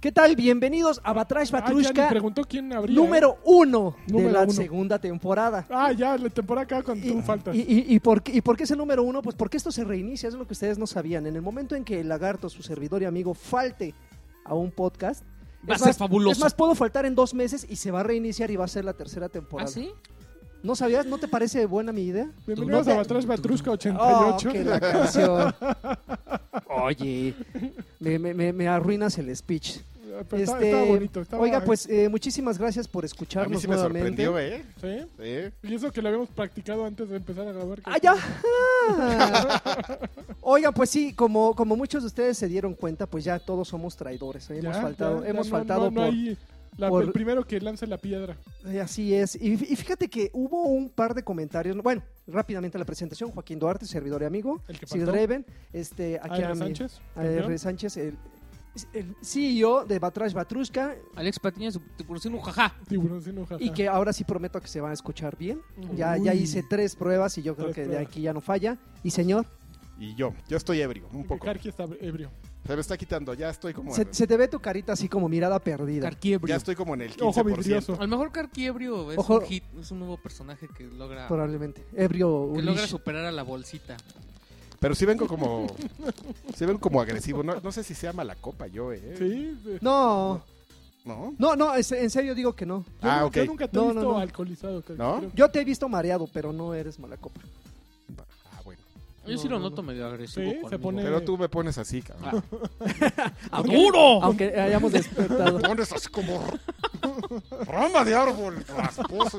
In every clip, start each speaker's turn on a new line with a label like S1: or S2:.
S1: ¿Qué tal? Bienvenidos a Batrash
S2: Ah, ya
S1: Batrushka
S2: ni preguntó quién habría.
S1: número uno de
S2: Número
S1: la
S2: uno.
S1: segunda temporada.
S2: Ah, ya, la temporada acá cuando tú faltas.
S1: y- y- y por, qué- ¿Y por qué es el número uno? Pues porque esto se reinicia, es lo que ustedes no sabían. En el momento en que el lagarto, su servidor y amigo, falte a un podcast,
S3: Va a
S1: es
S3: ser
S1: más-
S3: fabuloso.
S1: Es más, puedo faltar en dos meses y se va a reiniciar y va a ser la tercera
S3: ¿Ah,
S1: temporada.
S3: sí?
S1: ¿No sabías? ¿No te parece buena mi idea?
S2: Bienvenidos
S3: no-
S2: a Batrás Batrusca
S1: Oh,
S2: 88.
S1: que la canción. Oye, me, me- me- me arruinas el speech.
S2: Ah, pero está-
S1: Este,
S2: estaba bonito. estaba-
S1: Oiga, pues eh, muchísimas gracias por
S4: A mí
S1: escucharnos
S4: sí me
S1: nuevamente.
S4: sorprendió, ¿eh?
S2: ¿Sí?
S4: Sí.
S2: Y eso que lo habíamos practicado antes de empezar a grabar. que-
S1: ¡Ay, ajá! Oigan, Ah, pues sí, como, como muchos de ustedes se dieron cuenta, pues ya todos somos traidores. ¿eh?
S2: Ya,
S1: Hemos faltado,
S2: ya, ya
S1: hemos
S2: no-
S1: faltado
S2: no- no hay la-
S1: por-
S2: El primero que lance la piedra.
S1: por. eh, Así es. Y, y fíjate que hubo un par de comentarios. Bueno, rápidamente la presentación. Joaquín Duarte, servidor y amigo.
S2: El que
S1: Sid
S2: faltó.
S1: Raven, este, aquí
S2: Aira
S1: a mi-
S2: Sánchez.
S1: a R.
S2: campeón.
S1: Sánchez, el, el CEO de Batrash Batrushka,
S3: Alex Patiño, su tiburón, ujajá.
S2: Tiburón sin hoja.
S1: Y que ahora sí prometo que se va a escuchar bien. Ya,
S2: Uy.
S1: ya hice tres pruebas y yo creo
S2: Tres
S1: que de
S2: pruebas.
S1: aquí ya no falla. Y señor,
S4: Y yo, yo estoy ebrio, un poco.
S2: Karki está ebrio.
S4: Se me está quitando, ya estoy como,
S1: se,
S4: en-
S1: se te ve tu carita así como mirada perdida.
S3: Carquiebrio.
S4: ya estoy como en el 15%.
S2: Ojo vidrioso.
S3: A lo mejor Carquiebrio es
S1: Ojo.
S3: un hit, es un nuevo personaje que logra, que
S1: Probablemente. Ebrio
S3: logra
S1: Ulish.
S3: superar a la bolsita.
S4: Pero sí vengo como, sí vengo como agresivo. No, no sé si sea mala copa yo, ¿eh?
S2: Sí. sí.
S1: No,
S4: ¿No?
S1: no, no, es- en serio digo que no.
S2: Yo,
S4: ah,
S2: nu-
S4: ok.
S2: yo nunca te he
S1: No, no,
S2: visto
S1: no.
S2: alcoholizado. Karki,
S4: ¿No?
S2: creo.
S1: Yo te he visto mareado, pero no eres mala copa.
S4: Ah, bueno.
S3: Yo
S1: No,
S3: sí lo
S1: no, no.
S3: noto medio agresivo.
S2: Sí, se
S3: conmigo.
S2: pone-
S4: Pero tú me pones así, cabrón.
S3: ¡Ah, duro!
S1: Aunque hayamos despertado.
S4: Me pones así como rama de árbol rasposo.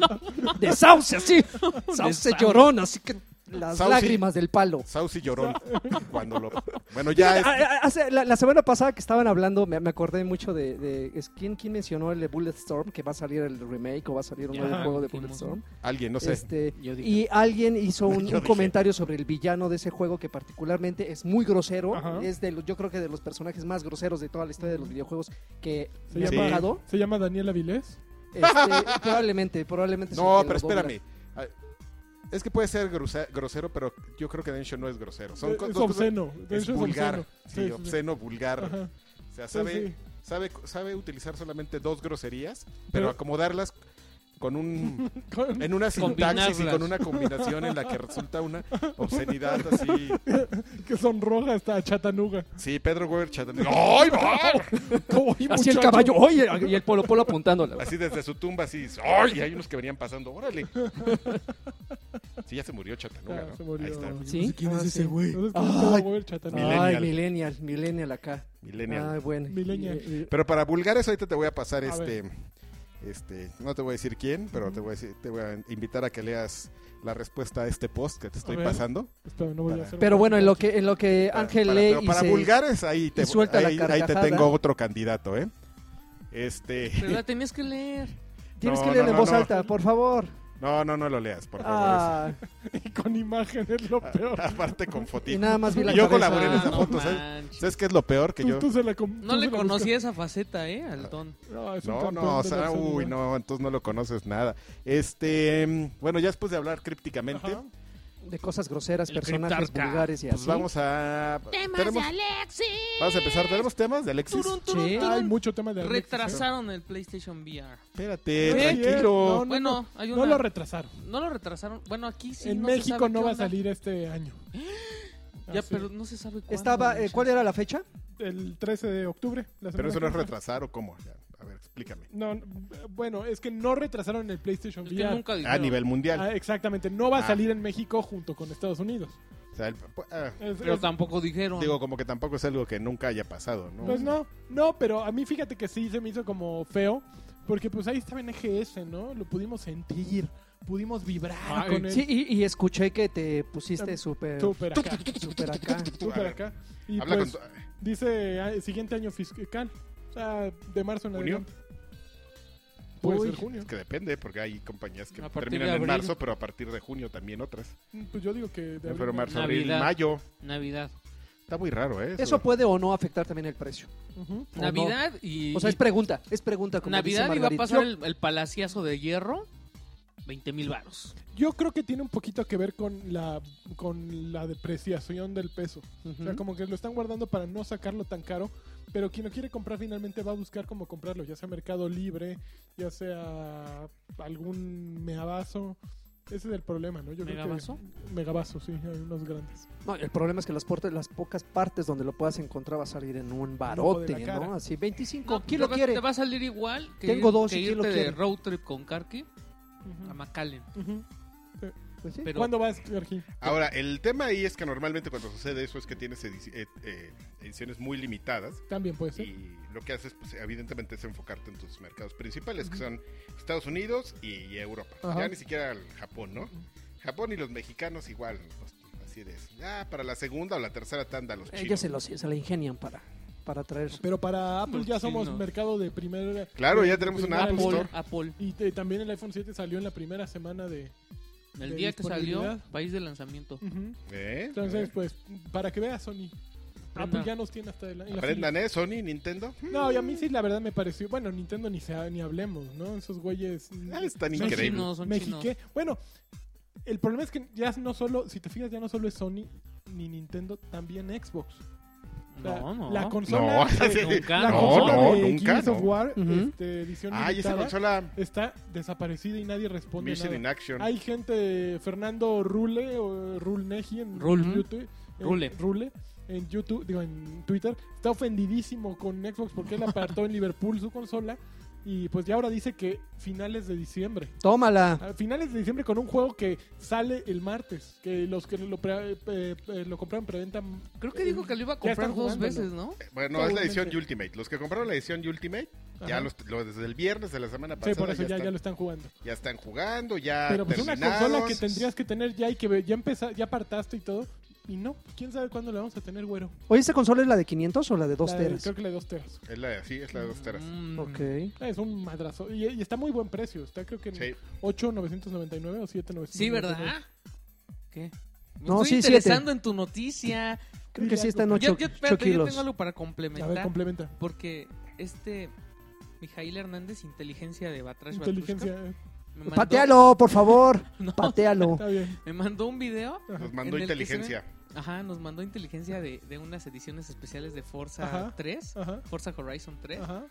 S1: De sauce, así. Sauce
S3: Desahucio.
S1: llorón, así que las
S4: Sauce.
S1: lágrimas del palo.
S4: Saucy llorón. Cuando lo... Bueno, ya es...
S1: Ah, ah, hace- la, la semana pasada que estaban hablando, me, me acordé mucho de, de- es- ¿quién, quién mencionó el de Bulletstorm, que va a salir el remake o va a salir un nuevo
S2: Ajá,
S1: juego de
S3: dijimos,
S1: Bulletstorm.
S4: alguien, no sé.
S1: Este,
S3: Yo dije.
S1: y alguien hizo un,
S4: Yo
S1: un
S4: dije.
S1: comentario sobre el villano de ese juego que particularmente es muy grosero.
S2: Ajá.
S1: Es de los, yo creo que de los personajes más groseros de toda la historia de los videojuegos que
S2: Se
S1: me ha
S4: llama-
S1: tocado.
S2: ¿Se llama Daniela Vilés?
S1: Este, probablemente, probablemente. sea
S4: No,
S1: que lo
S4: pero
S1: dobla.
S4: espérame. Ah, Es que puede ser grusa- grosero, pero yo creo que Densho no es grosero. Son
S2: Eh,
S4: co-
S2: es
S4: dos cosas-
S2: obsceno. De
S4: Es
S2: hecho, es
S4: vulgar.
S2: obsceno.
S4: Sí, obsceno, vulgar.
S2: Ajá.
S4: O sea,
S2: Sí,
S4: sabe,
S2: sí.
S4: sabe, sabe utilizar solamente dos groserías, pero,
S2: Pero-
S4: acomodarlas con un
S2: Con-
S4: en una sintaxis y
S3: Combinarlas.
S4: con una combinación en la que resulta una obscenidad así.
S2: que sonroja hasta Chatanuga.
S4: Sí, Pedro Weber chatando. ¡Ay, va!
S2: Oye,
S1: Así el
S2: muchacho.
S1: caballo, oye, y el polo polo apuntándole.
S4: Así desde su tumba así. ¡Ay! Hay unos que venían pasando. ¡Órale! Sí, ya se murió Chatanuga,
S2: Ya,
S4: ¿no?
S2: Ah, se murió.
S4: Ahí está.
S1: ¿Sí?
S3: ¿Quién
S1: Ah,
S3: es
S1: sí.
S3: ese güey?
S2: Entonces, ¿cómo se va a
S1: Ay.
S2: mover Chatanuga?
S4: Millennial.
S1: Ay, millennial, millennial acá.
S4: Millennial.
S1: Ay, bueno.
S2: Millennial.
S1: Y- y-
S4: Pero para vulgares ahorita te voy a pasar
S2: A
S4: este este no te voy a decir quién, pero te voy a decir, te voy a invitar a que leas la respuesta a este post que te estoy
S2: ver.
S4: pasando.
S2: Espera, no voy a hacer-
S1: Pero bueno, en lo que, en lo que Ángel
S4: para,
S1: lee
S4: pero
S1: y
S4: para
S1: se-
S4: vulgares ahí te
S1: y suelta la
S4: ahí- ahí te
S1: carcajada.
S4: tengo otro candidato, ¿eh? Este
S3: Pero la tenías que leer.
S1: Tienes
S4: No,
S1: que
S4: no,
S1: leerlo en
S4: no,
S1: voz
S4: no.
S1: alta, por favor.
S4: no, no, no lo leas, por favor.
S1: Ah,
S2: Y con imagen es lo peor.
S4: eso. Aparte con
S1: y
S4: fotito.
S1: nada más vi la
S4: Y yo
S1: cabeza.
S4: colaboré Ah, en esa
S3: Ah, no
S4: foto, ¿sabes?
S3: manches.
S4: ¿Sabes qué es lo peor que
S2: Tú-
S4: yo?
S2: tú se la com-
S3: No
S2: tú
S3: le
S2: se la
S3: conocía esa faceta, ¿eh?
S4: Ah.
S3: Al don.
S2: buscas. No, es un
S4: No,
S2: campeón
S4: no, o
S2: de
S4: sea,
S2: la
S4: uy,
S2: celda.
S4: no, entonces no lo conoces nada. Este, mm, bueno, ya después de hablar crípticamente,
S2: Ajá.
S1: De cosas groseras,
S3: El
S1: personajes
S3: criptarca.
S1: vulgares y así.
S4: pues vamos a
S5: Temas
S4: tenemos-
S5: de Alexis.
S4: Vamos a empezar. ¿Tenemos temas de Alexis?
S3: Turun, turun,
S1: Sí.
S3: turun.
S2: Hay mucho tema de Alexis, ¿eh?
S3: Retrasaron el PlayStation VR.
S4: Espérate,
S2: No es cierto,
S4: tranquilo.
S2: no,
S3: Bueno, hay
S2: No
S3: una-
S2: lo retrasaron.
S3: No lo retrasaron. Bueno, aquí sí.
S2: en
S3: no se
S2: México
S3: sabe
S2: no
S3: qué
S2: va a
S3: onda.
S2: salir Ah, este año.
S3: Ya,
S2: Así.
S3: pero no se sabe cuándo.
S1: Estaba, eh,
S3: manches.
S1: ¿Cuál era la fecha?
S2: El 13 de octubre. la semana
S4: Pero eso no
S2: que
S4: es
S2: entra.
S4: retrasar o cómo. Ya, A ver, explícame.
S2: No, n- bueno, es que no retrasaron el PlayStation
S3: Es que
S2: VR.
S3: nunca
S4: A
S3: dijeron.
S4: nivel mundial.
S2: Ah, exactamente, no va a
S4: Ah.
S2: salir en México junto con Estados Unidos.
S4: O sea, el- pu- ah,
S2: Es-
S3: Pero
S2: es-
S3: tampoco dijeron.
S4: digo, como que tampoco es algo que nunca haya pasado, ¿no?
S2: pues no, no, pero a mí fíjate que sí se me hizo como feo, porque pues ahí estaba en EGS, ¿no? Lo pudimos sentir, pudimos vibrar
S3: Ay,
S2: Ah, con él.
S1: Ah, Sí, y, y escuché que te pusiste
S2: Eh,
S1: súper
S2: Súper acá,
S1: súper acá.
S2: súper acá. Y
S4: Habla
S2: pues,
S4: con tu-
S2: dice ah, siguiente año fiscal, o sea, de marzo en
S4: ¿Junio?
S2: adelante. Puede
S1: Uy.
S2: ser junio.
S4: Es que depende, porque hay compañías que
S3: A partir
S4: terminan
S3: de
S4: en
S3: abril.
S4: marzo, pero a partir de junio también otras.
S2: Mm, Pues yo digo que... de abril
S4: Pero
S2: a-
S4: marzo,
S3: Navidad.
S4: abril, mayo.
S3: Navidad.
S4: Está muy raro, ¿eh?
S1: Eso puede o no afectar también el precio.
S2: Ujú.
S1: ¿O
S3: Navidad y.
S1: O sea, es pregunta, es pregunta como dice
S3: Navidad iba a
S1: Margarita.
S3: pasar el, el palaciazo de hierro. 20 mil varos.
S2: Yo creo que tiene un poquito que ver con la, con la depreciación del peso.
S1: Ujú.
S2: O sea, como que lo están guardando para no sacarlo tan caro Pero quien lo quiere comprar finalmente va a buscar cómo comprarlo, ya sea Mercado Libre, ya sea algún megabazo. Ese es el problema, ¿no? Yo creo que-
S3: ¿Megabazo?
S2: Megabazo, sí, hay unos grandes.
S1: No, el problema es que las, porte- las pocas partes donde lo puedas encontrar va a salir en un barote,
S2: cara.
S1: ¿no? Así, 25.
S3: No,
S1: ¿Quién
S3: te
S1: lo
S3: va-
S1: quiere?
S3: Te va a salir igual que,
S1: Tengo
S3: ir-
S1: dos,
S3: que
S1: ¿y quién lo
S3: irte de
S1: quiere?
S3: road trip con Karki a
S2: Ujú,
S3: McAllen.
S2: ujú.
S1: Pues sí.
S3: Pero
S2: ¿Cuándo vas, Georgie?
S4: Ahora, el tema ahí es que normalmente cuando sucede eso es que tienes edici- eh, eh, ediciones muy limitadas
S2: También puede ser.
S4: y lo que haces, pues, evidentemente, es enfocarte en tus mercados principales, que son Estados Unidos y Europa.
S2: Ajá.
S4: Ya ni siquiera el Japón, ¿no? Japón y los mexicanos igual, pues, así es. Ah, para la segunda o la tercera tanda
S2: Eh,
S4: los chinos.
S1: Ellos se, los, se la ingenian para, para traer.
S2: Pero
S4: pues,
S2: para Apple
S3: Los
S2: ya somos
S3: chinos.
S2: mercado de primera.
S4: Claro,
S2: de-
S4: ya
S2: de
S4: tenemos una
S1: Ah, pues,
S2: primera
S4: Apple
S2: moda.
S4: Store.
S3: Apple, Apple.
S2: Y te- también el iPhone 7 salió en la primera semana de...
S3: El
S2: De
S3: día que salió,
S2: disponibilidad.
S3: país de
S1: Mm.
S3: lanzamiento.
S2: Ujú.
S4: ¿Eh?
S2: Entonces, pues, para que veas, Sony. Apple
S3: Aprenda.
S2: ya nos tiene hasta el... en la
S4: Aprendan, ¿eh? Sony, Nintendo.
S2: fila. No, y a mí sí, la verdad me pareció... Bueno, Nintendo ni, se, ni hablemos, ¿no? Esos güeyes...
S4: Ah, es tan
S2: Son
S4: increíble.
S3: chinos, son
S2: mexique-
S3: chinos.
S2: Bueno, el problema es que ya no solo... Si te fijas, ya no solo es Sony ni Nintendo, también Xbox. O sea,
S3: No, no.
S2: La consola...
S4: No, sí.
S3: Nunca,
S2: Pues, La
S4: no,
S2: consola
S4: no,
S2: de
S4: nunca,
S2: Gears of
S4: no.
S2: War,
S1: Ujú.
S2: este, edición
S4: Ay, esa
S2: limitada,
S4: consola
S2: está desaparecida y nadie responde
S4: Mission
S2: nada.
S4: in Action.
S2: Hay gente, Fernando Rule o Rulneji en
S3: Rul.
S2: YouTube. en-
S3: Rule.
S2: Rule, En YouTube, digo, en Twitter. Está ofendidísimo con Xbox porque él apartó en Liverpool su consola. Y pues ya ahora dice que finales de diciembre.
S1: Tómala.
S2: A finales de diciembre con un juego que sale el martes. Que los que lo, pre- eh, eh, eh, lo compraron preventa.
S3: Creo que dijo que lo iba a
S2: Ya están
S3: comprar dos
S2: jugándolo.
S3: veces, ¿no?
S4: Bueno, es la edición
S2: Seguramente.
S4: Ultimate. Los que compraron la edición Ultimate, ya
S2: Ajá.
S4: los, lo- desde el viernes de la semana
S2: Sí,
S4: pasada
S2: por eso ya,
S4: ya, Ah,
S2: ya
S4: están,
S2: lo están jugando.
S4: ya están jugando, ya
S2: Pero pues una
S4: terminaron.
S2: consola que tendrías que tener ya y que ve- ya empeza- ya apartaste y todo. Y no, quién sabe cuándo la vamos a tener, güero.
S1: Oye, ¿esta consola es la de 500 o la de 2
S2: La de-
S1: teras?
S2: Creo que la de dos teras.
S4: Es la, sí, es la de dos teras.
S3: Mm.
S1: Ok.
S2: Ah, Es un madrazo. Y, y está muy buen precio. Está creo que en
S4: Sí.
S2: 8,999 o 7,999.
S3: Sí, ¿verdad? ¿Qué? Me
S1: No,
S3: estoy
S1: sí, siete.
S3: interesando en tu noticia.
S1: Creo que sí está en
S3: Yo-
S1: 8,
S3: yo, espérate, yo
S1: kilos.
S3: tengo algo para
S2: A ver,
S3: complementar.
S2: complementa.
S3: porque este Mijail Hernández, inteligencia de Batrash
S2: Inteligencia.
S3: Batrushka,
S2: eh,
S3: me mandó-
S1: Patealo, por favor.
S3: No,
S1: Patealo.
S2: Está bien.
S3: me mandó un video.
S2: Ajá.
S4: Nos mandó
S3: En el que
S4: inteligencia.
S3: Ajá, nos mandó inteligencia de, de unas ediciones especiales de Forza
S2: Ajá.
S3: 3.
S2: Ajá.
S3: Forza Horizon 3.
S2: Ajá.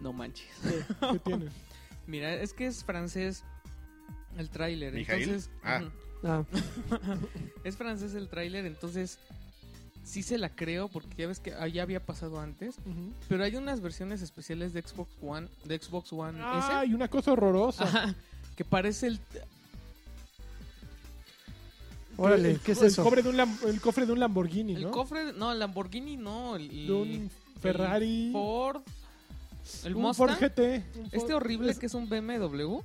S3: No manches.
S2: ¿Qué, qué tiene?
S3: Mira, es que es francés el tráiler.
S4: ¿Mijail?
S3: Entonces,
S4: Ah.
S3: ujú.
S1: Ah,
S3: Es francés el tráiler, entonces sí se la creo porque ya ves que ah, ya había pasado antes,
S2: Ujú.
S3: pero hay unas versiones especiales de Xbox One, de Xbox One
S2: Ah,
S3: S,
S2: y una cosa horrorosa.
S3: ajá, que parece el
S1: órale,
S2: El-
S1: ¿qué es
S2: el
S1: eso?
S2: cobre de un lam- el cofre de un Lamborghini,
S3: el
S2: ¿no?
S3: cofre, de- no, el Lamborghini no, el,
S2: de un Ferrari.
S3: el Ford, el
S2: un
S3: Mustang,
S2: Ford GT. un Ford-
S3: este horrible
S2: es-
S3: que es un BMW,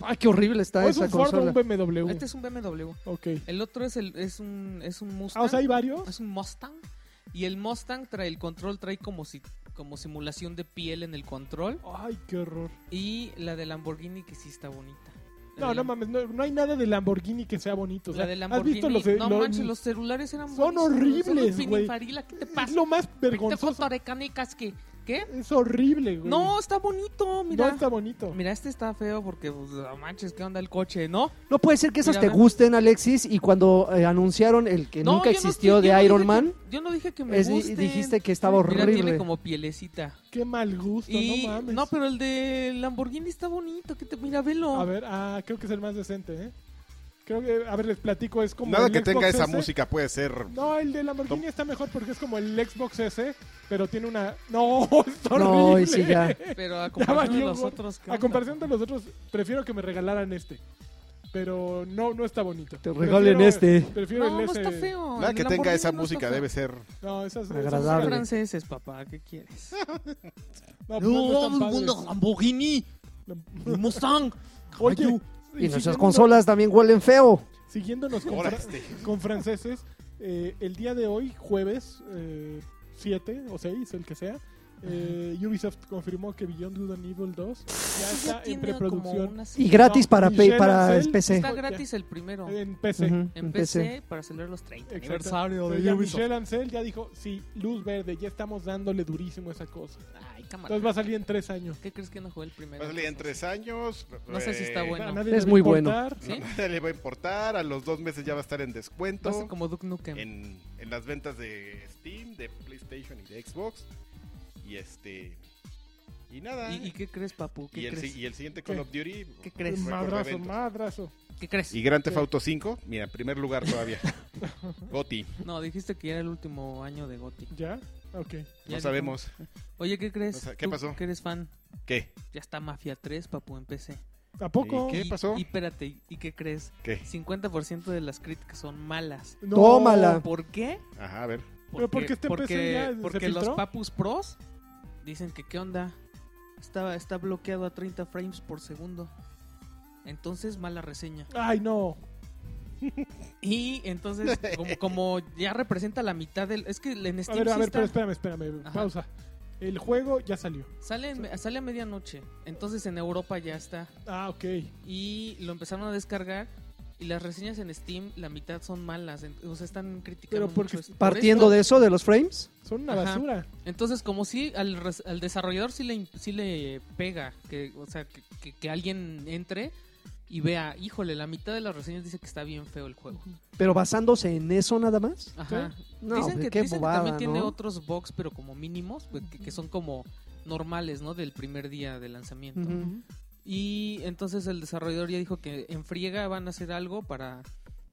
S1: Ay, qué horrible está
S2: ¿o es
S1: esa
S2: un Ford o
S1: consola.
S2: un BMW.
S3: este es un BMW,
S2: Ok.
S3: el otro es el es un es un Mustang,
S2: Ah, o sea, hay varios.
S3: es un Mustang y el Mustang trae el control trae como si como simulación de piel en el control.
S2: Ay, qué horror.
S3: Y la de Lamborghini que sí está bonita. La
S2: No,
S3: de
S2: no
S3: Lam-
S2: mames, no, no hay nada de Lamborghini que sea bonito. o sea,
S3: Eh. La de
S2: ¿Has
S3: Lamborghini.
S2: visto los, eh,
S3: no
S2: los-
S3: manches, los celulares eran
S2: son
S3: buenísimos,
S2: horribles,
S3: son un
S2: güey.
S3: pinifarila, ¿Qué te
S2: Es
S3: pasa?
S2: lo más vergonzoso.
S3: Te de canicas que... ¿Qué?
S2: Es horrible, güey.
S3: No, está bonito, mira.
S2: No está bonito.
S3: Mira, este está feo porque, pues, no manches, ¿qué onda el coche? ¿No?
S1: No puede ser que esas te
S3: Mira, ve.
S1: gusten, Alexis, y cuando eh, anunciaron el que
S3: No,
S1: nunca
S3: yo no
S1: existió
S3: estoy- yo no
S1: de Iron
S3: dije
S1: Man,
S3: que- yo no dije que me
S1: es- di-
S3: gusten.
S1: dijiste que estaba
S3: Mira, tiene
S1: horrible.
S3: como pielecita.
S2: Qué mal gusto,
S3: Y...
S2: no
S3: No,
S2: mames.
S3: pero el de Lamborghini está bonito. ¿qué te... Mira, velo.
S2: A ver, ah, creo que es el más decente, ¿eh? Creo que, a ver, les platico, es como.
S4: Nada
S2: el
S4: que
S2: Xbox
S4: tenga esa
S2: S.
S4: música puede ser.
S2: No, el de Lamborghini está mejor porque es como el Xbox S, pero tiene una. No, está horrible.
S1: No, y sí, ya.
S3: Pero a comparación de
S2: valió,
S3: los
S2: güey.
S3: otros... ¿qué
S2: A
S3: onda?
S2: comparación de los otros, prefiero que me regalaran este. Pero no, no está bonito.
S1: Te regalen
S2: Prefiero-
S1: este.
S2: Prefiero
S3: No,
S2: el
S3: no
S2: S.
S3: está feo.
S4: Nada
S3: el
S4: que tenga esa
S3: Lamborghini no está
S4: música
S3: feo.
S4: debe ser.
S2: No, esas, esas-
S1: Agradable.
S3: Son franceses, papá, ¿qué quieres?
S2: No, pues no están padres.
S3: Lamborghini, Mustang.
S2: Oye,
S1: y nuestras
S2: siguiéndonos-
S1: consolas también huelen feo.
S2: Siguiéndonos con,
S4: Ahora
S2: fra-
S4: este.
S2: con franceses, eh, el día de hoy, jueves eh, 7 o 6, el que sea, eh, Ubisoft confirmó que Beyond Good and Evil 2 ya está en
S3: tiene como
S2: preproducción
S3: unas-
S1: Y gratis
S2: No,
S1: para,
S2: y
S1: P-
S2: Shell
S1: para
S2: Ansel
S1: PC.
S3: Está gratis el primero.
S2: en PC.
S1: Ujú,
S3: En PC para celebrar los 30.
S2: Exacto.
S3: Aniversario
S2: Pero ya Michelle Ancel ya dijo, sí, luz verde, ya estamos dándole durísimo a esa cosa.
S3: Ay, cámara.
S2: Entonces va a salir en tres años.
S3: ¿Qué crees que no jugué el primero?
S4: Va a salir en tres años.
S3: No sé si está
S4: eh,
S3: bueno.
S2: A nadie le
S1: Es
S2: va a
S1: muy bueno.
S2: importar.
S3: ¿Sí?
S4: no le va a importar. A los dos meses ya va a estar en descuento.
S3: Va a ser como Duke Nukem.
S4: en, en las ventas de Steam, de PlayStation y de Xbox. Y este. Y nada.
S3: ¿Y, y qué crees, papu?
S4: Y
S3: ¿Qué
S4: el,
S3: crees?
S4: si- y el siguiente Call
S2: ¿Qué?
S4: of Duty.
S3: ¿Qué crees?
S4: récord de
S2: Pues Madrazo,
S4: ventas.
S2: madrazo.
S3: ¿Qué crees?
S4: Y Grand Theft Auto 5, mira, primer lugar todavía. Goti,
S3: No, dijiste que era el último año de Gothic.
S2: ¿Ya? Ok.
S3: Ya
S4: no
S3: dijo.
S4: sabemos.
S3: Oye, ¿qué crees?
S4: O sea, ¿qué
S3: Tú
S4: pasó?
S3: Que eres fan.
S4: ¿Qué?
S3: Ya está Mafia 3, papu, en PC.
S2: ¿A poco?
S4: ¿Y qué?
S3: Y-
S4: pasó?
S3: Y espérate, ¿y qué crees?
S4: ¿Qué?
S3: 50% de las críticas son malas.
S2: No.
S4: Ah.
S1: Tómala.
S3: ¿Por qué?
S4: Ajá, a ver.
S2: Pero porque este
S3: porque,
S2: PC ya se
S3: porque los
S2: filtró.
S3: papus pros dicen que qué onda. Está, está bloqueado a 30 frames por segundo. Entonces, mala reseña.
S2: Ay, no.
S3: Y entonces, como, como ya representa la mitad del... Es que en
S2: A
S3: Steam
S2: ver, a
S3: sí
S2: ver,
S3: está-
S2: pero espérame, espérame.
S3: Ajá.
S2: Pausa. El juego ya salió.
S3: sale, en- sale a medianoche. Entonces en Europa ya está.
S2: Ah, ok.
S3: Y lo empezaron a descargar. Y las reseñas en Steam, la mitad son malas. en- O sea, están criticando
S2: Pero porque-
S3: mucho esto. Por
S1: Partiendo
S3: esto-
S1: de eso, de los frames.
S2: Son una
S3: Ajá.
S2: basura.
S3: Entonces, como si al, res- al desarrollador sí le, im- sí le pega, que, o sea, que, que- que alguien entre y vea, híjole, la mitad de las reseñas dice que está bien feo el juego.
S1: Pero basándose en eso nada más.
S3: Ajá.
S1: No,
S3: dicen que,
S1: qué
S3: dicen que
S1: bobada,
S3: también tiene
S1: ¿no?
S3: otros bugs, pero como mínimos, pues, que, que son como normales, ¿no? Del primer día de lanzamiento.
S1: Ujú.
S3: Y entonces el desarrollador ya dijo que en friega van a hacer algo para,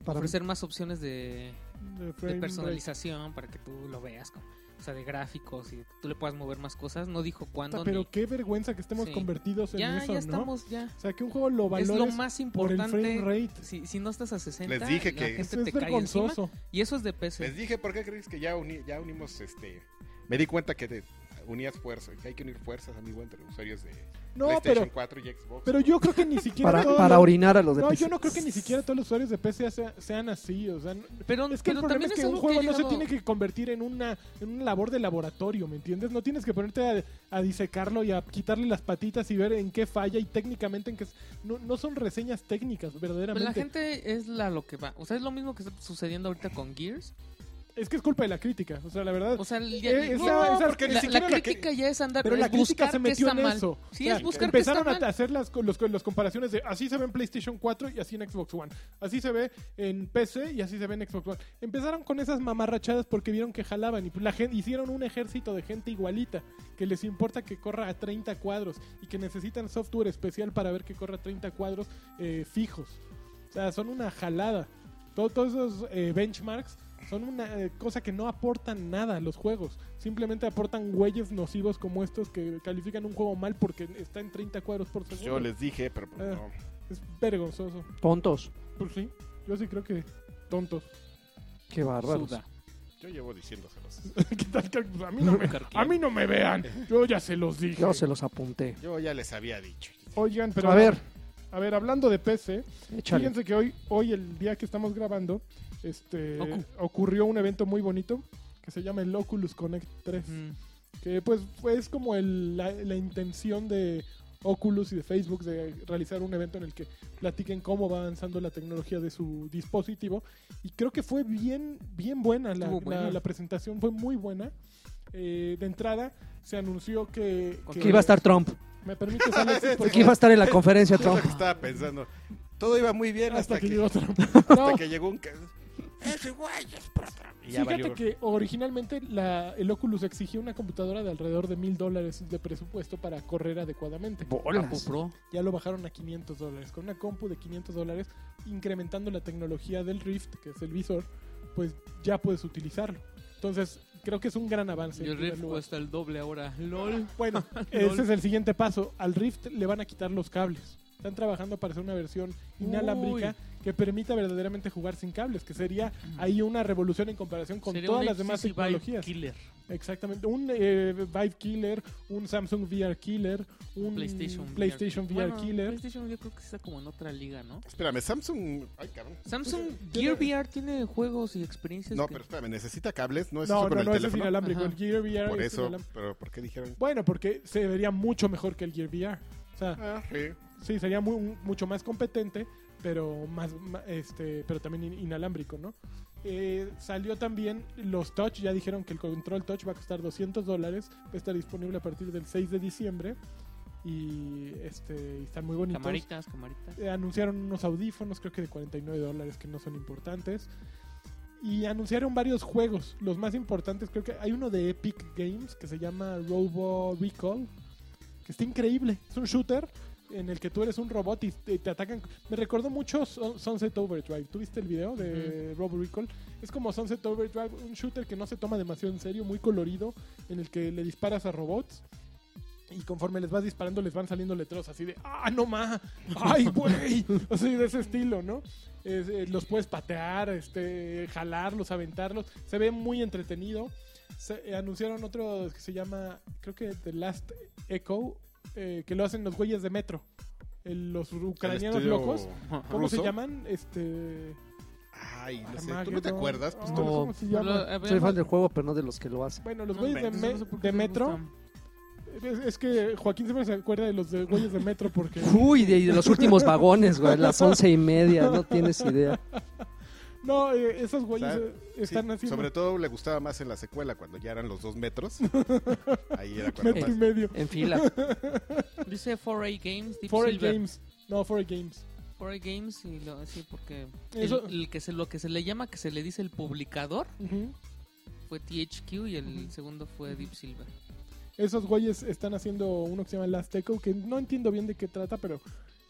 S1: Para-
S3: ofrecer más opciones de,
S2: De
S3: de
S2: frame
S3: personalización, para que tú lo veas, como- o sea, de gráficos y tú le puedas mover más cosas. No dijo
S2: rate.
S3: cuándo ni-
S2: Pero qué vergüenza que estemos
S3: Sí.
S2: convertidos en
S3: Ya,
S2: eso,
S3: ya
S2: ¿no?
S3: estamos, ya.
S2: O sea, que un juego lo
S3: Es lo
S2: valores
S3: más
S2: por el frame
S3: importante.
S2: rate.
S3: Si, si no estás a 60,
S4: Les dije
S3: la
S4: que-
S3: gente
S2: Eso
S3: te
S2: es
S3: cae encima.
S2: vergonzoso.
S3: Y eso es de
S4: Les
S3: PC.
S4: dije, ¿por qué crees que ya, uni- ya unimos este. Me di cuenta que te unías fuerzas. Que hay que unir fuerzas, amigo, entre usuarios de
S2: No,
S4: PlayStation
S2: pero,
S4: 4 y Xbox.
S2: pero yo creo que ni siquiera
S1: para,
S2: todos
S1: para
S2: los-
S1: orinar a los de
S2: No,
S1: PC.
S2: yo no creo que ni siquiera todos los usuarios de PC sea- sean así, o sea, n-
S3: Pero,
S2: es que el
S3: pero
S2: problema
S3: también
S2: es que
S3: es
S2: un
S3: algo
S2: juego
S3: ha
S2: no se
S3: llegado-
S2: tiene que convertir en una en una labor de laboratorio, ¿me entiendes? No tienes que ponerte a, a disecarlo y a quitarle las patitas y ver en qué falla y técnicamente en qué es- no, no son reseñas técnicas
S3: Pero
S2: verdaderamente.
S3: Pues la gente es la lo que va. O sea, es lo mismo que está sucediendo ahorita con Gears.
S2: Es que es culpa de la crítica, o sea, la verdad.
S3: O sea, el- ya-
S2: Eh,
S3: no,
S2: esa- esa-
S4: porque ni
S3: la,
S4: siquiera
S3: la
S4: la que-
S3: crítica ya es andar
S2: pero
S3: es
S2: la crítica
S3: buscar
S2: se
S3: qué
S2: metió
S3: está
S2: en
S3: mal.
S2: eso.
S3: Sí,
S2: O sea,
S3: es buscar que está
S2: empezaron
S3: mal.
S2: a hacer las, los, los comparaciones de así se ve en PlayStation 4 y así en Xbox One. Así se ve en PC y así se ve en Xbox One. Empezaron con esas mamarrachadas porque vieron que jalaban y la gente hicieron un ejército de gente igualita que les importa que corra a 30 cuadros y que necesitan software especial para ver que corra a 30 cuadros eh, fijos. O sea, son una jalada. Todo- todos esos eh, benchmarks son una eh, cosa que no aportan nada a los juegos. Simplemente aportan güeyes nocivos como estos que califican un juego mal porque está en 30 cuadros por
S4: Pues
S2: segundo.
S4: yo les dije, pero pues,
S2: Ah.
S4: no.
S2: Es vergonzoso.
S1: Tontos.
S2: Pues sí, yo sí creo que tontos.
S1: Qué bárbaros.
S3: Suda.
S4: Yo llevo diciéndoselos.
S2: ¿Qué tal que- pues, a, mí no me, a mí no me vean. Yo ya se los dije.
S1: Yo se los apunté.
S4: Yo ya les había dicho.
S2: Oigan, pero...
S1: A ver,
S2: A ver, hablando de PC,
S1: échale.
S2: Fíjense que hoy, hoy el día que estamos grabando, este,
S3: Ocu.
S2: ocurrió un evento muy bonito que se llama el Oculus Connect 3,
S3: Mm.
S2: que pues fue- es como el- la, la intención de Oculus y de Facebook de realizar un evento en el que platiquen cómo va avanzando la tecnología de su dispositivo y creo que fue bien bien buena la,
S3: Estuvo buena.
S2: la- la presentación fue muy buena Eh, de entrada se anunció que,
S3: Con-
S1: Que iba a estar Trump.
S2: me permites Alexis, por
S1: Que iba a
S2: favor?
S1: estar en la conferencia
S4: Es lo
S1: Trump.
S4: que estaba pensando. Todo iba muy bien
S2: hasta que
S4: que-
S2: llegó Trump.
S4: Hasta
S2: No.
S4: que llegó un. ca- Ese güey es pro Trump. Y ya
S2: Fíjate
S4: valió.
S2: que originalmente la- el Oculus exigía una computadora de alrededor de mil dólares de presupuesto para correr adecuadamente.
S3: Papu Pro.
S2: Ya lo bajaron a 500 dólares. Con una compu de 500 dólares, incrementando la tecnología del Rift, que es el visor, pues ya puedes utilizarlo. Entonces, creo que es un gran avance.
S3: Y
S2: en
S3: el
S2: primer
S3: Rift
S2: lugar.
S3: cuesta el doble ahora. LOL.
S2: Bueno, ese es el siguiente paso. Al Rift le van a quitar los cables. Están trabajando para hacer una versión inalámbrica que permita verdaderamente jugar sin cables, que sería ahí una revolución en comparación con
S3: Mm. Sería
S2: todas
S3: un
S2: las demás
S3: XC Vive
S2: tecnologías.
S3: Killer.
S2: Exactamente, un eh, Vive Killer, un Samsung VR Killer, un
S3: PlayStation,
S2: Mm, PlayStation VR,
S3: Bueno,
S2: Killer.
S3: PlayStation yo creo que está como en otra liga, ¿no?
S4: Espérame, Samsung. Ay, cabrón.
S2: Pues,
S3: Samsung
S2: Tiene-
S3: Gear VR tiene juegos y experiencias.
S4: No,
S3: que-
S4: pero espérame, necesita cables, no es eso
S2: No,
S4: con
S2: no,
S4: el
S2: no, ese es
S4: teléfono.
S2: inalámbrico.
S3: Ajá.
S2: El Gear VR
S4: Por
S2: es
S4: eso,
S2: inalámbrico.
S4: pero ¿por qué dijeron?
S2: Bueno, porque se vería mucho mejor que el Gear VR. O sea,
S4: Ah, sí.
S2: sí, sería muy- mucho más competente, pero más, ma- este, pero también in- inalámbrico, ¿no? Eh, salió también los Touch, ya dijeron que el control Touch va a costar 200 dólares, va a estar disponible a partir del 6 de diciembre y este, están muy bonitos.
S3: Camaritas, camaritas.
S2: Eh, anunciaron unos audífonos, creo que de 49 dólares, que no son importantes. Y anunciaron varios juegos. Los más importantes, creo que hay uno de Epic Games que se llama Robo Recall, que está increíble. Es un shooter en el que tú eres un robot y te, te atacan. Me recordó mucho Sun- Sunset Overdrive. ¿Tuviste el video de Robo Recall? Es como Sunset Overdrive, un shooter que no se toma demasiado en serio, muy colorido, en el que le disparas a robots. Y conforme les vas disparando, les van saliendo letreros así de ¡Ah, no más! ¡Ay, güey! Así de ese estilo, ¿no? Es, eh, los puedes patear, este, jalarlos, aventarlos. Se ve muy entretenido. Se- eh, anunciaron otro que se llama, creo que The Last Echo, eh, que lo hacen los güeyes de Metro. El- los ucranianos
S4: El estudio
S2: locos. ¿Cómo se
S4: ruso.
S2: llaman? Este.
S4: Ay, no sé, tú no te
S2: Armageddon.
S4: acuerdas, pues
S2: Ah,
S4: tú
S1: no.
S2: ¿cómo se
S3: Pero,
S2: llama?
S3: eh,
S1: Soy fan
S3: veamos-
S1: del juego, pero no de los que lo hacen.
S2: Bueno, los
S3: No,
S2: güeyes de,
S3: inventes,
S2: me-
S3: no sé por qué
S2: de
S3: les
S2: Metro.
S3: gustan.
S2: Es, es que Joaquín siempre se acuerda de los de güeyes de Metro porque.
S1: Uy, de, de los últimos vagones, güey, las once y media, no tienes idea.
S2: No, eh, esos güeyes
S4: ¿Sabe?
S2: eh, están
S4: Sí,
S2: así.
S4: Sobre todo le gustaba más en la secuela, cuando ya eran los dos metros. Ahí era cuando
S2: metro y
S4: más.
S2: medio.
S1: En fila.
S3: Dice 4A Games, Deep
S2: 4
S3: Silver.
S2: Games. No, 4 Games.
S3: 4A Games y lo, sí, porque el-
S2: Eso-
S3: el que se, lo que se le llama, que se le dice el publicador,
S2: Ujú.
S3: fue THQ y el
S2: Ujú.
S3: segundo fue Deep Silver.
S2: Esos güeyes están haciendo uno que se llama Last Echo, que no entiendo bien de qué trata, pero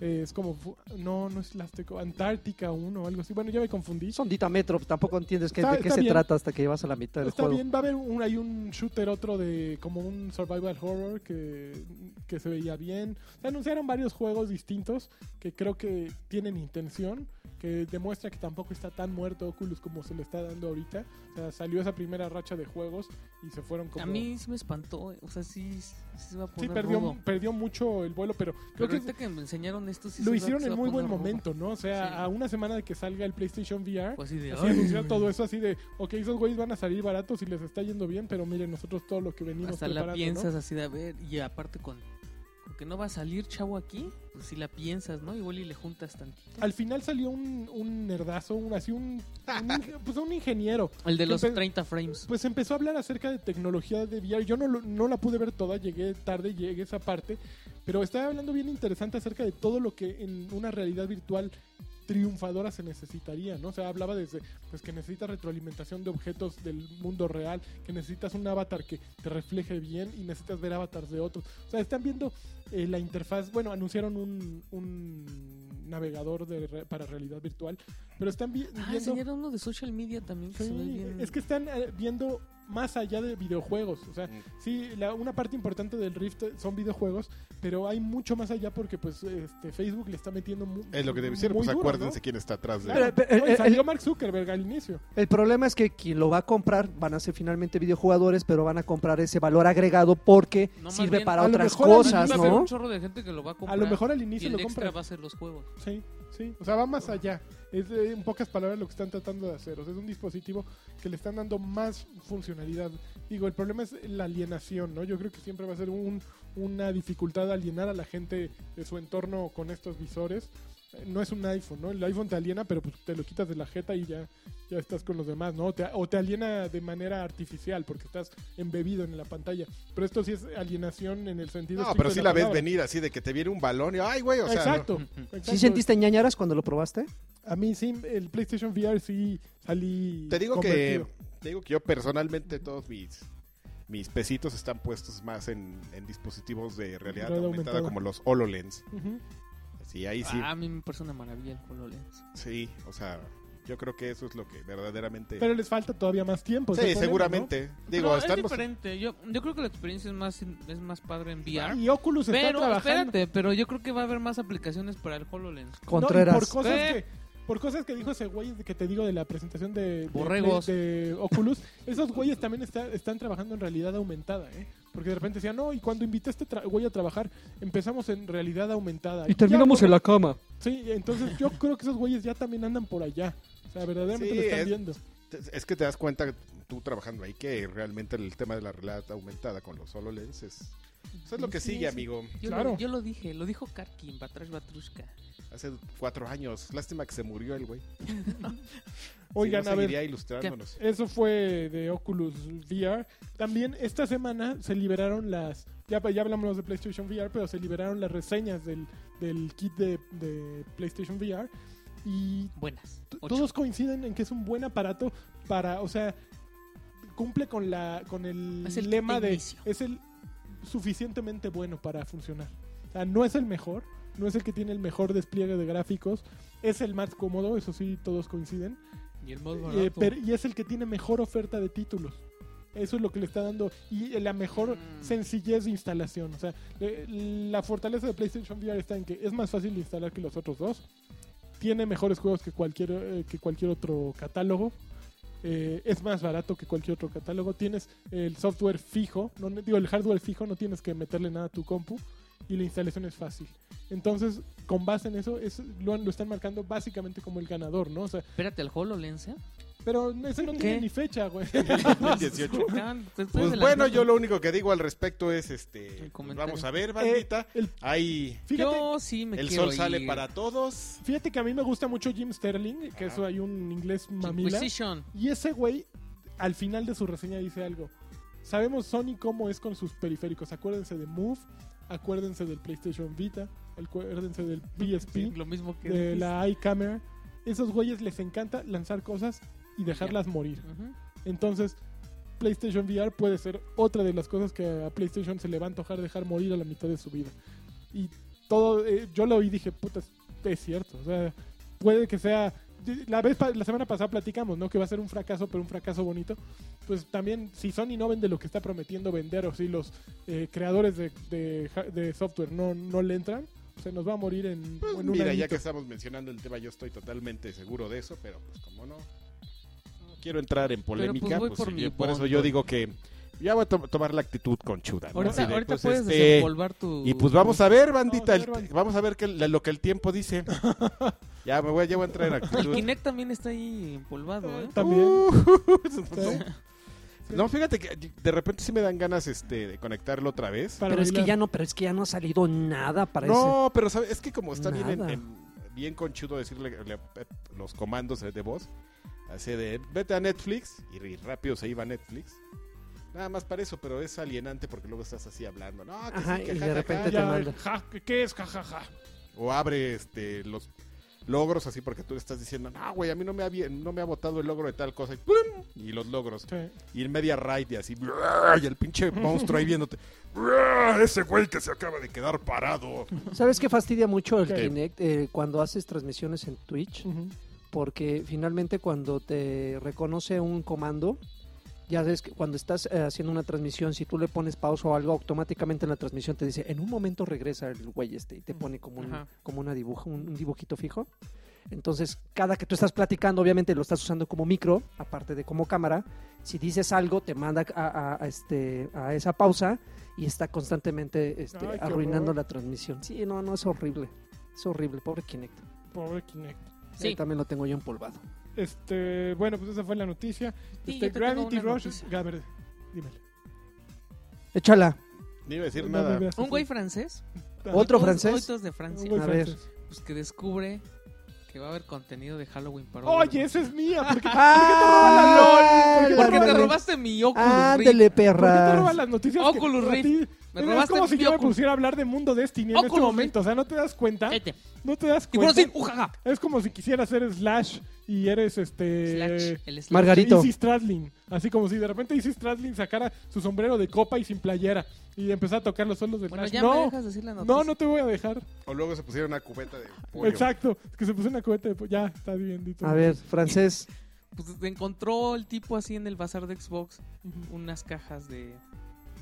S2: eh, es como. fu- No, no es Last Echo. Antártica 1 o algo así. Bueno, ya me confundí.
S1: Sondita Metro, tampoco entiendes qué,
S2: Está-
S1: de qué
S2: está
S1: se
S2: bien.
S1: trata hasta que llevas a la mitad del
S2: Está
S1: juego.
S2: bien, va a haber un, hay un shooter otro de como un survival horror que, que se veía bien. Se anunciaron varios juegos distintos que creo que tienen intención, que demuestra que tampoco está tan muerto Oculus como se le está dando ahorita. O sea, salió esa primera racha de juegos y se fueron como...
S3: A mí sí me espantó, eh, o sea, sí, sí se va a
S2: sí,
S3: poner
S2: perdió,
S3: rudo.
S2: perdió mucho el vuelo, pero creo
S3: Pero este
S2: que
S3: ahorita que me enseñaron esto, sí se
S2: lo
S3: va-
S2: hicieron
S3: se va
S2: en
S3: a
S2: muy buen
S3: poner rudo.
S2: momento, ¿no? O sea,
S3: Sí.
S2: a una semana de que salga el PlayStation VR.
S3: Fue así Pues de,
S2: Así
S3: "Ay".
S2: anunciar todo eso, así de, ok, esos güeyes van a salir baratos y les está yendo bien, pero miren nosotros todo lo que venimos
S3: Hasta
S2: preparando,
S3: la
S2: ¿no?
S3: piensas así de a ver, y aparte con, con que no va a salir chavo aquí, pues si la piensas, ¿no? Igual y le juntas tantito.
S2: Al final salió un, un nerdazo, un, así un, un inge- pues un ingeniero.
S3: El de los
S2: Empe-
S3: 30 frames.
S2: Pues empezó a hablar acerca de tecnología de VR. Yo no, lo- no la pude ver toda, llegué tarde, llegué a esa parte. Pero estaba hablando bien interesante acerca de todo lo que en una realidad virtual triunfadora se necesitaría, ¿no? O sea, hablaba desde pues que necesitas retroalimentación de objetos del mundo real, que necesitas un avatar que te refleje bien y necesitas ver avatars de otros. O sea, están viendo eh, la interfaz, bueno, anunciaron un, un navegador de re- para realidad virtual, pero están vi-
S3: Ah,
S2: viendo...
S3: enseñaron uno de social media también que se ve
S2: Sí,
S3: bien.
S2: es que están eh, viendo más allá de videojuegos. O sea,
S4: Mm.
S2: sí, la- una parte importante del Rift eh, son videojuegos, pero hay mucho más allá porque pues este, Facebook le está metiendo mu-
S4: Es lo que te hicieron,
S2: muy
S4: pues
S2: duro,
S4: acuérdense
S2: ¿no? eh,
S4: quién está atrás de
S1: Pero- pero-
S2: No, y
S1: el-
S2: salió Mark Zuckerberg al inicio.
S1: El problema es que quien lo va a comprar van a ser finalmente videojugadores, pero van a comprar ese valor agregado porque
S3: No, más
S1: sirve
S3: bien,
S1: para
S2: a lo
S1: otras
S2: mejor a mí
S1: cosas,
S3: Va a haber
S1: ¿no?
S3: un chorro de gente que lo va a comprar.
S2: A lo mejor al
S3: y
S2: inicio
S3: el
S2: lo
S3: extra
S2: compra.
S3: va a ser los juegos.
S2: Sí, sí. O sea, va más allá. Es eh, en pocas palabras lo que están tratando de hacer. O sea, es un dispositivo que le están dando más funcionalidad. Digo, el problema es la alienación, ¿no? Yo creo que siempre va a ser un- una dificultad alienar a la gente de su entorno con estos visores. Eh, No es un iPhone, ¿no? El iPhone te aliena, pero pues, te lo quitas de la jeta y ya, ya estás con los demás, ¿no? O te- o te aliena de manera artificial porque estás embebido en la pantalla. Pero esto sí es alienación en el sentido.
S4: No,
S2: estricto
S4: pero
S2: de
S4: sí la ves
S2: palabra.
S4: venir así de que te viene un balón y ay, güey, o sea, no.
S2: exacto, exacto.
S1: ¿Sí sentiste ñañaras cuando lo probaste?
S2: A mí sí, el PlayStation VR sí salí.
S4: te digo
S2: convertido.
S4: que te digo que yo personalmente todos mis mis pesitos están puestos más en, en dispositivos de realidad
S2: Realidad
S4: aumentada,
S2: aumentada.
S4: como los HoloLens.
S2: Ujú.
S4: Sí, ahí sí.
S3: ¿eh? Ah, a mí me parece una maravilla el HoloLens.
S4: Sí, o sea, Yo creo que eso es lo que verdaderamente...
S2: Pero les falta todavía más tiempo. se
S4: sí,
S2: supone,
S4: seguramente. Digo,
S3: Pero es
S4: estamos...
S3: diferente. Yo, yo creo que la experiencia es más, es más padre en
S2: ¿no?
S3: VR.
S2: Y Oculus está
S3: Pero,
S2: trabajando.
S3: espérate, pero yo creo que va a haber más aplicaciones para el HoloLens.
S2: No, y
S1: Contreras.
S2: por cosas
S3: ¿Qué?
S2: que por cosas que dijo ese güey de- que te digo de la presentación de, de-
S3: Borregos.
S2: de- de Oculus, esos güeyes también está- están trabajando en realidad aumentada, ¿eh? Porque de repente decían, no, y cuando invité a este tra- güey a trabajar, empezamos en realidad aumentada. ya,
S1: en la cama.
S2: Sí, entonces yo creo que esos güeyes ya también andan por allá. O sea, verdaderamente
S4: Sí,
S2: lo están
S4: es-
S2: viendo.
S4: Es que te das cuenta tú trabajando ahí que realmente el tema de la realidad aumentada con los HoloLens es... Eso es lo que
S3: Sí,
S4: sigue,
S3: sí.
S4: amigo.
S3: Yo,
S2: Claro.
S3: lo, yo lo dije, lo dijo Karkin, Batrash Batrushka.
S4: Hace cuatro años. Lástima que se murió el güey.
S2: Oigan,
S4: si no,
S2: a ver.
S4: seguiría ilustrándonos.
S2: Eso fue de Oculus VR. También esta semana se liberaron las. Ya, ya hablamos de PlayStation VR, pero se liberaron las reseñas del, del kit de, de PlayStation VR. Y
S3: Buenas.
S2: t-
S3: Ocho.
S2: todos coinciden en que es un buen aparato para. O sea, cumple con, la, con el,
S3: Es el kit
S2: lema
S3: de
S2: de.
S3: inicio.
S2: Es el suficientemente bueno para funcionar. O sea, no es el mejor. No es el que tiene el mejor despliegue de gráficos. Es el más cómodo, eso sí, todos coinciden.
S3: Y el más
S2: Eh, pero- y es el que tiene mejor oferta de títulos. Eso es lo que le está dando. Y eh, la mejor
S3: Mm.
S2: sencillez de instalación. O sea, le- la fortaleza de PlayStation VR está en que es más fácil de instalar que los otros dos. Tiene mejores juegos que cualquier, eh, que cualquier otro catálogo. Eh, es más barato que cualquier otro catálogo. Tienes el software fijo, no, ne- digo el hardware fijo, no tienes que meterle nada a tu compu y la instalación es fácil. Entonces, con base en eso, es, lo, han- lo están marcando básicamente como el ganador, ¿no? O sea,
S3: Espérate, el HoloLens, ¿eh?
S2: pero ese no tiene
S3: ¿Qué?
S2: ni fecha, güey.
S4: 2018.
S3: Estaban- te estoy
S4: Pues
S3: adelantando.
S4: bueno, yo lo único que digo al respecto es este
S3: El comentario.
S4: vamos a ver, bandita.
S2: el-
S4: Ahí
S2: Fíjate,
S3: Yo sí me
S4: el
S3: quiero
S4: sol sale
S3: ir.
S4: para todos.
S2: fíjate que a mí me gusta mucho Jim Sterling, que
S4: Ajá.
S2: eso hay un inglés mamila.
S3: Inquisition.
S2: Y ese güey, al final de su reseña dice algo. Sabemos Sony cómo es con sus periféricos. Acuérdense de Move, acuérdense del PlayStation Vita, acuérdense del
S3: Sí,
S2: PSP,
S3: Lo mismo que...
S2: de
S3: dijiste.
S2: la iCamera. Esos güeyes les encanta lanzar cosas y dejarlas morir.
S3: Ujú.
S4: Ah,
S2: Entonces, PlayStation VR puede ser otra de las cosas que a PlayStation se le va a antojar dejar morir a la mitad de su vida. Y todo, eh, yo lo oí y dije, puta, es- es cierto. O sea, puede que sea. La, vez pa- la semana pasada platicamos, ¿no? Que va a ser un fracaso, pero un fracaso bonito. Pues también, si Sony no vende lo que está prometiendo vender, o si los eh, creadores de, de ja- de software no, no le entran, se nos va a morir en,
S4: Pues
S2: en un
S4: mira, ya
S2: añito.
S4: que estamos mencionando el tema, yo estoy totalmente seguro de eso, pero pues como no, no quiero entrar en polémica,
S3: voy
S4: pues,
S3: por
S4: sí,
S3: mi
S4: yo- por eso
S3: punto.
S4: yo digo que ya voy a to- tomar la actitud conchuda. ¿no?
S3: Ahorita,
S4: Así de,
S3: ahorita
S4: pues,
S3: puedes
S4: este,
S3: desenvolver tu...
S4: Y pues vamos a ver,
S2: Vamos a
S4: bandita,
S2: ver,
S4: el-
S2: bandita.
S4: vamos a ver qué- la- lo que el tiempo dice. ya me voy, ya voy a entrar en
S3: El
S4: actitud.
S3: Kinect también está ahí empolvado, ¿eh?
S2: También.
S4: No, No, fíjate que de repente sí me dan ganas este, de conectarlo otra vez.
S2: para
S1: Pero es que
S2: bailar.
S1: ya no, pero es que ya no ha salido nada para ese.
S4: No, pero ¿sabe? es que como está bien, en-
S1: Nada.
S4: en- bien conchudo decirle le- los comandos de voz, así de vete a Netflix y ri- rápido se iba a Netflix. Nada más para eso, pero es alienante porque luego estás así hablando. No, que sí,
S1: Ajá,
S4: que
S1: y de
S4: ja, ja, ja".
S1: repente te
S2: Ya,
S1: manda.
S2: ja, ¿Qué es? Ja, ja, ja.
S4: O abre este, los logros así porque tú le estás diciendo, no, güey, a mí no me, ha, bien- no me ha votado el logro de tal cosa. Y, ¡plum! y los logros.
S2: Sí.
S4: Y el media raid y así. Y el pinche monstruo ahí viéndote. Ese güey que se acaba de quedar parado.
S1: ¿Sabes qué fastidia mucho el
S2: ¿Qué?
S1: Kinect eh, cuando haces transmisiones en Twitch?
S2: Ujú.
S1: Porque finalmente cuando te reconoce un comando, ya ves que cuando estás eh, haciendo una transmisión, si tú le pones pausa o algo, automáticamente en la transmisión te dice, en un momento regresa el güey este y
S2: Mm,
S1: te pone como, un,
S3: Ajá.
S1: como una dibujo, un, un dibujito fijo. Entonces, cada que tú estás platicando, obviamente lo estás usando como micro, aparte de como cámara. Si dices algo, te manda a, a- a este, a esa pausa y está constantemente este,
S2: Ay, qué
S1: arruinando
S2: horror.
S1: la transmisión. Sí, no, no, es horrible. Es horrible, pobre Kinect.
S2: Pobre Kinect.
S3: Sí.
S1: Ahí también lo tengo yo empolvado.
S2: Este, bueno, pues esa fue la noticia. Este,
S3: Sí, yo te tengo
S2: Gravity
S3: una
S2: Rush.
S3: noticia.
S2: Ah, verde, dímela.
S1: Échala.
S4: Ni iba a decir
S2: No
S4: nada.
S2: me veas
S3: Un
S2: así.
S3: güey francés.
S2: Ah,
S1: Otro
S3: Todos-
S1: francés.
S3: todos estos de
S2: un
S3: Francia.
S2: güey
S1: A ver.
S2: francés.
S3: Pues que descubre que va a haber contenido de Halloween para
S2: Oye, esa es mía. ¿Por qué,
S1: ¡Ah!
S2: ¿Por qué te roba la LOL?
S3: ¿Por qué te
S1: ándale.
S3: robaste mi Oculus Rift?
S1: Ándele,
S2: por qué te roban
S1: perra.
S2: las noticias?
S3: Oculus
S2: que- a ti-
S3: Rift. Me
S2: Mira, Es
S3: robaste
S2: como si
S3: mi
S2: yo me
S3: Oculus.
S2: pusiera a hablar de Mundo Destiny en este
S3: Oculus
S2: momento. O sea, ¿no te das cuenta?
S3: Cállate.
S2: ¿No te das
S3: Y por
S2: cuenta?
S3: decir, ujaja.
S2: Es como si quisiera hacer Slash y eres este.
S3: Slash, el slash.
S1: Margarita. Garito.
S2: Izzy Stradlin. Así como si de repente Izzy Stradlin sacara su sombrero de copa y sin playera y empezara a tocar los solos de
S3: Bueno,
S2: Flash.
S3: ya me
S2: no,
S3: dejas decir la noticia.
S2: no, no te voy a dejar.
S4: O luego se pusieron una cubeta de pollo.
S2: Exacto. Es que se puso una cubeta de. po- Ya, está bien, Dito.
S1: A ver, francés.
S3: Pues se encontró el tipo así en el bazar de Xbox unas cajas de.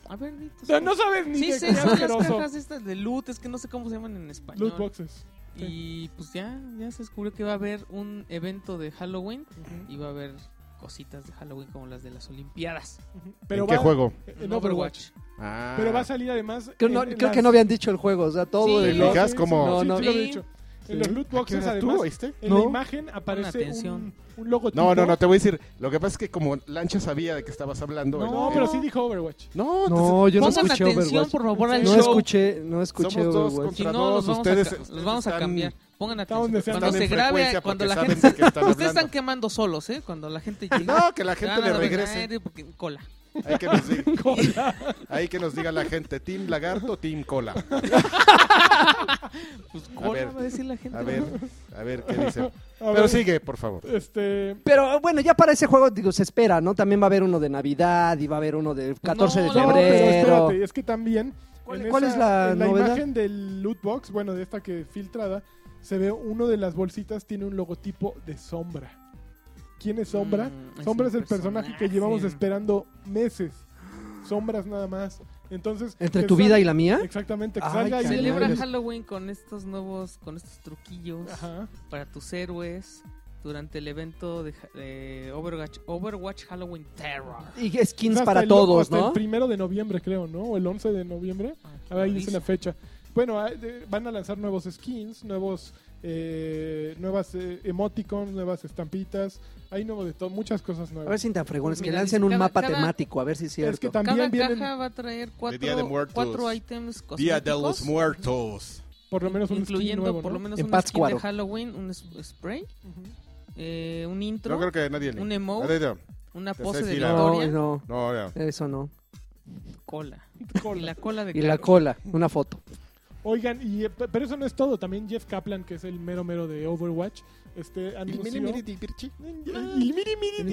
S3: A ver, Vito.
S2: O sea, no sabes ni
S3: Sí,
S2: qué
S3: sí,
S2: qué
S3: son las
S2: asqueroso.
S3: cajas estas de loot, es que no sé cómo se llaman en español.
S2: Loot boxes.
S3: Y pues ya, ya se descubrió que va a haber un evento de Halloween y va a haber cositas de Halloween como las de las Olimpiadas.
S2: Ujú. Pero
S5: ¿En
S2: va,
S5: qué juego?
S2: eh, En Overwatch.
S5: Ah.
S2: Pero va a salir además.
S1: Creo, no-
S2: en- en
S1: creo que
S2: las-
S1: no habían dicho el juego, o sea, todo
S3: Sí.
S1: de
S2: Sí,
S1: los...
S5: Fijas
S2: sí,
S5: como-
S2: sí, sí,
S1: No,
S2: sí,
S1: no.
S2: lo he dicho. En los loot
S5: ¿A qué
S2: boxes,
S5: hora
S2: además,
S5: tú oíste?
S2: en la
S1: No.
S2: imagen aparece un,
S3: atención.
S2: un logotipo.
S5: No, no, no, te voy a decir. Lo que pasa es que como Lancha sabía de que estabas hablando.
S2: No,
S5: eh,
S2: pero sí dijo Overwatch.
S5: No,
S1: No, yo no
S3: Pongan
S1: escuché
S3: atención,
S1: Overwatch.
S3: por favor, al
S1: No
S3: show.
S1: escuché, no escuché
S5: Somos dos
S1: Overwatch.
S3: Si
S5: Contra
S3: no,
S5: dos,
S3: los vamos,
S5: ustedes-
S3: a, ca- los
S5: ustedes
S3: vamos a
S5: están-
S3: cambiar. Pongan atención.
S2: deseando-
S3: Cuando
S5: están
S3: se
S5: en
S3: grabe,
S5: frecuencia
S3: cuando
S5: porque
S3: la
S5: saben
S3: gente.
S5: de qué están
S3: Ustedes están
S5: hablando.
S3: quemando solos, ¿eh? Cuando la gente llega.
S5: No, que la gente
S3: van a
S5: le
S3: ver,
S5: regrese.
S3: "Ay, porque- Cola.
S5: Hay que, nos diga, hay que nos diga la gente, Team Lagarto, Team Cola.
S3: Pues
S5: A ver,
S3: cola va a decir la gente.
S5: A ver, a ver qué dice.
S2: A
S5: Pero
S2: ver,
S5: sigue, por favor.
S2: Este.
S1: Pero bueno, ya para ese juego, digo, se espera, ¿no? También va a haber uno de Navidad y va a haber uno de 14 de
S3: No,
S2: No,
S1: febrero.
S2: pero espérate, es que también.
S1: ¿Cuál-
S2: en
S1: cuál
S2: esa-
S1: es la
S2: en la
S1: novedad?
S2: imagen del loot box, bueno, de esta que filtrada, se ve uno de las bolsitas tiene un logotipo de Sombra. ¿Quién es Sombra?
S3: Mm, es
S2: Sombra es
S3: un
S2: el personaje, que
S3: personaje.
S2: llevamos esperando meses. Sombras nada más. Entonces.
S1: ¿Entre
S2: que
S1: tu
S2: sal-
S1: vida y la mía?
S2: Exactamente, que
S1: Ay,
S2: salga ahí.
S1: caray.
S2: el-
S3: Celebra
S1: Dios.
S3: Halloween con estos nuevos, con estos truquillos
S2: Ajá.
S3: para tus héroes durante el evento de ja- de Overwatch, Overwatch Halloween Terror.
S1: Y skins
S2: Hasta
S1: para
S2: el- hasta
S1: todos,
S2: El
S1: ¿no?
S2: primero de noviembre, creo, ¿no? O el 11 de noviembre. A ver, ahí dice la fecha. Bueno, ah, de- van a lanzar nuevos skins, nuevos eh, nuevas eh, emoticons, nuevas estampitas. Hay nuevo de todo, muchas cosas
S1: A ver
S2: nuevas.
S1: si tan fregones, que
S3: Mira,
S1: lancen
S3: dice,
S1: un
S3: cada-
S1: mapa
S3: cada-
S1: temático, a ver si es cierto.
S2: es que también
S3: Cada
S2: vienen
S3: caja va a traer cuatro,
S4: Día de Muertos.
S3: cuatro ítems cosméticos.
S4: Muertos.
S2: por lo menos un skin
S3: incluyendo
S2: nuevo,
S3: por
S2: ¿no?
S3: lo menos
S1: En
S3: un skin
S1: Pátzcuaro.
S3: de Halloween, un s- spray,
S2: Ujú.
S3: eh, un
S4: No
S3: intro,
S4: creo que nadie le.
S3: un emote.
S4: A ver, no.
S3: una
S4: Te
S3: pose
S4: sé
S3: de
S4: decir algo.
S1: No,
S3: victoria,
S1: no,
S4: No, no.
S1: eso no.
S3: cola.
S2: Cola.
S3: Y la cola de
S1: Y la
S3: Carlos.
S1: cola, una foto.
S2: Oigan, y, eh, pe- pero eso no es todo. También Jeff Kaplan, que es el mero mero de Overwatch, este anunció... Il miri, miri,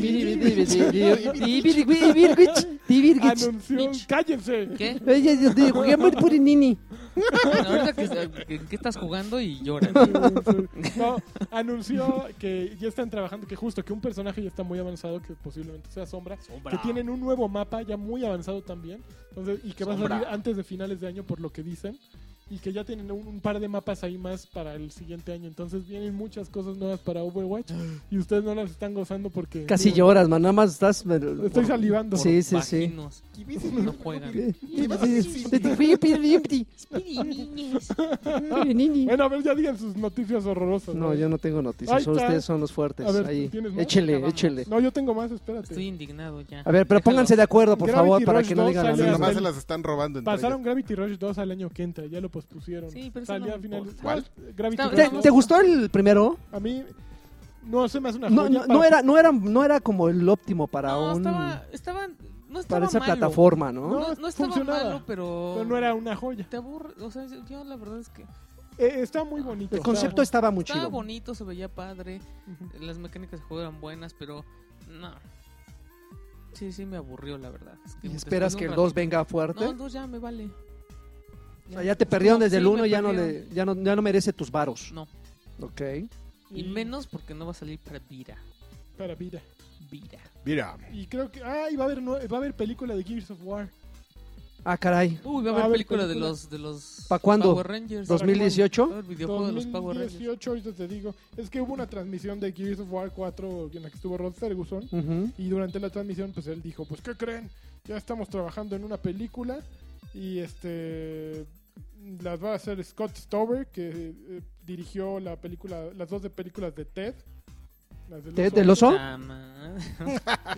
S2: miri, miri. Anunció...
S3: Mitch.
S2: ¡Cállense!
S3: ¿Qué? Bueno, ahorita que, que- que estás jugando y lloras.
S2: No, anunció que ya están trabajando, que justo que un personaje ya está muy avanzado, que posiblemente sea Sombra, que tienen un nuevo mapa ya muy avanzado también, entonces y que va a
S5: Sombra.
S2: salir antes de finales de año por lo que dicen, y que ya tienen un, un par de mapas ahí más para el siguiente año, entonces vienen muchas cosas nuevas para Overwatch y ustedes no las están gozando porque
S1: Casi
S2: digo,
S1: lloras, man. Nada más estás. eh,
S2: Estoy salivando.
S1: Sí, sí, sí.
S3: Vaginos, No juegan.
S1: eh, eh,
S2: Bueno, a ver, ya digan sus noticias horrorosas.
S1: No, yo no tengo
S2: Ahí
S1: noticias. Solo
S2: está.
S1: ustedes son los fuertes.
S2: A ver,
S1: Ahí.
S2: ¿tienes más?
S3: Ya
S1: Échele,
S3: vamos.
S1: échele.
S2: No, yo tengo más, espérate.
S3: Estoy indignado ya.
S1: A ver, pero
S3: Déjalo.
S1: pónganse de acuerdo, por
S2: Gravity
S1: favor, para
S2: Rush
S1: que no
S2: 2
S1: digan
S2: sale
S1: lo mismo.
S4: Nomás
S2: hasta
S4: se las están robando. entre
S2: Pasaron Gravity Rush 2 al año que entra, ya lo pospusieron.
S3: Sí, pero eso
S2: Salió
S3: no
S2: a
S3: me
S2: finales-
S3: importa.
S2: ¿Cuál? Gravity
S3: Está-
S2: Rush
S1: ¿Te,
S3: No, no,
S1: te
S2: 2.
S1: gustó el primero?
S2: A mí no se me hace una
S1: No,
S2: joya
S1: no,
S2: para-
S1: no era, no, era, no era como el óptimo para
S3: No,
S1: un.
S3: estaba, estaba, no estaba
S1: para esa
S3: malo.
S1: plataforma, ¿no?
S2: No,
S3: No, no estaba
S2: funcionaba.
S3: malo, pero...
S2: pero no era una joya.
S3: Te aburre, o sea, yo yo la verdad es que
S2: Eh, está muy bonito.
S1: El concepto
S2: está
S1: estaba muy
S3: estaba
S1: chido.
S3: bonito, se veía padre,
S2: Ujú.
S3: las mecánicas de juego eran buenas, pero no. Sí, sí me aburrió la verdad. Es que
S1: ¿Y
S3: después
S1: esperas
S3: de
S1: que
S3: pues
S1: el
S3: un rato-
S1: 2 venga fuerte?
S3: No, el 2 ya me vale.
S1: O sea, ya te perdieron
S3: No,
S1: desde
S3: sí,
S1: el
S3: me
S1: 1 ya no le
S3: perdieron.
S1: ya no, ya no merece tus varos.
S3: No,
S1: Ok.
S3: y menos porque no va a salir para Vira.
S2: Para vida.
S3: Vira.
S4: Mira.
S2: Y creo que. Ah, y va a haber, nue- va a haber película de Gears of War.
S1: Ah, caray.
S3: Uy,
S2: Va
S3: va a
S2: a
S3: haber
S2: haber
S3: película de
S2: película.
S3: los de los
S1: ¿Pa' cuándo?
S3: Power Rangers. Va a
S1: 2018.
S3: haber videojuego de los Power Rangers.
S2: 2018, ahorita te digo. Es que hubo una transmisión de Gears of War 4 en la que estuvo Rod Ferguson.
S1: Ujú.
S2: Y durante la transmisión, pues él dijo, pues ¿qué creen? Ya estamos trabajando en una película y este las va a hacer Scott Stover, que eh, dirigió la película, las dos de películas de Ted. Las del
S1: ¿Ted
S2: oso.
S1: del oso?
S3: Ah, man.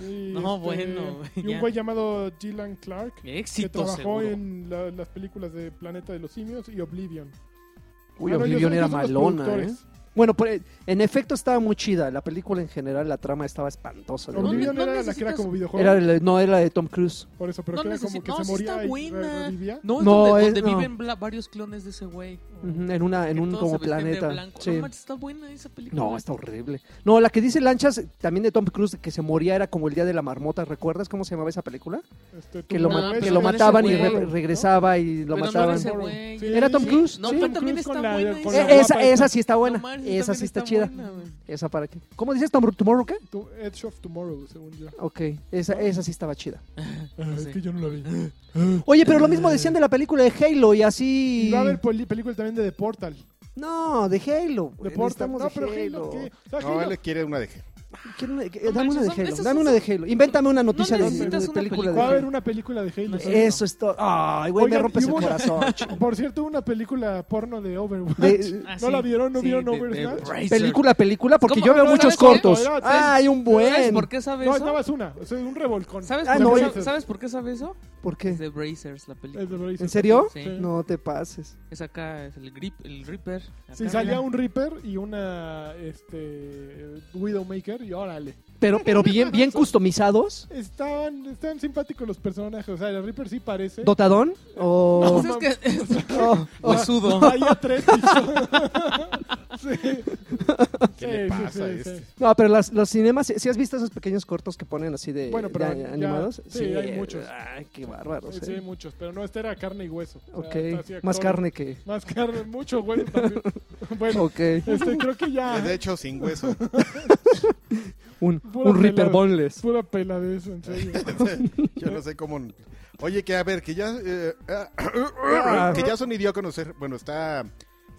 S2: Y,
S3: No, bueno,
S2: Mm, este, Y
S3: ya.
S2: un güey llamado Gillian Clark,
S3: Qué
S2: que
S3: Éxito
S2: trabajó
S3: seguro.
S2: en la- las películas de Planeta de los Simios y Oblivion.
S1: Uy,
S2: Ah, no, ellos
S1: Oblivion
S2: son-
S1: era
S2: ellos son los
S1: malona, ¿eh?
S2: productores.
S1: Bueno, por- en efecto estaba muy chida. La película en general, la trama estaba espantosa. de verdad.
S2: Oblivion
S3: no
S2: era la que era
S3: necesitas-
S2: como videojuego.
S1: Era el- no, era la de Tom Cruise.
S2: Por eso, pero
S3: No
S2: que era como
S3: necesi-
S2: que
S3: no,
S2: se
S3: sí está
S2: moría y re-
S3: buena.
S2: revivía.
S3: No, es
S1: No,
S3: donde,
S1: es-
S3: donde
S1: no.
S3: viven bla- varios clones de ese güey.
S1: Ujú, En una, en
S3: que
S1: un
S3: todos
S1: como
S3: se vestían de
S1: planeta.
S3: blanco.
S1: Sí.
S3: No manches, está buena esa película.
S1: No, está horrible. No, la que dice Lanchas, también de Tom Cruise, que se moría, era como el día de la marmota. ¿Recuerdas cómo se llamaba esa película?
S2: Este,
S1: Que
S2: tú
S1: lo,
S3: No,
S2: ves,
S1: ma-
S3: pero
S1: que lo
S3: no era ese
S1: mataban y
S3: güey,
S1: re-
S2: ¿no?
S1: regresaba y lo
S3: Pero no
S1: mataban.
S3: era ese
S2: Tomorrow.
S3: güey.
S2: Sí,
S1: ¿Era Tom
S2: sí.
S1: Cruise?
S3: No,
S1: Sí.
S3: pero también
S2: Cruise
S3: está
S2: con la-
S3: buena
S2: con
S3: esa.
S2: la
S1: Eh, esa,
S2: guapa esa.
S1: esa sí está buena.
S3: No manches,
S1: esa sí
S3: también
S1: está, chida.
S3: buena, güey.
S1: Esa para qué. ¿Cómo dices Tom- Tomorrow qué?
S2: tu Edge of Tomorrow, según yo.
S1: Ok, esa, esa sí estaba chida.
S2: Ah, Es
S3: Sí.
S2: que yo no la vi.
S1: Oye, pero lo mismo decían de la película de Halo y
S2: Y
S1: así.
S2: va a haber poli- película también de The Portal.
S1: No, de Halo.
S2: The
S1: güey,
S2: Portal.
S1: necesitamos
S2: No, pero
S1: de
S2: Halo, ¿qué? O sea,
S4: No,
S2: Halo-
S4: él le quiere una de G.
S1: Quiero una- que-
S3: No
S1: dame una de
S3: manches, son-
S1: Halo.
S3: esas
S1: Dame
S3: son-
S1: una de Halo. Invéntame una noticia de,
S2: necesitas
S1: de
S3: una
S1: película de
S2: Va a haber
S1: Halo.
S2: una película de Halo.
S3: No sé.
S1: Eso es todo. Ay, güey, me
S2: Oigan,
S1: rompes
S2: y
S1: el
S2: hubo una-
S1: corazón.
S2: Por cierto, una película porno de Overwatch.
S1: De-
S3: Ah,
S2: ¿No la
S3: sí,
S2: vieron? ¿No
S3: sí,
S2: vieron
S3: de- de
S2: Overwatch?
S3: Bracer.
S1: Película, película, porque
S3: ¿Cómo?
S1: yo veo
S2: No,
S1: muchos
S2: ¿sabes qué?
S1: cortos.
S2: No, no,
S1: Ay, un
S3: ¿Sabes
S1: buen.
S3: por qué sabe
S2: No,
S3: eso?
S2: nada más una. O sea, un revolcón.
S3: ¿Sabes,
S1: Ah,
S3: por
S1: no,
S3: qué
S1: yo-
S3: sabe- ¿Sabes por qué sabe eso?
S1: ¿Por qué?
S3: Es de Brazers la película.
S2: Es de Bracer.
S1: ¿En serio?
S3: Sí.
S2: Sí.
S1: No te pases.
S3: Es acá, es el, grip, el Reaper.
S2: Sí,
S3: Acá,
S2: salía
S3: mira.
S2: un Reaper y una este, Widowmaker y órale.
S1: Pero, pero bien, bien customizados.
S2: Estaban, estaban simpáticos los personajes. O sea, el Reaper sí parece.
S1: ¿Dotadón?
S3: O
S1: O.
S3: sea, es que- es que-
S1: o- o-
S3: osudo.
S2: Vaya tres pisos. sí.
S4: ¿Qué le
S2: Sí, sí,
S4: pasa
S2: sí,
S4: a
S2: sí.
S4: este?
S1: No, pero las, los cinemas, si has visto esos pequeños cortos que ponen así de,
S2: Bueno, pero
S1: de
S2: ya-
S1: animados?
S2: sí, hay muchos.
S1: Ay, qué bárbaro.
S2: Sí,
S1: sí.
S2: sí, hay muchos, pero no, este era carne y hueso. O sea,
S1: ok,
S2: así
S1: más
S2: actores.
S1: carne que...
S2: Más carne, mucho hueso también. bueno,
S1: Ok,
S2: este, creo que ya.
S4: Es de hecho sin hueso.
S1: un,
S2: Pura
S1: un Reaper
S2: pelada.
S1: Boneless.
S2: Pura pela de eso,
S1: Eh,
S2: en serio.
S4: Yo no sé cómo. Oye, que a ver, que ya. eh,
S1: Ah.
S4: que ya Sony dio a conocer. Bueno, está.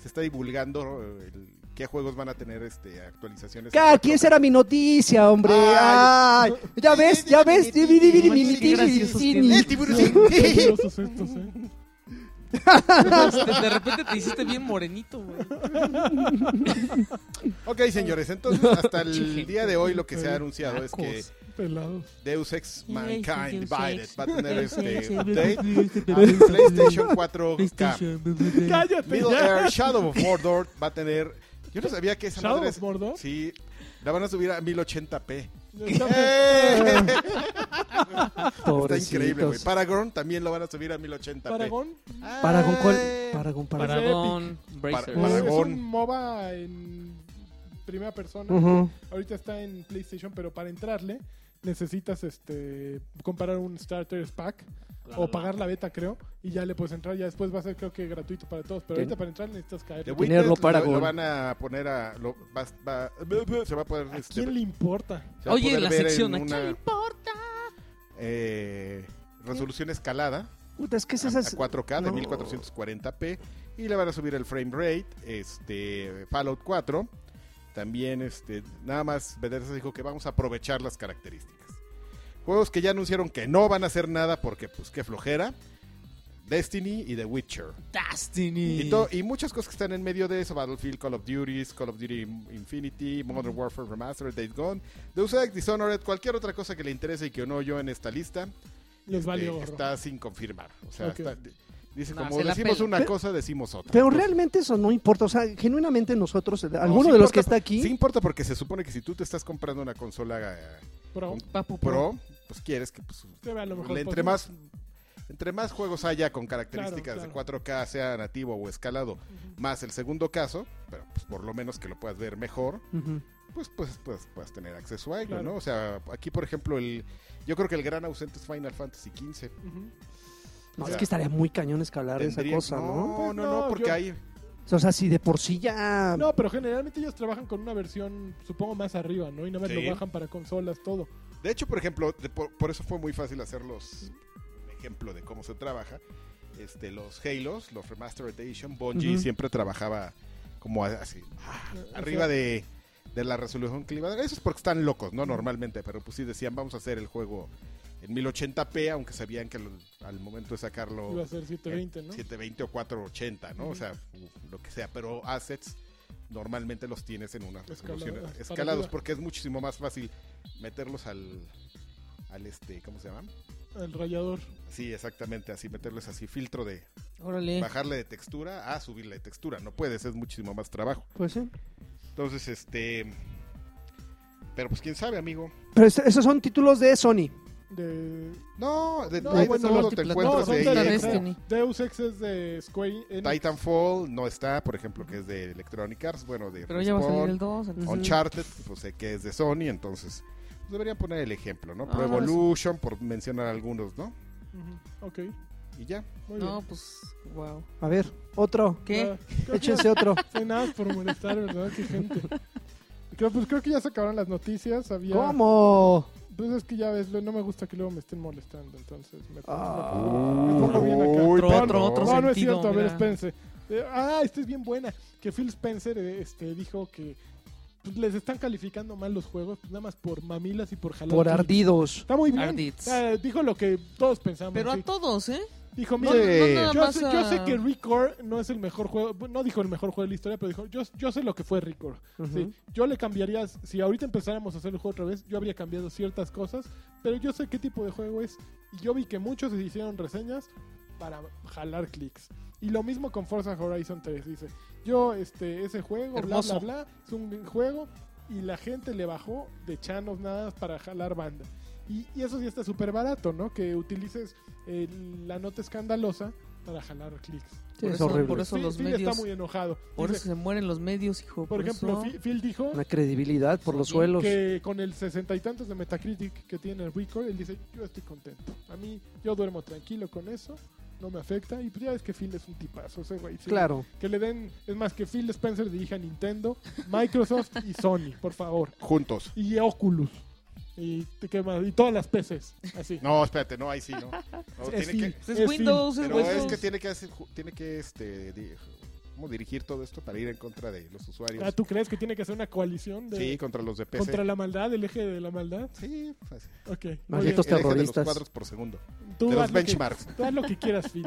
S4: Se está divulgando eh, el- qué juegos van a tener este actualizaciones.
S1: Ah, ¿quién será mi noticia, hombre? Ay,
S4: Ay.
S1: ya ves, ya ves.
S4: Qué
S3: graciosos
S4: El
S1: Ni-
S4: tiburón.
S2: Curiosos estos, ¿eh?
S3: Este, De, de repente te hiciste bien morenito, güey.
S4: ok, señores, entonces hasta el día de hoy lo que se ha anunciado es que
S3: Tacos.
S2: Pelados.
S4: Deus Ex
S3: Ay,
S4: Mankind
S3: Deus
S4: Divided
S3: Ex.
S4: va a tener este update a
S3: Ah,
S4: PlayStation
S3: PlayStation
S4: 4K.
S2: Cállate
S4: Middle
S2: ya.
S4: Earth Shadow of Mordor va a tener. Yo no sabía que eh, esa
S2: Shadow
S4: madre
S2: of
S4: es-
S2: Mordor.
S4: Sí, la van a subir a 1080p.
S2: Está-
S4: Está
S1: Pobrecitos.
S4: increíble, güey. Paragon también lo van a subir a 1080p.
S2: Paragón.
S4: Ah,
S1: Paragon, ¿cuál? Paragon, Paragon.
S3: Paragon,
S4: Para-
S3: Bracer.
S4: para-
S2: Es
S4: Paragon.
S2: un MOBA en primera persona.
S1: Ujú.
S2: Ahorita está en PlayStation, pero para entrarle necesitas este comprar un Starters Pack o pagar la beta, creo, y ya le puedes entrar. Ya después va a ser, creo que gratuito para todos, pero
S1: Ten-
S2: ahorita para entrar necesitas caer.
S4: The
S2: ¿A
S1: Tenerlo
S4: Witness lo-
S1: Paragon.
S4: Lo, van a poner a. lo- va- va- se va a poder. este,
S2: quién le importa?
S4: se va a
S3: Oye,
S4: poder
S3: la
S4: ver en
S3: sección, ¿a
S4: una,
S3: quién le importa?
S4: eh, resolución escalada
S1: Puta, es que
S4: a,
S1: esas...
S4: a 4K de
S1: no.
S4: 1440p. Y le van a subir el frame rate. Este. Fallout 4. También, este. Nada más Bethesda dijo que vamos a aprovechar las características. Juegos que ya anunciaron que no van a hacer nada porque, pues, qué flojera. Destiny y The Witcher.
S3: Destiny.
S4: Y, to- y muchas cosas que están en medio de eso: Battlefield, Call of Duty, Call of Duty Infinity, Modern Warfare Remastered, Days Gone, Deus Ex, Dishonored, cualquier otra cosa que le interese y que no yo en esta lista,
S2: Les vale
S4: eh, está sin confirmar. O sea,
S2: Ok.
S4: está- dice,
S3: No,
S4: como
S3: se la
S4: decimos
S3: pela.
S4: una cosa, decimos otra.
S1: Pero realmente eso no importa. O sea, genuinamente nosotros,
S4: No,
S1: alguno
S4: sí
S1: de los
S4: importa,
S1: que está aquí...
S4: Sí importa porque se supone que si tú te estás comprando una consola eh,
S2: Pro.
S3: Papu Pro.
S4: pro, pues quieres que pues,
S2: Se vea este, lo mejor
S4: le- entre
S2: posible.
S4: más entre más juegos haya con características
S2: Claro,
S4: de 4K, sea nativo o escalado, más el segundo caso, pero pues, por lo menos que lo puedas ver mejor,
S1: Ujú.
S4: pues pues pues puedas tener acceso a ello,
S2: Claro.
S4: ¿no? O sea, aquí por ejemplo el yo creo que el gran ausente es Final Fantasy XV.
S2: Ujú.
S1: No,
S4: O
S1: es
S4: sea,
S1: que estaría muy cañón escalar esa
S4: Tendría-
S1: cosa, ¿no?
S4: No,
S2: Pues
S4: no, no,
S2: no,
S4: porque
S2: yo-
S4: hay
S1: O sea, si de por sí ya...
S2: No, pero generalmente ellos trabajan con una versión, supongo, más arriba, ¿no? Y nada más
S4: Sí.
S2: lo bajan para consolas, todo.
S4: De hecho, por ejemplo, de por, por eso fue muy fácil hacerlos un ejemplo de cómo se trabaja. Este, los Halos, los Remastered Edition, Bungie
S1: Ujú.
S4: siempre trabajaba como a- así, arriba de, de la resolución que le iba a dar. Eso es porque están locos, ¿no? Normalmente, pero pues sí decían, vamos a hacer el juego en 1080p, aunque sabían que lo- al momento de sacarlo...
S2: Iba a ser 720, ¿no?
S4: 720 o 480, ¿no? O sea, u- lo que sea, pero assets normalmente los tienes en unas
S2: Escalado-
S4: resoluciones
S2: para
S4: escalados
S2: arriba.
S4: porque es muchísimo más fácil meterlos al al este, ¿cómo se llama?
S2: El rayador.
S4: Sí, exactamente, así meterles así filtro de
S3: Órale.
S4: bajarle de textura a subirle de textura, no puedes, es muchísimo más trabajo.
S1: Pues sí.
S4: Entonces, este pero pues quién sabe, amigo.
S1: Pero es- esos son títulos de Sony.
S2: de
S4: No, de,
S2: No,
S4: hay de
S2: bueno,
S4: todo, te
S3: multiplataforma.
S4: encuentras
S2: son
S4: de
S3: de
S4: EA,
S3: Destiny.
S2: Deus Ex es de Square Enix.
S4: Titanfall no está, por ejemplo, que es de Electronic Arts, bueno,
S1: pues
S4: de
S3: Pero ya va a salir
S4: Respawn,
S3: el 2. entonces-
S4: Uncharted, pues sé que es de Sony, entonces pues, deberían poner el ejemplo, ¿no? Pro
S3: Ah,
S4: Evolution, por mencionar algunos, ¿no?
S2: Ujú, Ok,
S4: Y ya.
S2: muy
S3: No,
S2: bien.
S3: pues, wow.
S1: A ver, otro.
S3: ¿Qué?
S2: Ah, creo que
S1: Échense otro.
S2: ya- sí, nada más por molestar, ¿verdad? Qué gente. Creo, pues creo que ya se acabaron las noticias. Había...
S1: ¿Cómo?
S2: Pues es que ya ves, lo- no me gusta que luego me estén molestando, entonces me pongo,
S1: Ah.
S2: me pongo bien acá.
S4: Uy,
S3: Otro,
S4: perdón.
S3: otro, otro.
S2: No, no es
S3: sentido,
S2: cierto, a ver,
S3: mira.
S2: espérense. Eh, ah, esta es bien buena. Que Phil Spencer eh, este, dijo que pues, les están calificando mal los juegos, pues, nada más por mamilas y por jalar.
S1: Por
S2: clics.
S1: ardidos.
S2: Está muy bien.
S3: Ardits.
S2: Eh, dijo lo que todos pensamos.
S3: Pero a
S2: sí.
S3: todos, ¿eh?
S2: Dijo,
S3: No,
S2: mira,
S3: no, nada
S2: yo,
S3: más
S2: sé, yo
S3: a-
S2: sé que Record no es el mejor juego, no dijo el mejor juego de la historia, pero dijo, yo, yo sé lo que fue Record.
S1: Ujú.
S2: Sí, yo le cambiaría, si ahorita empezáramos a hacer el juego otra vez, yo habría cambiado ciertas cosas, pero yo sé qué tipo de juego es y yo vi que muchos hicieron reseñas para jalar clics. Y lo mismo con Forza Horizon 3, dice, yo este ese juego, bla bla
S3: Hermoso.
S2: bla, es un juego y la gente le bajó de chanos nada más para jalar banda. Y, y eso sí está súper barato, ¿no? Que utilices eh, la nota escandalosa para jalar clics.
S1: Sí, es
S3: eso-
S1: horrible.
S3: por eso
S2: Sí,
S3: los
S2: Phil
S3: medios.
S2: está muy enojado.
S3: Por
S2: Dice,
S3: eso se mueren los medios, hijo.
S2: por ejemplo,
S3: eso-
S2: Phil- Phil dijo
S1: Una credibilidad por los
S3: Sí,
S1: suelos.
S2: que con el sesenta y tantos de Metacritic que tiene el Record, él dice, yo estoy contento. A mí, yo duermo tranquilo con eso, no me afecta. Y pues ya es que Phil es un tipazo, ese güey. sí.
S1: Claro.
S2: Que le den, es más, que Phil Spencer dirija Nintendo, Microsoft y Sony, por favor.
S4: Juntos.
S2: Y Oculus. Y, ¿qué más? y todas las PCs, así.
S4: No, espérate, no, ahí sí, no. No,
S2: Es
S4: tiene
S2: Phil,
S4: que,
S3: Pues es,
S2: es Phil.
S3: Windows, es
S4: pero es
S3: Windows.
S4: que tiene que hacer, ju- tiene que este, di- ¿cómo dirigir todo esto para ir en contra de los usuarios.
S2: Ah, ¿Tú crees que tiene que hacer una coalición de,
S4: Sí, contra los de PC.
S2: contra la maldad, el eje de la maldad?
S4: Sí, pues, así.
S2: Ok. muy
S1: Malditos
S4: El eje de los
S1: terroristas.
S4: cuadros por segundo.
S2: bien.
S4: De
S2: Tú haz
S4: los
S2: lo que-
S4: benchmarks.
S2: tú haz lo que quieras, Phil.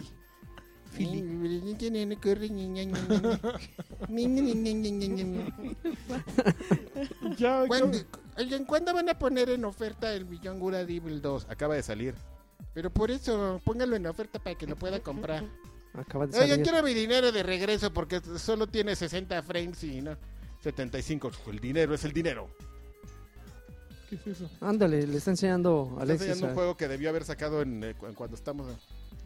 S2: Ya,
S4: ¿Cuándo?
S2: yo-
S4: Oigan, ¿cuándo van a poner en oferta el Beyond Good and Evil 2? Acaba de salir. Pero por eso, póngalo en oferta para que lo pueda comprar.
S1: Acaban de
S4: Oigan,
S1: salir.
S4: quiero mi dinero de regreso porque solo tiene 60 frames y no. 75. El dinero es el dinero.
S2: ¿Qué es eso?
S1: Ándale, le está enseñando a
S4: Está
S1: Alexis. ah.
S4: enseñando un
S1: a-
S4: juego que debió haber sacado en, eh, cu- cuando estamos, en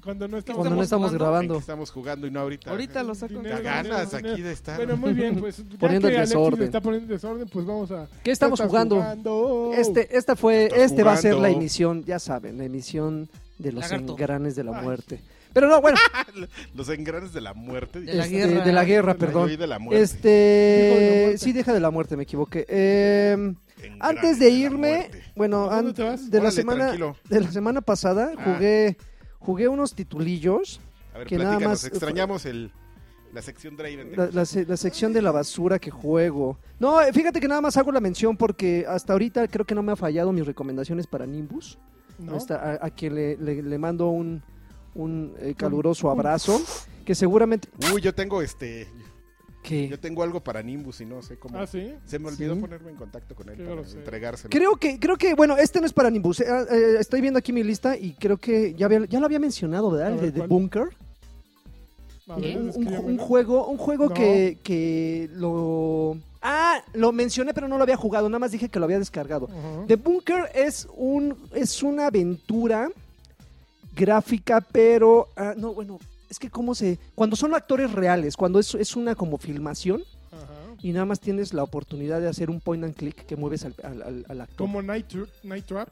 S2: Cuando no estamos...
S1: Cuando no estamos
S3: estamos
S4: que
S1: grabando.
S4: estamos jugando y no ahorita.
S3: Ahorita lo saco.
S4: Ya
S2: Dinero.
S4: ganas aquí de estar.
S2: Bueno, muy bien, pues ya
S1: Poniendo
S2: que
S1: el
S2: Alexis
S1: desorden.
S2: está poniendo desorden, pues vamos a...
S1: ¿Qué estamos
S2: ¿Qué estás
S1: jugando?
S2: jugando?
S1: Este, esta fue,
S4: Estás
S1: este va a ser la
S4: jugando.
S1: emisión, ya saben, la emisión de los
S3: Lagarto.
S1: engranes de la
S2: Ay.
S1: muerte. Pero no, bueno,
S4: Los engranes de la muerte.
S3: De la
S1: este,
S3: guerra.
S1: de la guerra,
S2: Yo
S4: Yo
S1: perdón.
S4: oí de la muerte.
S2: Hijo de la
S1: Este,
S2: muerte.
S1: sí, deja de la muerte, me equivoqué. Eh,
S4: Engranes
S1: antes de
S4: la
S1: irme,
S4: muerte.
S1: bueno,
S2: ¿A dónde
S1: an-
S2: te vas?
S1: de la
S4: Órale,
S1: semana,
S4: tranquilo.
S1: de la semana pasada
S4: Ah.
S1: jugué, jugué unos titulillos,
S4: A ver,
S1: que nada
S4: platícanos.
S1: más-
S4: Extrañamos el, la sección Draven. de-
S1: la, la se- la sección de la basura que juego. No, eh, fíjate que nada más hago la mención porque hasta ahorita creo que no me ha fallado mis recomendaciones para Nimbus.
S2: ¿No?
S1: Está- a, a quien le, le- le mando un, un, eh, caluroso abrazo, que seguramente...
S4: Uy, yo tengo este.
S1: que
S4: Yo tengo algo para Nimbus y no sé cómo.
S2: Ah, ¿sí?
S4: Se me olvidó
S1: Sí.
S4: ponerme en contacto con él
S2: Qué
S4: para
S2: grosero.
S4: entregárselo.
S1: Creo que, creo que, bueno, este no es para Nimbus. eh, eh, estoy viendo aquí mi lista y creo que ya, había- ya lo había mencionado, ¿verdad?
S2: A
S1: El
S2: ver,
S1: de The
S2: ¿cuál? Ah,
S1: Bunker.
S2: A
S1: Un,
S2: ver,
S1: un-
S2: escríbemelo.
S1: un juego, un juego
S2: No.
S1: que, que lo... Ah, lo mencioné pero no lo había jugado, nada más dije que lo había descargado.
S2: Ajá.
S1: The Bunker es un es una aventura gráfica, pero ah, no, bueno, es que cómo se cuando son actores reales, cuando es, es una como filmación
S2: Ajá.
S1: y nada más tienes la oportunidad de hacer un point and click que mueves al, al, al- al actor.
S2: Como Night, Tra- Night Trap.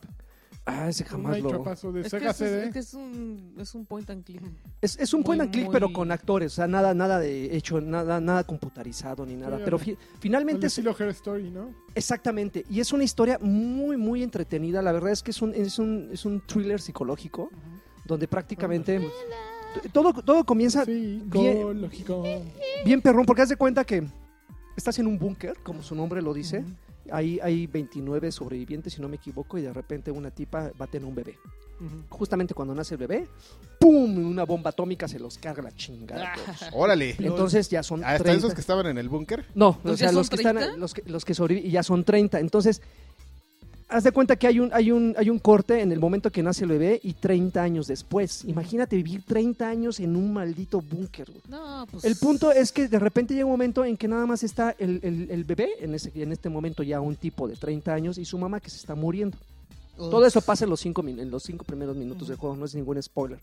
S1: Ah, ese
S2: Un
S1: jamás
S2: Night
S1: lo.
S2: Trapazo de
S3: Es que
S2: Sega
S3: es,
S2: CD.
S3: es que es un, es un point and click.
S1: Es, es un
S3: Muy,
S1: point and click,
S3: muy-
S1: pero con actores, o sea, nada, nada de hecho, nada, nada computarizado ni nada.
S2: Sí,
S1: pero
S2: ok.
S1: fi-
S2: El
S1: finalmente es,
S2: estilo Her Story, ¿no?
S1: Exactamente, y es una historia muy, muy entretenida. La verdad es que es un, es un, es un thriller psicológico donde prácticamente t- todo, todo comienza
S2: Sí,
S1: bien-
S2: lógico.
S1: bien perrón, porque haz de cuenta que estás en un búnker, como su nombre lo dice.
S2: Ujú.
S1: Ahí hay 29 sobrevivientes, si no me equivoco, y de repente una tipa va a tener un bebé.
S2: Ujú.
S1: Justamente cuando nace el bebé, ¡pum! Una bomba atómica se los carga la chingada. a
S2: Ah.
S1: todos.
S4: Órale. Ah,
S1: Entonces ya son
S4: Hasta
S1: 30.
S4: esos que estaban en el búnker.
S1: No, o
S3: ¿Pues
S1: sea,
S3: ya son
S1: los que, están,
S3: 30?
S1: los, que, los que sobreviven y ya son 30. Entonces, haz de cuenta que hay un, hay, un, hay un corte en el momento que nace el bebé y 30 años después. Imagínate vivir 30 años en un maldito búnker. güey.
S3: No, pues.
S1: El punto es que de repente llega un momento en que nada más está el, el- el bebé, en, ese, en este momento ya un tipo de 30 años, y su mamá que se está muriendo. Todo eso pasa en los cinco, min- en los cinco primeros minutos del juego, no es ningún spoiler.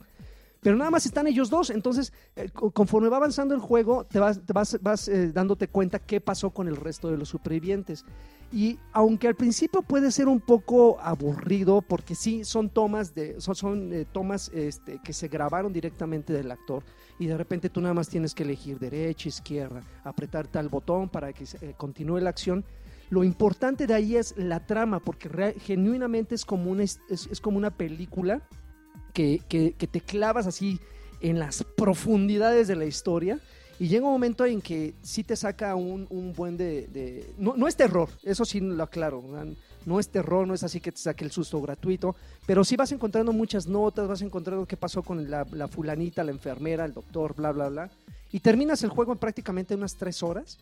S1: Pero nada más están ellos dos, entonces eh, co- conforme va avanzando el juego, te vas, te vas, vas, eh, dándote cuenta qué pasó con el resto de los supervivientes. Y aunque al principio puede ser un poco aburrido, porque sí son tomas, de, son, son, eh, tomas este, que se grabaron directamente del actor, y de repente tú nada más tienes que elegir derecha, izquierda, apretar tal botón para que se- eh, continúe la acción, lo importante de ahí es la trama, porque rea- genuinamente es como una, es, es- es como una película que, que- que te clavas así en las profundidades de la historia. Y llega un momento en que sí te saca un, un buen de... de- no, no es terror, eso sí lo aclaro. ¿verdad? No es terror, no es así que te saque el susto gratuito, pero sí vas encontrando muchas notas, vas encontrando qué pasó con la, la fulanita, la enfermera, el doctor, bla, bla, bla. Y terminas el juego en prácticamente unas tres horas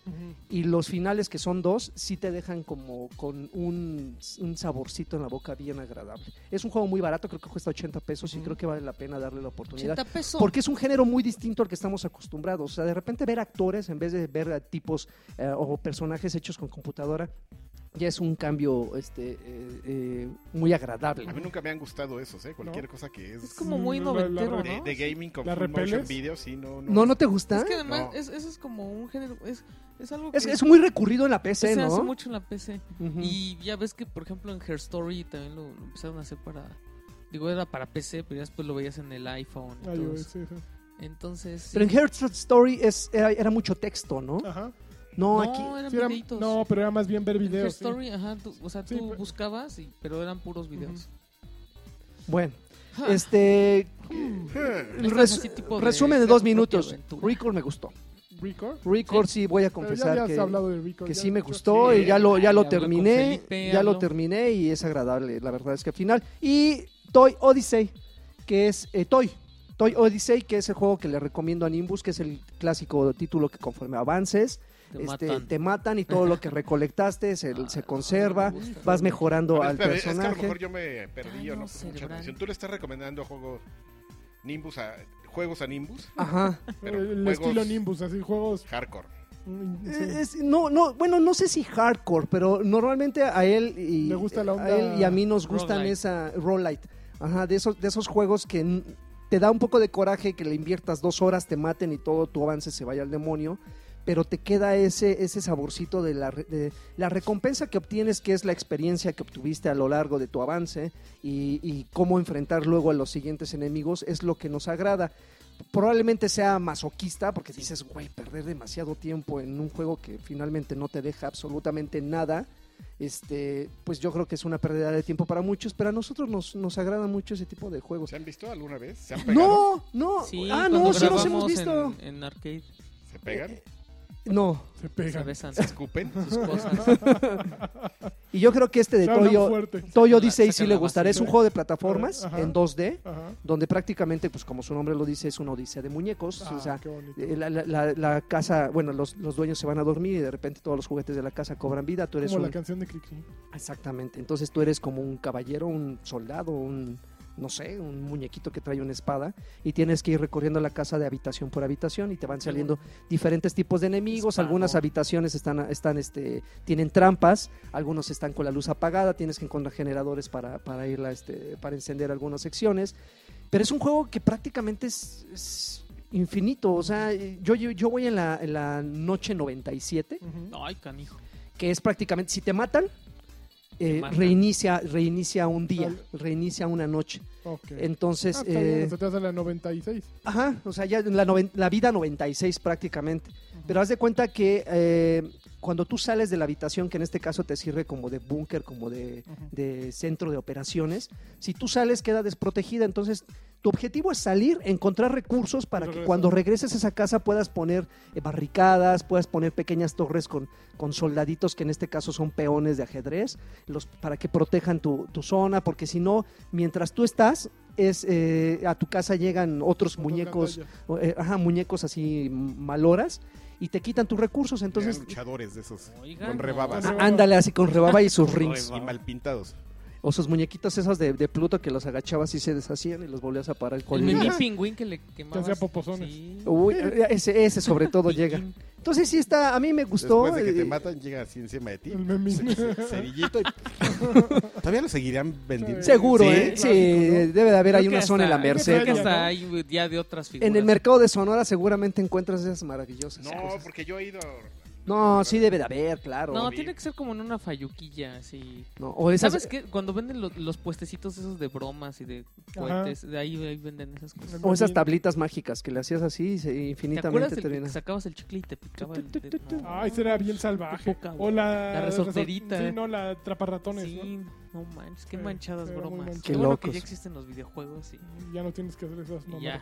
S1: y los finales que son dos sí te dejan como con un, un saborcito en la boca bien agradable. Es un juego muy barato, creo que cuesta 80 pesos y creo que vale la pena darle la oportunidad.
S3: 80 pesos.
S1: Porque es un género muy distinto al que estamos acostumbrados. O sea, de repente ver actores en vez de ver a tipos eh, o personajes hechos con computadora ya es un cambio este, eh, eh, muy agradable.
S4: A mí nunca me han gustado esos, ¿eh? Cualquier cosa que es,
S3: Es como muy
S2: La- la- Mm, la-
S3: noventero,
S4: de,
S3: ¿no?
S4: de gaming con
S2: ¿La
S4: full motion
S2: repeles?
S4: video, sí, no, no.
S1: ¿No, no te gusta?
S3: Es que además,
S4: No.
S3: es- eso es como un género. Es, es algo que
S1: ¿Ah? Es, es muy recurrido en la
S3: se
S1: PC,
S3: hace
S1: ¿no?
S3: mucho en la PC.
S1: Ujú.
S3: Y ya ves que, por ejemplo, en Her Story también lo, lo empezaron a hacer para. Digo, era para PC, pero ya después lo veías en el iPhone. y
S2: Ay,
S3: todo
S2: güey,
S3: eso.
S2: sí, sí.
S3: Entonces. sí. Ah.
S1: Pero en Herzog Story es, era, era mucho texto, ¿no?
S2: Ajá.
S1: No,
S3: no,
S1: aquí...
S3: eran
S2: Sí, era-
S3: videitos.
S2: no, pero era más bien ver
S3: En Her
S2: videos. sí.
S3: Story, ajá, tú- o sea,
S2: Sí,
S3: tú
S1: pues.
S2: pero-
S3: buscabas, y- pero eran puros videos.
S1: Bueno,
S3: Ja.
S1: este...
S3: Ahí estás
S1: res-
S3: así Hmm. tipo de
S1: resumen de
S3: hacer
S1: dos
S3: tu propia
S1: minutos.
S3: aventura.
S1: Record me gustó.
S2: Record.
S1: Record sí, voy a
S2: Pero ya
S1: confesar
S2: habías
S1: que...
S2: hablado de Record.
S1: que
S2: ya
S1: sí me
S2: has dicho-
S1: gustó
S3: sí.
S1: y ya lo, ya lo
S3: Hablé con
S1: terminé,
S3: Felipe,
S1: ya lo
S3: habló.
S1: terminé y es agradable, la verdad es que al final. Y Toy Odyssey, que es eh, Toy. Toy Odyssey, que es el juego que le recomiendo a Nimbus, que es el clásico título que conforme avances,
S3: Te
S1: este,
S3: matan.
S1: te matan y todo lo que recolectaste se,
S3: Ah,
S1: se
S3: no,
S1: conserva,
S3: me gusta.
S1: vas mejorando
S4: A ver,
S1: al
S4: espérate, es que a lo
S1: personaje.
S4: mejor yo me perdí o
S3: Daño
S4: no puse mucha
S3: cerebral.
S4: atención. Tú le estás recomendando juegos Nimbus a, juegos a Nimbus,
S1: Ajá.
S4: pero
S2: El
S4: juegos
S2: estilo Nimbus, así juegos.
S4: hardcore.
S2: mm, sí.
S1: Eh, es- no, no, bueno, no sé si hardcore, pero normalmente a él y
S2: Le gusta la onda
S1: a él y a mí nos gustan
S3: roguelite.
S1: esa roguelite. Ajá, de esos de esos juegos que n- te da un poco de coraje que le inviertas dos horas, te maten y todo tu avance se vaya al demonio, pero te queda ese ese saborcito de la re- de la recompensa que obtienes, que es la experiencia que obtuviste a lo largo de tu avance y, y cómo enfrentar luego a los siguientes enemigos es lo que nos agrada. Probablemente sea masoquista porque dices, güey, perder demasiado tiempo en un juego que finalmente no te deja absolutamente nada. Este, pues yo creo que es una pérdida de tiempo para muchos, pero a nosotros nos, nos agrada mucho ese tipo de juegos.
S4: ¿Se han visto alguna vez? ¿Se han pegado?
S1: No, no,
S3: Sí,
S1: ah,
S3: cuando
S1: no, sí nos hemos
S3: grabamos
S1: visto.
S3: En, en arcade
S4: ¿Se pegan?
S1: No,
S2: Se
S3: se
S2: pegan.
S3: besan
S4: ¿Se escupen?
S3: sus cosas.
S1: y yo creo que este de
S2: Se hablan
S1: Toyo,
S2: fuerte.
S1: Toyo
S3: la-
S1: Odyssey sí
S3: sacan
S1: le
S3: la
S1: gustará. Es un
S2: basura.
S1: juego de plataformas
S2: Ajá.
S1: en 2D,
S2: Ajá.
S1: donde prácticamente, pues como su nombre lo dice, es una odisea de muñecos.
S2: Ah,
S1: o sea,
S2: qué bonito.
S1: Eh, La, la- la- la casa, bueno, los, los dueños se van a dormir y de repente todos los juguetes de la casa cobran vida. Tú eres
S2: Como la
S1: un-
S2: canción de Cricri.
S1: Exactamente. Entonces tú eres como un caballero, un soldado, un. No sé, un muñequito que trae una espada. Y tienes que ir recorriendo la casa de habitación por habitación y te van saliendo diferentes tipos de enemigos.
S3: Espano.
S1: Algunas habitaciones están, están este, tienen trampas, algunos están con la luz apagada, tienes que encontrar generadores para, para irla, este, para encender algunas secciones. Pero es un juego que prácticamente es, es infinito. O sea, eh, yo, yo, yo voy en la, en la noche 97,
S2: Ujú.
S3: Ay, canijo.
S1: que es prácticamente, si te matan, eh,
S3: matan.
S1: reinicia, reinicia un día,
S2: Al-
S1: reinicia una noche.
S2: Ah. Ok.
S1: Entonces,
S2: Ah, está bien,
S1: eh,
S2: se te hace la 96.
S1: Ajá, o sea, ya en la, noven- la vida 96 prácticamente. Pero haz de cuenta que eh, cuando tú sales de la habitación, que en este caso te sirve como de búnker, como de, de centro de operaciones, si tú sales queda desprotegida. Entonces, tu objetivo es salir, encontrar recursos para
S2: Y
S1: que
S2: regresar.
S1: cuando regreses a esa casa puedas poner eh, barricadas, puedas poner pequeñas torres con, con soldaditos que en este caso son peones de ajedrez, los, para que protejan tu, tu zona, porque si no, mientras tú estás, es eh, a tu casa llegan otros
S2: Otras
S1: muñecos,
S2: batallas.
S1: o, eh, ajá, muñecos así m- maloras y te quitan tus recursos,
S4: Entonces, Ah,
S1: entonces
S4: luchadores de esos.
S3: Oigan,
S4: con
S3: no.
S4: rebabas.
S1: á- ándale así con rebaba y sus ah, rings
S4: Y mal pintados.
S1: o sus muñequitos esos de, de Pluto que los agachabas y se deshacían y los volvías a parar
S3: El
S1: con
S3: mini pingüín que le quemabas.
S2: hacía popozones.
S3: Sí.
S1: Uy, ese, ese sobre todo llega. Entonces sí está, a mí me gustó.
S4: Después de que
S1: eh,
S4: te matan, llega así encima de ti.
S2: El memín.
S4: Cerillito y ¿Todavía lo seguirán vendiendo?
S1: Seguro,
S4: ¿Sí?
S1: ¿eh? Sí,
S2: Clásico,
S1: debe de haber
S3: Creo
S1: ahí
S3: que
S1: una
S3: hasta-
S1: zona en la Merced.
S3: Creo que
S1: cabrón.
S3: hasta hay ya de otras figuras.
S1: En el mercado de Sonora seguramente encuentras esas maravillosas
S4: No,
S1: cosas.
S4: porque yo he ido.
S1: No, sí debe de haber, claro.
S3: No, tiene que ser como en una fayuquilla, así.
S1: No, o esas-
S3: ¿Sabes qué? Cuando venden lo- los puestecitos esos de bromas y de cohetes, de ahí, ahí venden esas cosas.
S1: O esas tablitas mágicas que le hacías así y se-
S3: ¿Te acuerdas
S1: infinitamente
S3: del
S1: te
S3: que
S1: venían.
S3: sacabas el chicle y te picaba el
S1: Tu, tu, tu, tu,
S3: no.
S2: Ay, será bien salvaje.
S3: Qué poca,
S2: O
S3: güey.
S2: la...
S3: La resorterita.
S2: resor- Sí, no, la traparratones,
S3: Sí, no manches, qué
S2: Sí,
S3: manchadas
S2: era muy
S3: bromas.
S2: manchado.
S1: Qué
S3: Qué bueno que
S1: locos.
S3: ya existen los videojuegos y
S2: ¿no? Ya no tienes que hacer esas
S3: Y
S2: mamadas.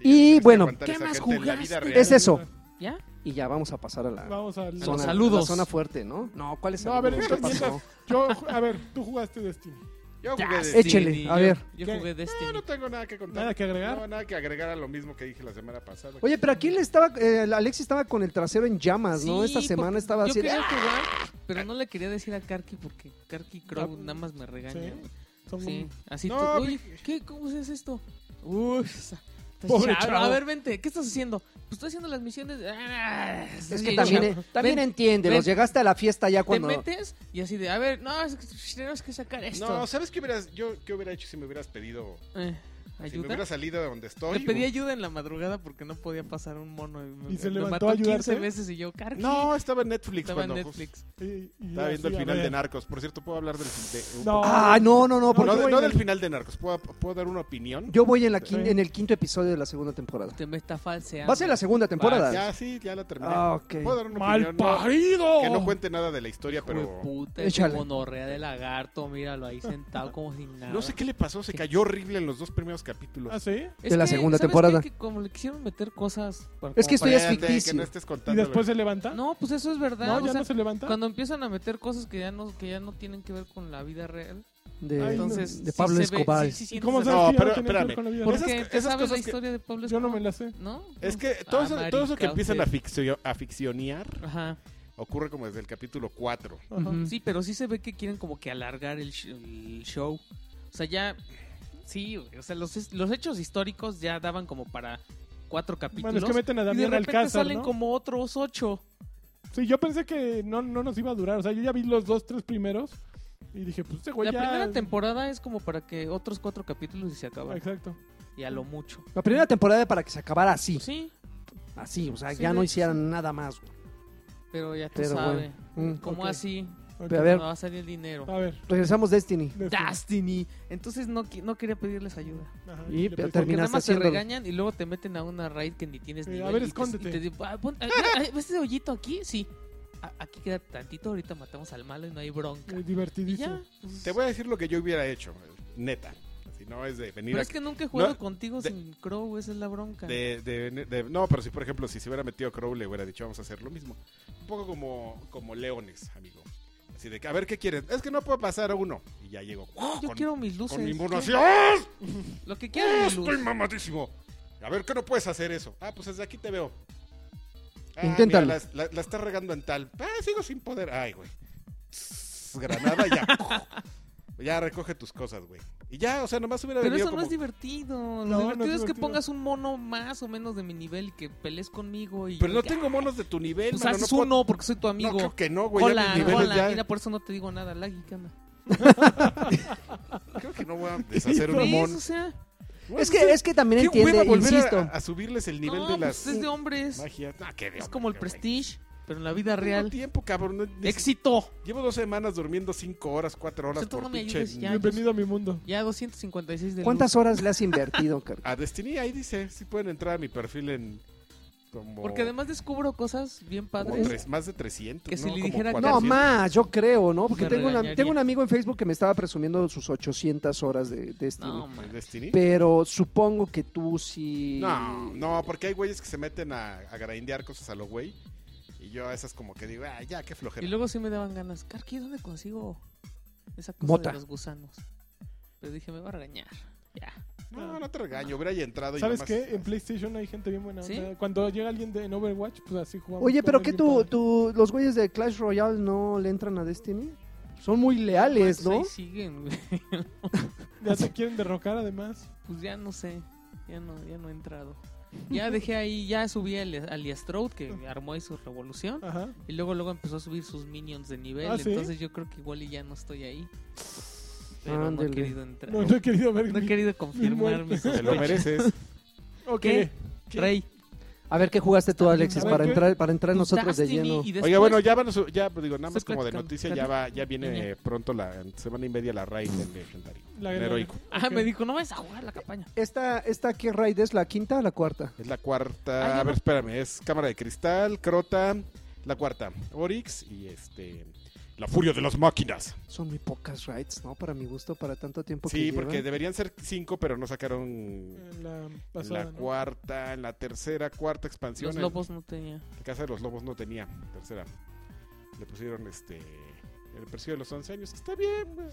S1: Y bueno,
S3: ¿qué más jugaste?
S1: Es eso.
S3: ya.
S1: Y ya vamos a pasar a la
S2: Vamos a...
S1: zona,
S3: los saludos.
S1: a la zona fuerte, ¿no? No, ¿cuál es
S2: No, a ver,
S1: saludos? ¿Qué
S2: mientras-
S1: pasó?
S2: Yo, a ver, tú jugaste Destiny.
S4: Yo
S3: Ya,
S4: jugué de- este.
S3: sí,
S1: Échele,
S3: ni
S1: a
S3: yo-
S1: ver.
S3: Yo
S2: ¿Qué?
S3: jugué Destiny.
S4: No, no tengo nada que contar.
S2: Nada que agregar.
S4: No, nada que agregar a lo mismo que dije la semana pasada.
S1: Oye, pero aquí le estaba, eh, Alex estaba con el trasero en llamas, ¿no? Esta
S3: Sí,
S1: semana
S3: porque
S1: estaba
S3: yo
S1: así. de- "Ah,
S3: quería jugar, pero no le quería decir a Karki porque Karki Crow
S2: Ah,
S3: nada más me regaña.
S2: sí.
S3: güey.
S2: Son
S3: Sí,
S2: un-
S3: así
S4: No,
S3: tú, oye,
S4: porque-
S3: ¿qué? ¿Cómo se hace esto? Uy, o sea, estás
S2: Pobre
S3: chavo.
S2: chavo.
S3: A ver, vente, ¿qué estás haciendo? Pues estoy haciendo las misiones. Ah,
S1: Es que
S3: sí,
S1: también,
S3: chavo.
S1: eh, también
S3: Ven,
S1: entiende,
S3: ven.
S1: los llegaste a la fiesta ya
S3: te
S1: cuando...
S3: metes y así de, a ver, no, es que tenemos que sacar esto.
S4: No, ¿sabes qué, hubieras, yo, qué hubiera hecho si me hubieras pedido?
S3: Eh,
S4: Si me
S3: ¿Ayuda?
S4: hubiera salido de donde
S3: Le
S4: estoy.
S3: pedí
S4: u-
S3: ayuda en la madrugada porque no podía pasar un mono. Y, me,
S2: ¿Y se
S3: me
S2: levantó
S3: mató
S2: a ayudarte?
S3: 15 veces y yo, Karki.
S4: No, estaba en Netflix
S3: estaba en
S4: cuando pues
S3: Netflix.
S2: y- y
S4: estaba viendo
S2: así,
S4: el
S2: a
S4: final
S2: ver.
S4: de Narcos. Por cierto, puedo hablar del de- un
S2: No.
S4: poco-
S1: Ah, no, no, no,
S2: No,
S1: porque
S4: no,
S2: yo
S4: de-
S2: voy
S4: no
S2: en
S4: del
S2: el-
S4: final de Narcos. ¿Puedo, puedo dar una opinión?
S1: yo voy en, la
S2: Sí.
S1: quin- en el quinto episodio de la segunda temporada.
S3: Te me está falseando.
S1: Va a ser la segunda temporada.
S4: Ya, sí, ya la terminé.
S1: Ah, ok.
S4: Puedo dar una
S2: ¡Mal
S4: opinión. No,
S2: parido!
S4: que no cuente nada de la historia,
S3: Pero...
S4: pero
S3: puta, ese
S1: Échale.
S3: gonorrea de lagarto, míralo ahí sentado como sin nada.
S4: no sé qué le pasó. Se cayó horrible en los dos primeros capítulos.
S2: ¿Ah, sí?
S3: Es
S1: De la
S3: que,
S1: segunda
S3: ¿sabes
S1: temporada.
S3: qué? Que como le quisieron meter cosas... para-
S1: Es que
S3: como
S1: esto ya es
S4: Espérate,
S1: ficticio.
S4: Que no estés
S2: ¿Y
S4: contando.
S2: después se levanta?
S3: para- No, pues eso es verdad.
S2: ¿Ah? No,
S3: o
S2: ya
S3: sea,
S2: no se levanta.
S3: Cuando empiezan a meter cosas que ya no que ya no tienen que ver con la vida real,
S1: De,
S2: Ay, no.
S3: entonces
S1: de Pablo
S3: sí se ve-
S1: Escobar.
S3: sí, sí
S2: ¿Y
S3: sientes
S2: cómo
S3: esa-
S2: sabes
S4: No,
S2: que ya
S4: pero
S2: no tenía que ver
S4: espérame.
S2: con la vida?
S3: Porque
S4: Esas-
S3: te
S4: esas
S3: sabes la
S4: cosas que-
S3: historia de Pablo
S2: Yo
S3: Escobar.
S2: no me la sé.
S3: ¿No?
S4: Es que todo
S2: Ah,
S4: eso, todo eso que
S3: Amarica,
S4: empiezan a,
S3: usted.
S4: ficcio- a ficcionar
S3: Ajá. Oh,
S4: ocurre como desde el capítulo 4.
S2: Ajá.
S1: Ujú.
S3: Sí, pero sí se ve que quieren como que alargar el, sh- el show. O sea, ya. Sí, güey, o sea, los, es- los hechos históricos ya daban como para cuatro capítulos.
S2: Bueno, es que meten a
S3: y de
S2: Damián
S3: repente
S2: Alcázar,
S3: salen
S2: ¿no?
S3: como otros ocho.
S2: Sí, yo pensé que no, no nos iba a durar. O sea, yo ya vi los dos, tres primeros y dije, pues este güey
S3: La
S2: ya...
S3: primera temporada es como para que otros cuatro capítulos y se acaba.
S2: Exacto.
S3: Y a lo mucho.
S1: La primera temporada para que se acabara así.
S3: Sí,
S1: Así, o sea,
S3: Sí,
S1: ya
S3: de
S1: no
S3: hecho,
S1: hicieran nada más. güey.
S3: pero ya tú
S1: Pero
S3: sabes.
S1: Mm.
S3: ¿Cómo
S2: ok.
S3: así?
S2: Ok.
S1: Pero a
S3: No
S1: ver.
S3: va a salir el dinero.
S2: A ver.
S1: Regresamos Destiny.
S2: de-
S3: Destiny. Entonces no, qui- no quería pedirles ayuda.
S2: Ajá,
S1: Y
S2: le
S1: pero
S2: pedí-
S3: Porque nada
S1: Terminaste
S3: más te
S1: haciéndolo.
S3: regañan y luego te meten a una raid que ni tienes
S2: Eh,
S3: ni
S2: a ver, escóndete.
S3: "Ah, ¿Ves ese hoyito aquí? Sí. A- aquí queda tantito, ahorita matamos al malo y no hay bronca.
S2: Eh,
S3: Y
S2: Divertidísimo.
S3: ya. pues,
S4: Te voy a decir lo que yo hubiera hecho, neta. Si no es de venir
S3: Pero
S4: a-
S3: es que nunca he jugado
S4: no,
S3: contigo
S4: de-
S3: sin Crow, esa es la bronca.
S4: de- de- de- no, pero si por ejemplo, si se hubiera metido Crow, le hubiera dicho, vamos a hacer lo mismo. Un poco como, como leones, amigo. Así de que, a ver, ¿qué quieres? Es que no puedo pasar a uno. Y ya llego. ¡oh!
S3: Yo
S4: con,
S3: quiero mis luces.
S4: con mi mono
S3: quiero-
S4: así, ¡ah!
S3: Lo que
S4: ¡Ah,
S3: quiero es mi
S4: estoy
S3: luz.
S4: mamadísimo. A ver, ¿qué no puedes hacer eso? Ah, pues desde aquí te veo. Ah,
S1: Inténtalo.
S4: mira, la, la- la estás regando en tal. Ah, sigo sin poder. Ay, güey. Tss, Granada ya. ya recoge tus cosas, güey. Y ya, o sea, nomás hubiera
S3: Pero
S4: venido
S3: eso no
S4: como-
S3: es divertido.
S2: No, no
S3: Lo
S2: es
S3: divertido es que
S2: divertido.
S3: pongas un mono más o menos de mi nivel y que pelees conmigo. Y
S4: Pero no
S3: y-
S4: tengo monos de tu nivel,
S3: Pues
S4: mano,
S3: haces
S4: no puedo-
S3: uno porque soy tu amigo.
S4: No, creo que no, güey. ya
S3: hola,
S4: mis niveles
S3: hola.
S4: ya-
S3: Mira, por eso no te digo nada. Lagui, ¿qué onda?
S4: Creo que no voy a deshacer un
S3: ¿Ves?
S4: mono.
S3: O sea,
S1: Es que, es que también
S4: Qué hueva
S1: entiende,
S4: volver a-
S1: insisto.
S4: a, subirles el nivel
S3: no,
S4: de las
S3: pues es de hombres.
S4: magias. Ah, qué de
S3: Es
S4: hombre,
S3: como el
S4: qué güey.
S3: Prestige, pero en la vida
S4: No
S3: real.
S4: Tengo tiempo, cabrón. no- ni
S3: ¡Éxito!
S4: Llevo dos semanas durmiendo cinco horas, cuatro horas
S3: O sea, tú
S4: por
S3: no me
S4: pinche.
S3: ayudes ya.
S2: Bienvenido a mi mundo.
S3: Ya 256 de
S1: ¿Cuántas
S3: luz.
S1: horas le has invertido, Carlos?
S4: A Destiny ahí dice, si pueden entrar a mi perfil en como,
S3: Porque además descubro cosas bien
S4: como
S3: padres.
S4: tres- más de 300,
S3: Que si
S4: ¿no?
S3: le
S4: Como
S3: dijera-
S1: No,
S4: 400.
S1: más, yo creo, ¿no? Porque
S3: Me
S1: tengo, una-
S3: regañaría.
S1: tengo un amigo en Facebook que me estaba presumiendo sus 800 horas de Destiny.
S3: No,
S4: ¿En
S3: man.
S4: Destiny?
S1: pero supongo que tú sí...
S4: No, no, porque hay güeyes que se meten a, a grindear cosas a lo güey. Y yo a esas como que digo, ah, ya, qué flojera.
S3: Y luego sí me daban ganas. Carqui, ¿dónde consigo esa cosa
S1: Mota.
S3: de los gusanos? Pero dije, me va a regañar. Ya.
S4: No, no te regaño, hubiera ya entrado y
S2: ¿Sabes
S4: nomás-
S2: qué? En PlayStation hay gente bien buena.
S3: ¿Sí?
S2: onda. Cuando llega alguien de en Overwatch, pues así jugamos.
S1: Oye, pero
S2: con
S1: ¿qué
S2: alguien
S1: tú,
S2: padre.
S1: tú- los güeyes de Clash Royale no le entran a Destiny? Son muy leales,
S3: Pues
S1: ¿no?
S3: ahí siguen, güey.
S2: Ya te quieren derrocar además.
S3: Pues ya no sé. Ya no, ya no he entrado. Ya dejé ahí, ya subí al Alias Stroud, que armó ahí su revolución.
S2: Ajá.
S3: Y luego luego empezó a subir sus minions de nivel.
S2: ¿Ah, sí?
S3: Entonces yo creo que igual y ya no estoy ahí. Pero no he
S1: Ándele.
S3: querido entrar.
S2: No, no he querido ver.
S3: No he
S2: mi-
S3: querido confirmar
S2: muerto.
S3: mis
S4: Te lo
S3: sospechas.
S4: mereces.
S2: Ok.
S3: ¿Qué? Rey,
S1: A ver, ¿qué jugaste tú,
S3: A
S1: Alexis,
S2: ver,
S1: para
S2: ¿qué?
S1: entrar, para
S3: Pues,
S1: entrar nosotros de
S3: Destiny,
S1: lleno?
S3: y ah, después-
S4: Oiga, bueno, ya van a su- ya pues, digo, nada más
S3: Estoy
S4: como de
S3: platicando,
S4: noticia, ya va, ya viene eh, pronto la en semana y media la raid del legendario.
S2: La-
S4: del
S2: la-
S4: heroico.
S3: Ah,
S2: ok.
S3: me dijo, no vas a jugar la campaña.
S1: ¿Esta, esta qué raid es? ¿La quinta o la cuarta?
S4: Es la
S3: Ah,
S4: cuarta,
S3: ya
S4: a ver,
S3: no-
S4: espérame, es Cámara de Cristal, Crota, la cuarta, Oryx y este la furia de las máquinas.
S1: Son muy pocas raids, ¿no? Para mi gusto, para tanto tiempo que
S4: sí, porque
S1: llevan.
S4: deberían ser cinco, pero no sacaron
S2: En la
S4: en
S2: Eh, pasada,
S4: la
S2: ¿no?
S4: cuarta, en la tercera, cuarta expansión.
S3: Los
S4: en-
S3: lobos no tenía.
S4: La Casa de los Lobos no tenía tercera. Le pusieron este el precio de los 11 años, que está bien. güey.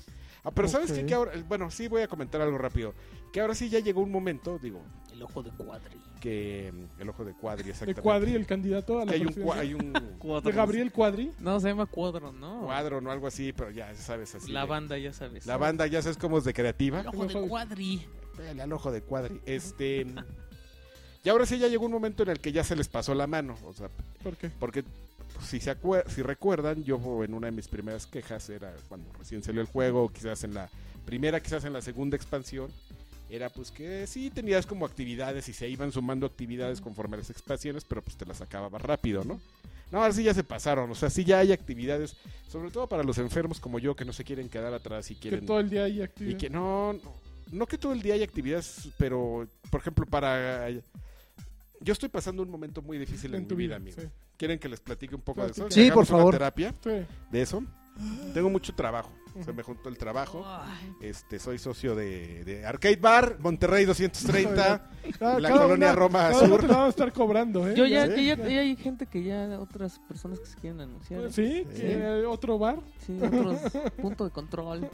S4: Ah, pero ¿sabes qué?
S1: Ok.
S4: Que ahora, bueno, sí voy a comentar algo rápido. Que ahora sí ya llegó un momento, digo,
S3: El ojo de cuadri.
S4: que mm, el ojo de Cuadri,
S2: De
S4: exactamente.
S2: Cuadri, el candidato a
S4: Que
S2: la
S4: hay un, cua-
S2: presidencia.
S4: hay un
S2: De Gabriel Cuadri.
S3: No, se llama cuadro, ¿no?
S4: cuadro o algo así, pero ya sabes así.
S3: La
S4: de-
S3: banda, ya sabes.
S4: La banda ya sabes cómo es de creativa.
S3: El ojo de cuadri.
S4: Pégale al ojo de Cuadri. Este. Y ahora sí ya llegó un momento en el que ya se les pasó la mano. O sea,
S2: ¿Por qué?
S4: Porque pues, si, se acuer- si recuerdan, yo en una de mis primeras quejas era cuando recién salió el juego, quizás en la primera, quizás en la segunda expansión, era pues que sí tenías como actividades y se iban sumando actividades conforme a las expansiones, pero pues te las acababa rápido, ¿no? No, ahora sí ya se pasaron, o sea, sí ya hay actividades, sobre todo para los enfermos como yo que no se quieren quedar atrás y
S2: Que
S4: quieren...
S2: todo el día hay
S4: Y
S2: actividad.
S4: que no, no, no que todo el día hay actividades, pero por ejemplo para... Yo estoy pasando un momento muy difícil en, mi vida, amigo.
S2: sí,
S4: ¿Quieren que les platique un poco de eso?
S2: Platica.
S1: Sí,
S4: ¿Que hagamos
S1: por
S4: una
S1: favor. Ah.
S4: terapia
S2: sí.
S4: de eso. Tengo mucho trabajo. Se
S2: Ujú.
S4: me juntó el trabajo.
S3: Ay,
S4: Este, soy socio de, de Arcade Bar, Monterrey 230,
S2: Ah,
S4: la
S2: cada
S4: colonia
S2: una-
S4: Roma
S2: cada una te
S4: Sur.
S2: la van a estar cobrando, ¿eh?
S3: Yo ya,
S4: ¿Sí?
S3: que ya, ya hay gente que ya, otras personas que se quieren anunciar. ¿eh?
S2: Sí, que otro bar.
S3: Sí, otros punto de control.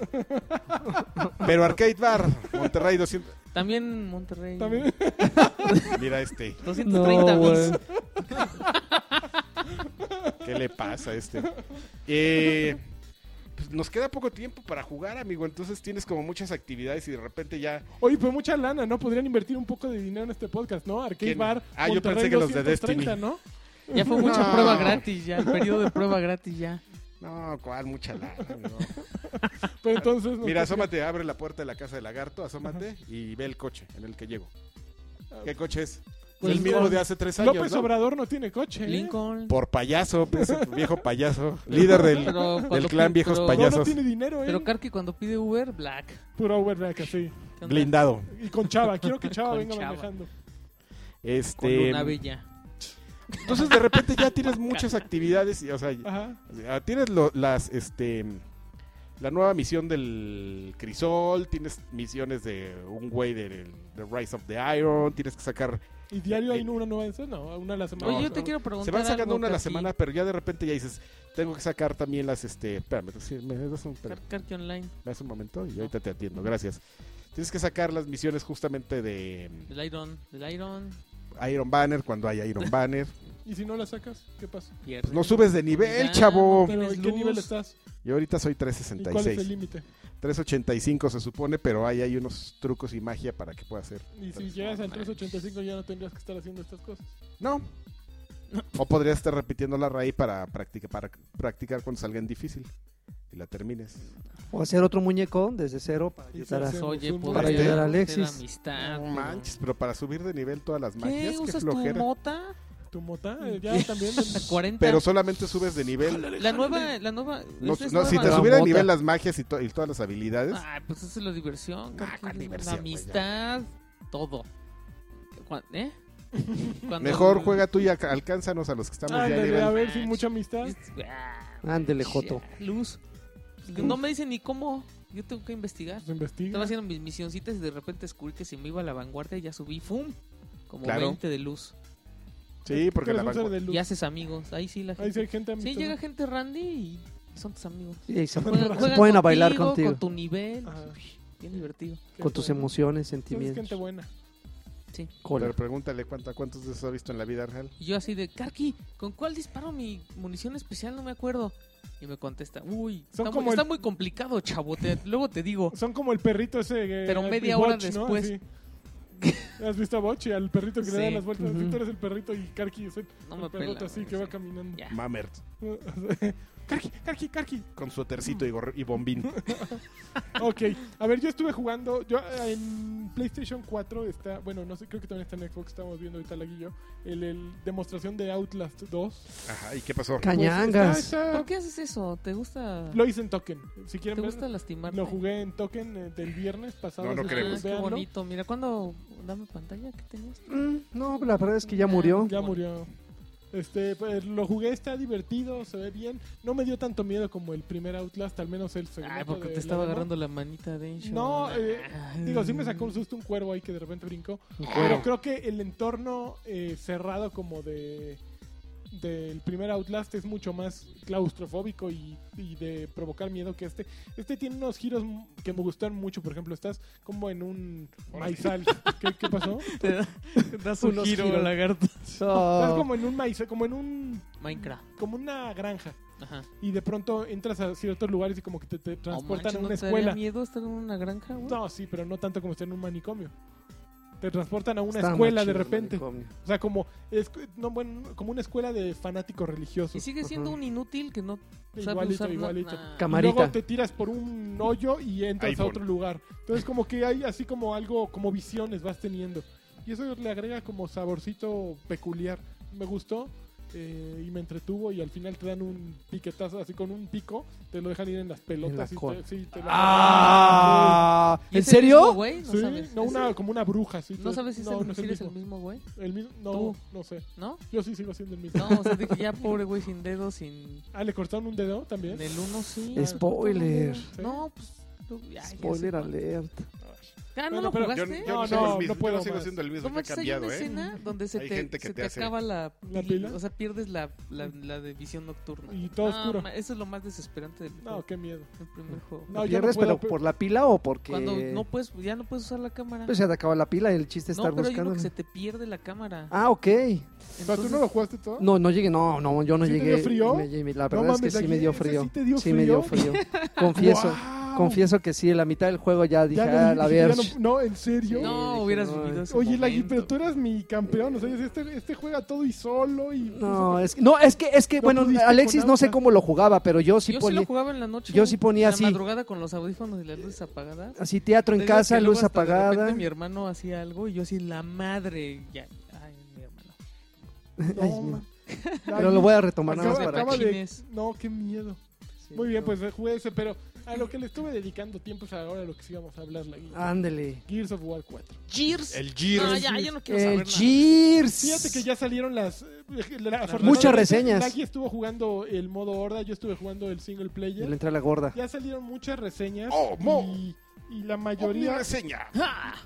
S4: Pero Arcade Bar, Monterrey 200.
S3: También Monterrey.
S2: También.
S4: Mira este,
S3: 230 bits.
S1: güey.
S4: ¿qué le pasa a este? Eh, pues nos queda poco tiempo para jugar, amigo. Entonces tienes como muchas actividades y de repente ya.
S2: Oye, pues mucha lana, ¿no? Podrían invertir un poco de dinero en este podcast, ¿no? Arcade
S4: ¿Quién?
S2: Bar.
S4: Ah, yo
S2: Monterrey
S4: pensé que los de
S2: 230,
S4: Destiny.
S2: ¿no?
S3: Ya fue mucha
S4: No.
S3: prueba gratis, ya. El periodo de prueba gratis, ya.
S4: No, cuál, mucha lana, amigo.
S2: Pero entonces. nos-
S4: Mira, asómate, abre la puerta de la casa de lagarto, asómate y ve el coche en el que llego. ¿Qué coche es?
S3: Ah, Pues
S4: el mismo
S3: Lincoln.
S4: de hace tres años.
S2: López
S4: ¿no?
S2: Obrador no tiene coche. ¿eh?
S3: Lincoln.
S4: Por payaso, ese viejo payaso. líder del.
S3: Pero cuando
S4: clan
S3: pi-
S4: viejos
S3: pero-
S2: No, no
S4: payasos.
S2: tiene dinero, ¿eh?
S3: Pero Karki cuando pide Uber, Black.
S2: Puro Uber sí.
S3: ¿Qué onda?
S4: Blindado.
S2: Y con Chava, quiero que Chava
S3: Con
S2: venga
S3: Chava.
S2: manejando.
S3: Con
S4: Este.
S3: una bella.
S4: Entonces de repente ya tienes muchas actividades. Y, o sea,
S2: Ajá.
S4: ya tienes lo- las. Este. La nueva misión del crisol, tienes misiones de un güey del de Rise of the Iron, tienes que sacar
S2: ¿Y diario hay una nueva de esas? No, una a la semana.
S3: Oye, yo
S2: No.
S3: te quiero preguntar.
S4: Se van
S3: algo,
S4: sacando una a la
S3: Karki.
S4: semana, pero ya de repente ya dices, tengo que sacar también las, este, espérame, sí, me das un, espérame,
S3: Kar- Karki Online,
S4: me das un momento y ahorita te atiendo, gracias. Tienes que sacar las misiones justamente de mm,
S3: del Iron, del Iron,
S4: Iron Banner, cuando hay Iron Banner.
S2: ¿Y si no la sacas? ¿Qué pasa?
S3: pierde.
S4: Pues no subes de nivel,
S3: Ya,
S4: chavo.
S2: Pero,
S3: ¿Tienes
S2: ¿En qué
S3: luz?
S2: nivel estás?
S4: Yo ahorita soy
S2: ¿Y cuál es el
S4: 366.
S2: límite?
S4: 385 se supone, pero ahí hay unos trucos y magia para que pueda hacer.
S2: Y si
S4: Entonces,
S2: llegas
S4: no
S2: al
S4: manches.
S2: 385 ya no tendrías que estar haciendo estas cosas.
S4: No. O podrías estar repitiendo la raíz para practicar, para practicar cuando salga en difícil y la termines.
S1: O hacer otro muñeco desde cero para ayudar a...
S2: sí, sí.
S3: Pues Oye,
S2: Para
S3: podría
S4: ayudar a
S3: ser
S1: Alexis.
S3: amistad,
S4: No
S3: Ah, pero-
S4: manches, pero para subir de nivel todas las
S3: ¿Qué?
S4: magias, qué
S3: ¿Usas tu
S4: flojera.
S3: mota?
S2: ¿Tu mota? Eh, Ya también.
S3: ¿La 40?
S4: Pero solamente subes de nivel.
S3: la nueva, la nueva.
S4: No,
S3: ¿esa es
S4: no, si
S3: nueva,
S4: te
S3: no?
S4: subiera de
S1: Mota.
S4: nivel las magias y, to- y todas las habilidades,
S3: Ah, pues esa es la diversión. Karki,
S4: Ah, ¿cuál
S3: la
S4: diversión, güey?
S3: amistad, todo. Cu- ¿Eh? Cuando-
S4: mejor juega tú y alca- alcánzanos a los que estamos ya
S2: Ándale, a
S4: nivel.
S2: ver, sin mucha amistad.
S3: Ah,
S1: Ándele, Joto.
S3: Luz. No me dicen ni cómo. Yo tengo que investigar.
S2: Pues investiga.
S3: Estaba haciendo mis misioncitas y de repente descubrí que si me iba a la vanguardia ya subí, ¡fum! Como
S4: Claro.
S3: 20 de luz.
S4: Sí, porque
S2: Tú
S4: la
S2: eres un ser
S4: vanguardia.
S2: de luz.
S3: Y haces amigos. Ahí sí la
S2: Ahí sí
S3: gente.
S2: hay gente
S3: sí,
S2: amistosa.
S3: llega gente randy y son tus amigos.
S1: Sí, se
S3: Juegan-
S1: se
S3: juegan
S1: pueden a bailar
S3: Con
S1: contigo,
S3: tu nivel.
S2: Ajá.
S3: Bien divertido.
S2: Qué
S1: con tus
S2: bueno.
S1: emociones,
S2: Entonces,
S1: sentimientos.
S2: gente buena.
S1: Cola.
S4: Pero pregúntale cuánto, cuántos de esos ha visto en la vida real.
S3: Y yo así de, Karki, ¿con cuál disparo mi munición especial? No me acuerdo. Y me contesta, uy,
S2: Son
S3: está,
S2: como
S3: muy, está
S2: el-
S3: muy complicado, chavo. te- luego te digo,
S2: Son como el perrito ese. eh,
S3: Pero
S2: Apple
S3: media hora
S2: Watch, ¿no?
S3: después.
S2: Así. ¿Has visto a Bochi, al perrito que le da
S3: Sí.
S2: las vueltas?
S1: Ujú.
S2: Víctor es el perrito y Karki es el,
S3: No
S2: el
S3: me
S2: perrote
S3: pela,
S2: así
S3: güey,
S2: que va
S3: sí.
S2: caminando.
S3: Ya.
S4: Mamert.
S2: Karki, Karki, Karki.
S4: Con su tercito y, gorri- y bombín.
S2: Ok, a ver, yo estuve jugando, yo eh, en PlayStation 4 está, bueno, no sé, creo que también está en Xbox, estamos viendo ahorita la guillo, el, el demostración de Outlast 2.
S4: Ajá, ¿y qué pasó?
S2: Pues,
S1: Cañangas.
S2: está- está-
S3: ¿Por qué haces eso? ¿Te gusta,
S2: Lo hice en Token, si quieren
S3: ¿te
S2: ver,
S3: gusta lastimarte?
S2: lo jugué en Token eh, del viernes pasado.
S4: No, no
S2: así que
S4: queremos.
S3: Ah, qué
S2: véanlo.
S3: bonito. Mira, ¿cuándo? Dame pantalla que tenías.
S1: Mm, no, la verdad es que ya murió.
S2: Ya murió. Este, pues lo jugué, está divertido, se ve bien. No me dio tanto miedo como el primer Outlast, al menos el segundo.
S3: Ay, porque
S2: de
S3: te
S2: la
S3: estaba
S2: demo.
S3: agarrando la manita de Encho. Ah,
S2: No, eh,
S3: Ay.
S2: Digo, sí me sacó un
S1: Em.
S2: susto un cuervo ahí que de repente brincó. Pero
S1: Bueno,
S2: creo que el entorno eh, cerrado como de del primer Outlast es mucho más claustrofóbico y, y de provocar miedo que este. Este tiene unos giros m- que me gustan mucho. Por ejemplo, estás como en un maizal. ¿Qué, qué pasó?
S3: Te da- das un
S1: Unos
S3: giro,
S1: giros.
S3: lagarto.
S2: Estás
S1: so-
S2: como en un maizal, como en un
S3: Minecraft.
S2: como una granja
S3: Ajá.
S2: y de pronto entras a ciertos lugares y como que te, te transportan a
S3: Oh, manches,
S2: una
S3: ¿no te daría
S2: escuela.
S3: miedo estar en una granja, güey?
S2: No, sí, pero no tanto como estar en un manicomio. Te transportan a una
S1: está
S2: escuela
S1: más
S2: de
S1: chido el
S2: repente.
S1: manicomio.
S2: O sea, como, es- no, bueno, como una escuela de fanáticos religiosos.
S3: Y sigue siendo
S1: Ajá.
S3: un inútil que no sabe
S2: igualito,
S3: usar na-
S2: igualito.
S3: na-
S1: Cam-
S2: Y luego
S1: Marita.
S2: te tiras por un hoyo y entras a
S4: iPhone.
S2: otro lugar. Entonces como que hay así como algo, como visiones vas teniendo. Y eso le agrega como saborcito peculiar. Me gustó eh, y me entretuvo y al final te dan un piquetazo así con un pico, te lo dejan ir en las pelotas. y
S1: cola.
S2: te, sí, te lo-
S1: Ah,
S3: ¿Y
S1: ¿En
S3: es el mismo
S1: serio?
S3: güey? No
S2: Sí,
S3: sabes.
S2: no,
S3: ¿Es
S2: una-
S3: el-
S2: como una bruja. sí,
S3: no
S2: te-
S3: sabes si es,
S2: no,
S3: el,
S2: no
S3: si eres el mismo güey,
S2: El mismo- no,
S3: Tú.
S2: no sé.
S3: ¿no?
S2: Yo sí sigo siendo el mismo.
S3: No, o sea, de que ya pobre güey sin dedos, sin...
S2: Ah, le cortaron un dedo también.
S3: En el uno sí.
S1: Spoiler.
S3: No, pues... tú- ay, ya sé
S1: Spoiler
S3: cuál.
S1: alert.
S3: Ah, ¿no
S2: Bueno,
S3: lo
S2: pero
S4: Yo,
S3: jugaste?
S4: yo no,
S2: No,
S4: soy el
S2: no,
S4: mismo,
S2: no puedo
S4: yo sigo
S2: más.
S4: siendo el
S3: No
S4: mismo. yo he
S3: manches, hay una
S4: cambiado, ¿eh?
S3: escena donde se
S4: Hay
S3: te,
S4: gente que
S3: se
S4: te
S3: te,
S4: hace-
S3: acaba la,
S2: ¿La pila?
S3: O sea, pierdes la, la, la de visión nocturna.
S2: Y todo
S3: Ah,
S2: oscuro.
S3: ma- eso es lo más desesperante del,
S2: No, qué miedo.
S3: del primer juego.
S2: No,
S1: ¿La
S2: yo
S1: ¿Pierdes,
S2: no puedo,
S1: pero
S2: pero-
S1: por la pila o porque.?
S3: Cuando no puedes, ya no puedes usar la cámara.
S1: Pues se te acaba la pila y el chiste es
S3: no,
S1: estar
S3: pero hay
S1: buscando.
S3: uno que se te pierde la cámara.
S1: Ah, ok.
S2: O sea, ¿tú no lo jugaste todo?
S1: No, no llegué, no, no, yo no
S2: ¿Sí te
S1: llegué.
S2: dio frío?
S1: me- me- la
S2: No
S1: verdad es que
S2: mames,
S1: sí
S2: aquí
S1: me dio
S2: ese
S1: frío.
S2: sí te dio
S1: me dio
S2: frío.
S1: frío. Confieso,
S2: ¡Guau!
S1: confieso que sí, en la mitad del juego ya dije,
S2: Ya no-
S1: ah, la
S2: ya
S1: verga.
S2: no, no, en serio.
S3: No,
S1: dije,
S3: hubieras
S1: no,
S3: vivido
S1: eh.
S3: ese
S2: Oye, Lagui,
S3: momento.
S2: pero tú eras mi campeón. O sea, este, este juega todo y solo. Y
S1: No, es que, no, es que, es que
S2: No
S1: bueno,
S2: pudiste
S1: Alexis
S2: con
S1: no sé
S2: Outlast.
S1: cómo lo jugaba, pero yo sí
S3: yo sí
S1: ponía
S3: lo jugaba en la noche.
S1: yo sí ponía
S3: en
S1: así.
S3: la madrugada con los audífonos y las luces apagadas.
S1: así teatro
S3: Te
S1: en
S3: digo
S1: casa,
S3: que luego
S1: luz
S3: hasta de
S1: apagada.
S3: repente mi hermano hacía algo y yo así, la madre. Ya, ay, mi hermano.
S1: Ay,
S2: No,
S1: mira.
S2: ma-
S1: Pero lo voy a retomar nada
S2: acaba,
S1: más
S3: Acaba-
S1: para.
S2: acaba de...
S3: Cachines.
S2: No, qué miedo.
S1: Sí,
S2: Muy bien,
S1: no.
S2: pues jugué ese. Pero a lo que le estuve dedicando tiempo es ahora lo que sí íbamos a hablar, Lagui.
S1: Ah. Ándele.
S2: Gears of War 4.
S3: Gears.
S4: El
S3: No,
S4: Gears.
S3: ya, yo no quiero saber
S1: El
S3: nada.
S1: Gears.
S2: Fíjate que ya salieron las... eh, la- afortunadamente,
S1: Muchas reseñas.
S2: Lagui estuvo jugando el modo horda. Yo estuve jugando el single
S1: Y
S2: player.
S1: le entré a la gorda.
S2: Ya salieron muchas reseñas.
S4: Oh, mo.
S2: y, y la
S4: Una
S2: mayoría
S4: reseña.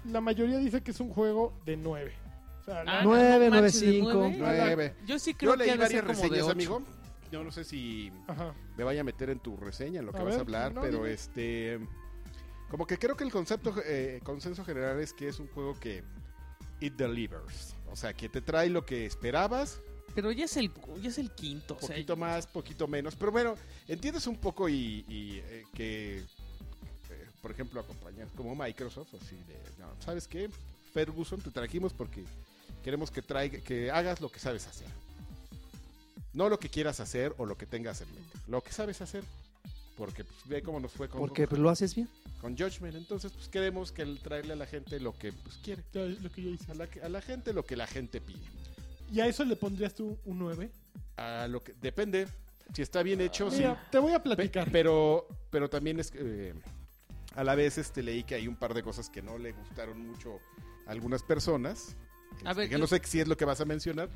S2: la mayoría dice que es un juego de 9. O sea, la-
S3: Ah,
S1: Nueve,
S3: no manches, de
S1: nueve,
S3: nueve.
S4: Nueve.
S3: Yo sí creo
S4: Yo
S3: que
S4: leí
S3: ha de
S4: varias
S3: ser como de
S4: reseñas,
S3: ocho.
S4: amigo. Yo no sé si
S2: Ajá.
S4: me vaya a meter en tu reseña, en lo que
S2: A
S4: vas
S2: ver,
S4: a hablar,
S2: no,
S4: pero
S2: dime.
S4: este. Como que creo que el concepto, eh, consenso general es que es un juego que. It delivers. O sea, que te trae lo que esperabas,
S3: Pero ya es el, ya es el quinto. o sea,
S4: poquito más, poquito menos. Pero bueno, entiendes un poco y, y, eh, que. eh, por ejemplo, acompañar como Microsoft, así de. No, ¿Sabes qué? Ferguson, te trajimos porque queremos que, traiga, que hagas lo que sabes hacer. No lo que quieras hacer o lo que tengas en mente. Lo que sabes hacer. Porque pues, ve cómo nos fue con,
S1: Porque pues, lo haces bien.
S4: con Judgment. Entonces, pues queremos que el traerle a la gente lo que pues, quiere.
S2: Ya es lo que yo hice.
S4: A la, a la gente lo que la gente pide.
S2: ¿Y a eso le pondrías tú un 9?
S4: A lo que, depende. Si está bien hecho, sí.
S2: Mira, te voy a
S4: Pe-
S2: platicar.
S4: Pero, pero también es que, eh, a la vez este, leí que hay un par de cosas que no le gustaron mucho a algunas personas.
S3: A
S4: Este,
S3: ver,
S4: que
S3: yo-
S4: no sé si es lo que vas a mencionar.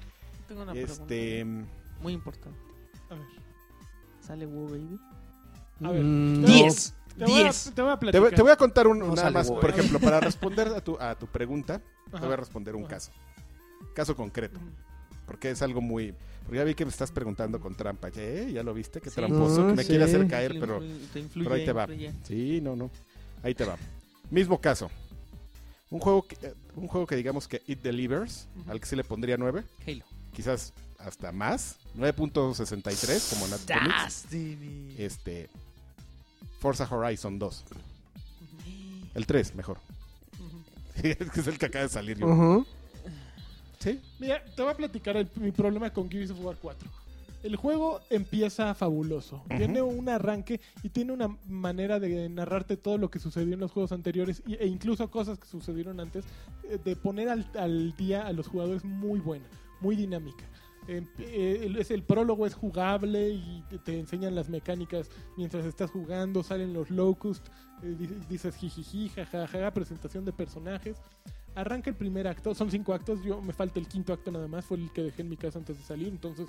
S3: Tengo una
S4: este,
S3: pregunta muy importante.
S2: A ver.
S3: ¿Sale WoW Baby?
S2: A ver.
S1: Mm,
S2: Diez. Te voy, a,
S3: 10.
S2: te voy a
S4: te, voy,
S2: platicar.
S4: te voy a contar un,
S1: No
S4: nada
S1: sale
S4: más,
S1: huevo.
S4: por ejemplo, para responder a tu, a tu pregunta, te
S2: Ajá.
S4: voy a responder un
S2: Ajá.
S4: caso. Caso concreto. Porque es algo muy. Porque ya vi que me estás preguntando con trampa. ¿Eh? ¿Ya lo viste? Qué
S3: Sí.
S4: tramposo.
S1: No,
S4: que me
S1: sí.
S4: quiere hacer caer,
S3: Te
S4: pero.
S3: influye- te influye,
S4: pero ahí te va.
S3: influye.
S4: Sí, no, no. Ahí te va. Mismo caso. Un juego que, eh, un juego que digamos que It Delivers,
S2: Ujú.
S4: al que se le pondría 9,
S3: Halo.
S4: quizás hasta más, 9.63 como en Atlas Comics.
S3: Destiny.
S4: Este Forza Horizon 2, el 3 mejor. es que es el que acaba de salir yo.
S1: Ujú.
S4: Sí.
S2: Mira, te voy a platicar el- mi problema con Gears of War 4. El juego empieza fabuloso. Tiene un arranque y tiene una manera de narrarte todo lo que sucedió en los juegos anteriores y- e incluso cosas que sucedieron antes, eh, de poner al, al día a los jugadores muy buena, muy dinámica. Em- eh, el- es- el prólogo es jugable y te, te enseñan las mecánicas mientras estás jugando, salen los locust, eh, di- dices jijiji, jajaja, presentación de personajes. Arranca el primer acto, son cinco actos, yo me falta el quinto acto nada más, fue el que dejé en mi casa antes de salir, entonces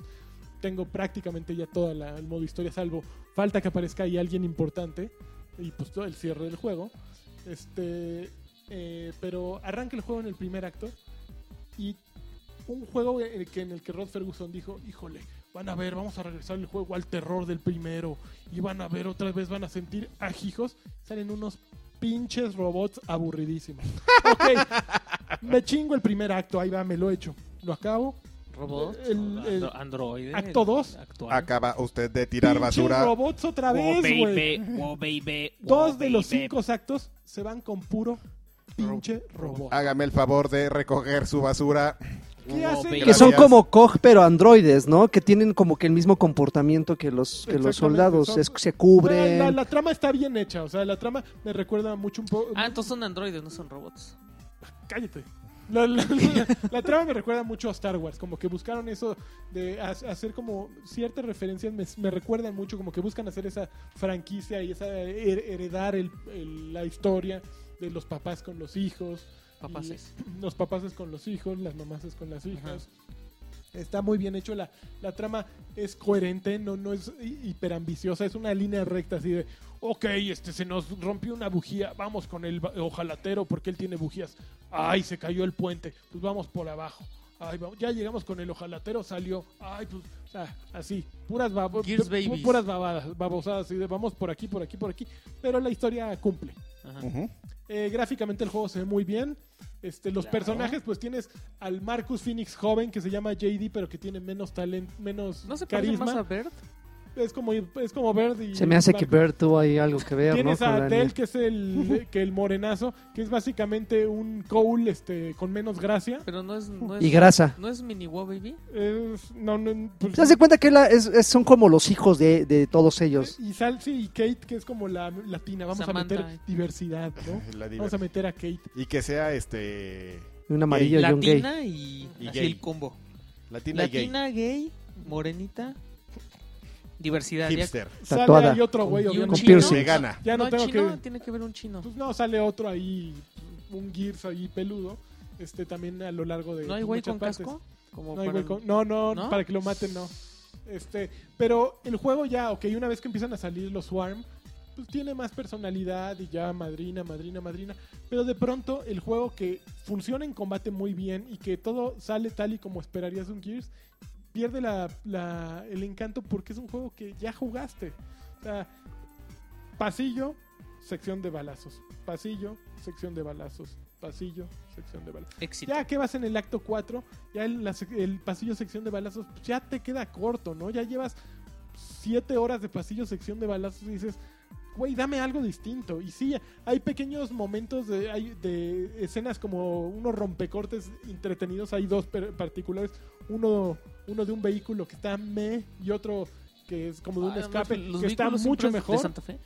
S2: tengo prácticamente ya todo el modo historia, salvo falta que aparezca ahí alguien importante y pues todo el cierre del juego. Este, eh, pero arranca el juego en el primer acto y un juego en el que, en el que Rod Ferguson dijo, híjole, van a ver, vamos a regresar el juego al terror del primero y van a ver otra vez, van a sentir ajijos, salen unos pinches robots aburridísimos. Ok, me chingo el primer acto, ahí va, me lo echo, lo acabo.
S3: Robot,
S2: El-
S3: andro-
S2: el-
S3: androide.
S2: acto
S3: el-
S2: dos.
S3: actual.
S4: Acaba usted de tirar
S2: Pinches
S4: basura.
S2: robots otra vez, güey. Dos de los cinco actos se van con puro pinche robot.
S4: Hágame el favor de recoger su basura.
S2: ¿Qué hacen?
S3: baby.
S1: Que son
S4: Gracias.
S1: como Koch, pero androides, ¿no? Que tienen como que el mismo comportamiento que los, que los
S2: Exactamente,
S1: soldados.
S2: son-
S1: es- se
S2: La,
S1: cubren.
S2: la- la trama está bien hecha, o sea, la trama me recuerda mucho un poco.
S3: Ah, entonces son androides, no son robots.
S2: Cállate. La, la- la- la trama me recuerda mucho a Star Wars, como que buscaron eso de ha- hacer como ciertas referencias, me, me recuerdan mucho, como que buscan hacer esa franquicia y esa her- heredar el- el- la historia de los papás con los hijos.
S3: Papaces.
S2: Y Los papás es con los hijos, las mamás es con las hijas. Está muy bien hecho, la, la trama es coherente, no, no es hi- hiperambiciosa, es una línea recta así de, ok, este, se nos rompió una bujía, vamos con el ba- ojalatero porque él tiene bujías. Ay, se cayó el puente, pues vamos por abajo. Ay, vamos- ya llegamos con el ojalatero, salió. Ay, pues, o sea, así, puras, babo-
S3: Gears
S2: pu-
S3: babies.
S2: puras babadas, babosadas, así de, vamos por aquí, por aquí, por aquí. Pero la historia cumple.
S3: Ajá.
S4: Ujú.
S2: Eh, gráficamente el juego se ve muy bien. Este, los personajes, pues tienes al Marcus Phoenix joven que se llama JD, pero que tiene menos talento, menos
S3: ¿No se parece
S2: carisma.
S3: más a Bert?
S2: Es como, es como Bird y-
S1: Se me hace que
S2: Marcus.
S1: Bert tuvo ahí algo que ver, ¿no?
S2: Tienes
S1: Con
S2: a
S1: la-
S2: Adele, que es el, que el morenazo, que es básicamente un Cole este, con menos gracia.
S3: Pero no es... No es
S1: Y grasa.
S3: ¿No es mini wow, baby?
S2: Es- no, no, pues-
S1: ¿Se hace cuenta que la- es- es- son como los hijos de, de todos ellos?
S2: y Salsi y Kate, que es como la latina. Vamos
S3: Samantha. eh.
S2: a meter diversidad, ¿no?
S4: La diver-
S2: Vamos a meter a Kate.
S4: Y que sea este
S1: Un amarillo y un gay.
S3: Latina y,
S4: Y
S3: así
S4: gay.
S3: el combo.
S4: latina,
S3: Latina, gay, morenita, diversidad.
S4: y gay,
S3: ya-
S4: hipster,
S1: Tatuada.
S2: Sale ahí otro güey,
S3: Y un
S2: obviamente.
S1: chino. Sí.
S4: vegana.
S2: Ya no,
S3: no,
S2: tengo
S3: chino,
S2: que...
S3: tiene que ver un chino.
S2: Pues no, sale otro ahí, un Gears ahí peludo, este también a lo largo de
S3: ¿No hay
S2: de
S3: güey
S2: muchas
S3: con
S2: partes.
S3: casco? Como
S2: pues, No hay
S3: para-
S2: güey con- no, no,
S3: ¿No?
S2: para que lo maten no. Este, pero el juego ya, ok, una vez que empiezan a salir los Swarm, pues tiene más personalidad y ya madrina, madrina, madrina. Pero de pronto el juego que funciona en combate muy bien y que todo sale tal y como esperarías un Gears, pierde la- la- el encanto porque es un juego que ya jugaste. O sea, pasillo, sección de balazos. Pasillo, sección de balazos. Pasillo, sección de balazos.
S3: Éxito.
S2: Ya que vas en el acto 4, ya el, la sec- el pasillo sección de balazos, pues, ya te queda corto, ¿no? Ya llevas 7 horas de pasillo sección de balazos y dices, güey, dame algo distinto. Y sí, hay pequeños momentos de, hay, de escenas como unos rompecortes entretenidos, hay dos per- particulares, uno, uno de un vehículo que está me y otro que es como de un
S3: Ah,
S2: escape,
S3: los
S2: que está
S3: vehículos
S2: mucho
S3: siempre de
S2: mejor.
S3: Santa Fe.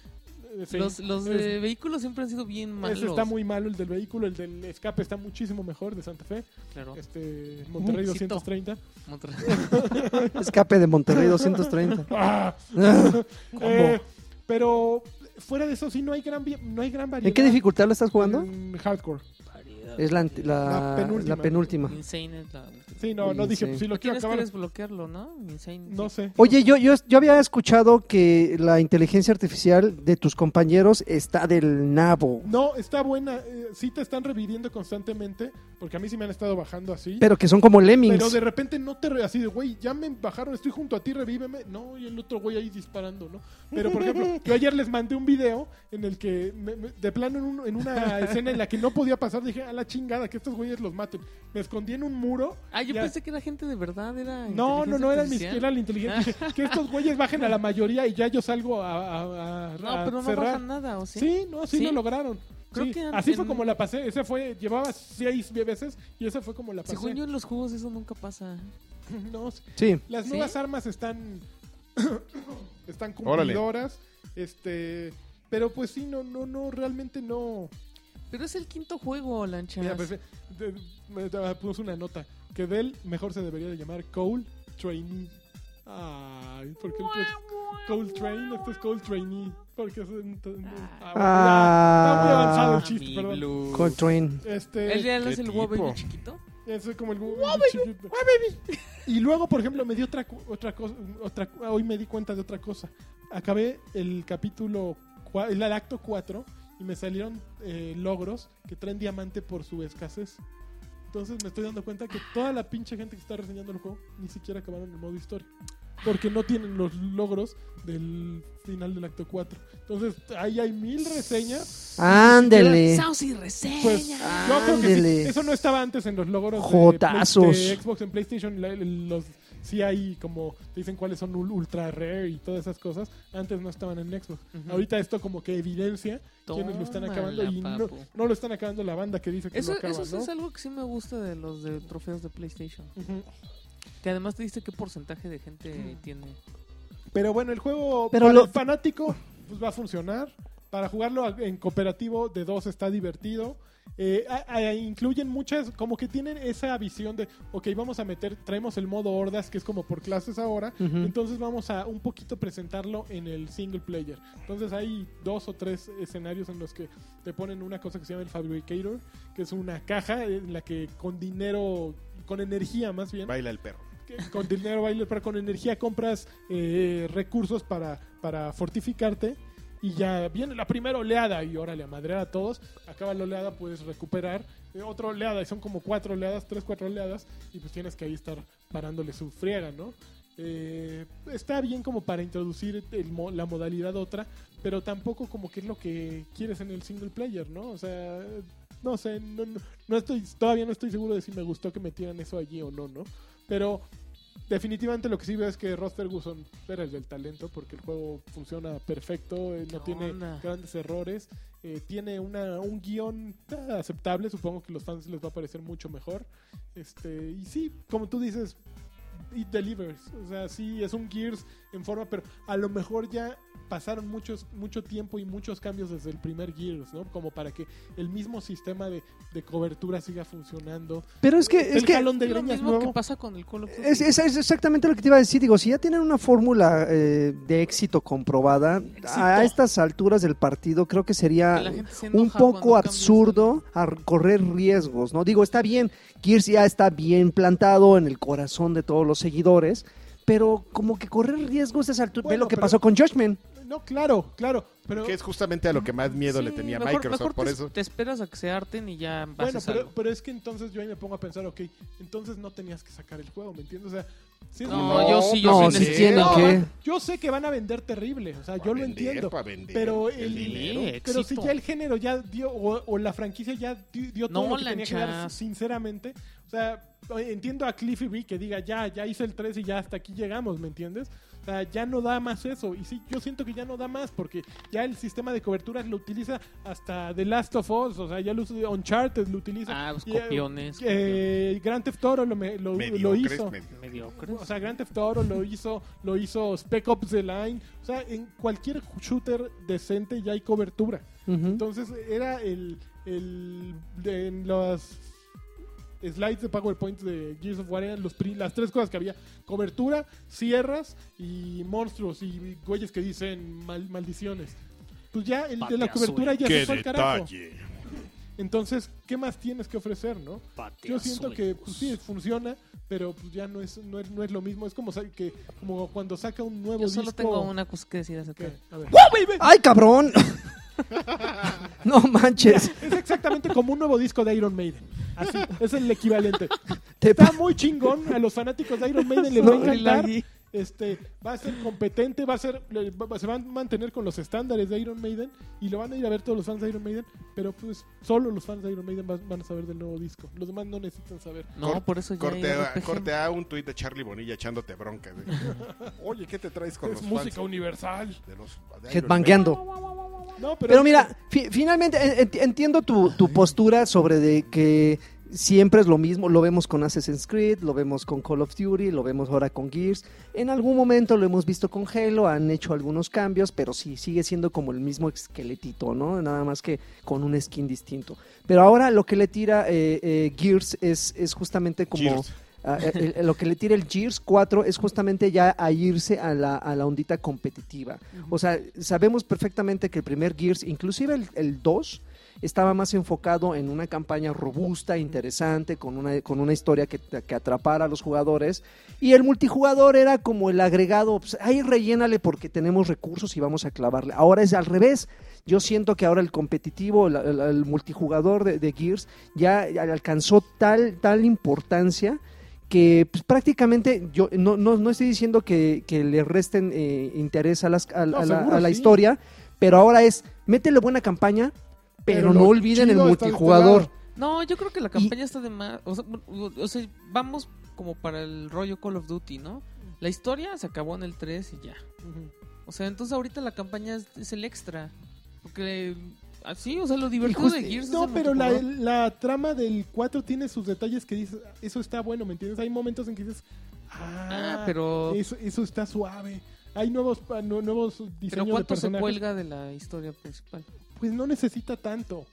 S2: Eh, sí.
S3: Los, los
S2: Es-
S3: de vehículos siempre han sido bien malos.
S2: ese está muy malo el del vehículo, el del escape está muchísimo mejor de Santa Fe,
S3: Claro.
S2: este Monterrey
S3: Ujú.
S2: 230.
S3: Monterrey.
S1: Escape de Monterrey 230.
S2: Ah. Eh, pero fuera de eso sí no hay gran vi- no hay gran variedad.
S1: ¿En qué dificultad lo estás jugando?
S2: En hardcore.
S1: Es la, ante- la-
S2: La penúltima.
S1: la penúltima.
S3: Insane es la...
S2: Sí, no, no
S1: Sí,
S2: dije,
S1: sí.
S2: pues, si lo quiero
S3: Tienes que
S2: acabar,
S3: desbloquearlo, ¿no? Insane.
S2: no
S3: sí.
S2: sé.
S1: Oye, yo, yo, yo había escuchado que la inteligencia artificial de tus compañeros está del nabo,
S2: No, está buena, eh, sí te están reviviendo constantemente, porque a mí sí me han estado bajando así.
S1: pero que son como lemmings.
S2: Pero de repente no te re- así de, güey, ya me bajaron, estoy junto a ti, revíveme. No, y el otro güey ahí disparando, ¿no? Pero, por ejemplo, yo ayer les mandé un video en el que, me- me- de plano, en, un- en una escena en la que no podía pasar, dije, a la chingada, que estos güeyes los maten. Me escondí en un muro.
S3: Ah, yo
S2: ya-
S3: pensé que era gente de verdad, era...
S2: No, no, no, era ni
S3: inteligencia
S2: siquiera la inteligencia. Dije, que estos güeyes bajen a la mayoría y ya yo salgo a, a- a- a
S3: artificial. No, pero no
S2: cerrar.
S3: bajan nada, ¿o sí?
S2: Sí, no, sí,
S3: ¿Sí?
S2: lo lograron.
S3: Creo
S2: Sí,
S3: que en-
S2: así fue
S3: en-
S2: como la pasé. Ese fue, llevaba seis veces y esa fue como la pasé.
S3: Según yo en los juegos eso nunca pasa.
S2: No,
S1: Sí.
S2: Las
S3: ¿Sí?
S2: nuevas armas están están
S4: Órale.
S2: cumplidoras, este, pero pues sí no no no realmente no.
S3: Pero es el quinto juego, Lanchas.
S2: Mira, pues, de- me- te- puso una nota que Dell mejor se debería de llamar Cole Trainee. Ay, porque el- es Cole Train, este es Cole Trainee, porque es un- un- ah, bueno, ya, está muy avanzado el
S3: Ah,
S2: chiste,
S3: mi
S2: perdón.
S3: Blue.
S1: Coltrane.
S2: Este,
S3: ¿Él ya no es
S4: ¿Qué
S3: el Wobbly
S4: tipo?
S3: chiquito?
S2: Eso es como el Google Chip. Y luego, por ejemplo, me dio otra, cu- otra cosa. Otra, cu- hoy me di cuenta de otra cosa. Acabé el capítulo, cua- el acto 4, y me salieron eh, logros que traen diamante por su escasez. Entonces me estoy dando cuenta que toda la pinche gente que está reseñando el juego ni siquiera acabaron el modo historia. Porque no tienen los logros del final del acto 4. Entonces, ahí hay mil reseñas.
S1: Ándele.
S3: Saus y reseña.
S2: Pues yo creo que sí.
S1: Ándele.
S2: Eso no estaba antes en los logros de
S1: Jotazos.
S2: Play- de, Xbox en PlayStation. la- Los, sí hay como te dicen cuáles son ul- ultra rare y todas esas cosas. Antes no estaban en Xbox.
S3: Ujú.
S2: Ahorita esto como que evidencia quiénes lo están
S3: Tómala,
S2: acabando y no,
S3: papu.
S2: no lo están acabando la banda que dice que
S3: Eso,
S2: lo acaba,
S3: eso sí
S2: ¿no?
S3: es algo que sí me gusta de los de trofeos de PlayStation.
S2: Ujú.
S3: Que además te dice qué porcentaje de gente
S2: Mm.
S3: tiene.
S2: Pero bueno, el juego
S1: Pero
S2: para
S1: lo-
S2: el fanático pues va a funcionar. Para jugarlo a- en cooperativo de dos está divertido. Eh, a- a- incluyen muchas, como que tienen esa visión de, ok, vamos a meter, traemos el modo hordas, que es como por clases ahora,
S1: Ujú.
S2: entonces vamos a un poquito presentarlo en el single player. Entonces hay dos o tres escenarios en los que te ponen una cosa que se llama el Fabricator, que es una caja en la que con dinero, con energía más bien,
S4: Baila el perro.
S2: que con dinero bailes, pero con energía compras eh, recursos para, para fortificarte. Y ya viene la primera oleada y órale, a madrear a todos. Acaba la oleada, puedes recuperar eh, otra oleada. Y son como cuatro oleadas, tres, cuatro oleadas. Y pues tienes que ahí estar parándole su friega, ¿no? Eh, está bien como para introducir el mo- la modalidad otra, pero tampoco como que es lo que quieres en el single player, ¿no? O sea, no sé, no, no- no estoy, todavía no estoy seguro de si me gustó que metieran eso allí o no, ¿no? Pero definitivamente lo que sí veo es que Roster Guson era el del talento porque el juego funciona perfecto, eh, no
S3: ¿Qué
S2: tiene
S3: onda?
S2: grandes errores, eh, tiene una, un guión eh, aceptable, supongo que los fans les va a parecer mucho mejor. Este, y sí, como tú dices, it delivers. O sea, sí, es un Gears en forma, pero a lo mejor ya pasaron muchos, mucho tiempo y muchos cambios desde el primer Gears, ¿no? Como para que el mismo sistema de, de cobertura siga funcionando.
S1: Pero es que,
S2: el
S1: es que
S2: jalón de
S3: Es lo
S2: greñas
S3: mismo que
S2: nuevo.
S3: pasa con el Call of Duty.
S1: Es, es- es exactamente lo que te iba a decir. Digo, si ya tienen una fórmula eh, de éxito comprobada, a estas alturas del partido creo que sería
S3: Que la gente se enoja
S1: un poco
S3: cuando cambia
S1: absurdo a correr riesgos, ¿no? Digo, está bien, Gears ya está bien plantado en el corazón de todos los seguidores, pero como que correr riesgos a esa altura... Ve
S2: Bueno,
S1: lo que
S2: pero-
S1: pasó con Judgment.
S2: No, claro, claro. Pero,
S4: Que es justamente a lo que más miedo
S3: Sí,
S4: le tenía
S3: mejor-
S4: Microsoft.
S3: mejor
S4: por
S3: te,
S4: eso.
S3: te esperas a que se harten y ya vas
S2: bueno,
S3: a
S2: pero, pero es que entonces yo ahí me pongo a pensar, ok, entonces no tenías que sacar el juego, ¿me entiendes? O sea, sí es
S3: No,
S2: muy-
S3: yo sí, yo
S1: no,
S3: sí
S1: si
S3: necesito-
S1: tienen
S2: No,
S1: que...
S2: man, Yo sé que van a vender terrible, o sea, Ah, yo
S4: Pa'
S2: lo
S4: vender,
S2: entiendo.
S4: pa' vender
S2: Pero el,
S4: dinero.
S3: Sí,
S2: pero si
S3: éxito.
S2: ya el género ya dio o, o la franquicia ya di- dio todo
S3: No,
S2: lo que tenía que dar,
S3: lanchas.
S2: sinceramente. O sea, entiendo a Cliffy B que diga, ya, ya hice el 3 y ya hasta aquí llegamos, ¿me entiendes? O sea, ya no da más eso. Y sí, yo siento que ya no da más porque ya el sistema de coberturas lo utiliza hasta The Last of Us, o sea, ya lo usa Uncharted, lo utiliza.
S3: Ah, pues
S2: Y, eh,
S3: copiones. este
S2: Eh, Grand Theft Auto lo, me- lo, lo
S4: Mediocres,
S2: hizo.
S4: medio-
S3: copiones. Mediocres.
S2: O sea, Grand Theft Auto lo hizo, lo hizo Spec Ops The Line. O sea, en cualquier shooter decente ya hay cobertura.
S1: Ujú.
S2: Entonces era el, el de- en los slides de PowerPoint de Gears of War eran los pri- las tres cosas que había: cobertura, sierras y monstruos y güeyes que dicen mal- maldiciones. Pues ya el de la cobertura ya se fue al carajo. Entonces, ¿qué más tienes que ofrecer, no? Yo siento que pues, sí funciona, pero pues, ya no es, no es no es lo mismo. Es como sa- que como cuando saca un nuevo
S3: Yo solo
S2: disco.
S3: tengo una cosa que decir acerca
S2: ¿Qué?
S3: de-
S2: A ver.
S1: ¡Ay, cabrón! no manches.
S2: Es exactamente como un nuevo disco de Iron Maiden. Así, es el equivalente.
S1: Te
S2: Está muy chingón. A los fanáticos de Iron Maiden les va a
S1: No, el
S2: encantar.
S1: lagui.
S2: Este, va a ser competente, va a ser, le- va- se van a mantener con los estándares de Iron Maiden y lo van a ir a ver todos los fans de Iron Maiden, pero pues solo los fans de Iron Maiden van, van a saber del nuevo disco. Los demás no necesitan saber.
S3: No,
S4: Cor-
S3: por eso ya
S4: Corte,
S3: hay
S4: a-
S3: RPG.
S4: corte a un tuit de Charlie Bonilla echándote bronca. güey. Oye, ¿qué te traes con
S2: es
S4: los
S2: música
S4: fans
S2: universal.
S4: de los de Iron
S1: Headbangueando.
S4: Man?
S2: No, pero,
S1: Pero mira, fi- finalmente en- en- entiendo tu, tu postura sobre de que siempre es lo mismo. Lo vemos con Assassin's Creed, lo vemos con Call of Duty, lo vemos ahora con Gears. En algún momento lo hemos visto con Halo, han hecho algunos cambios, pero sí, sigue siendo como el mismo esqueletito, ¿no? Nada más que con un skin distinto. Pero ahora lo que le tira eh, eh, Gears es, es justamente como...
S5: Gears.
S1: Ah, el- el- lo que le tira el Gears 4 es justamente ya a irse a la, a la ondita competitiva. O sea, sabemos perfectamente que el primer Gears, inclusive el, el 2, estaba más enfocado en una campaña robusta, interesante, con una, con una historia que, que atrapara a los jugadores. Y el multijugador era como el agregado, pues, ahí rellénale porque tenemos recursos y vamos a clavarle. Ahora es al revés. Yo siento que ahora el competitivo, el, el- el multijugador de, de Gears ya alcanzó tal, tal importancia que pues, prácticamente yo no, no, no estoy diciendo que, que le resten eh, interés a, las, a,
S2: No,
S1: a la,
S2: seguro
S1: a la
S2: sí.
S1: historia, pero ahora es, métele buena campaña, pero, no
S2: lo
S1: olviden el
S2: chido está de este
S1: multijugador.
S2: lado.
S3: No, yo creo que la campaña está de más. O sea, bu- o sea, vamos como para el rollo Call of Duty, ¿no? La historia se acabó en el 3 y ya. O sea, entonces ahorita la campaña es, es el extra. Porque así, o sea, lo divertido
S1: justo-
S3: de Gears es
S2: No,
S3: el
S2: pero la,
S3: multijugador.
S2: la trama del 4 tiene sus detalles que dices, eso está bueno, ¿me entiendes? Hay momentos en que dices, ah,
S3: Ah, pero.
S2: eso, eso está suave. Hay nuevos, pa- nu- nuevos
S3: Pero
S2: diseños de
S3: ¿cuánto se
S2: personajes.
S3: cuelga de la historia principal?
S2: Pues no necesita tanto.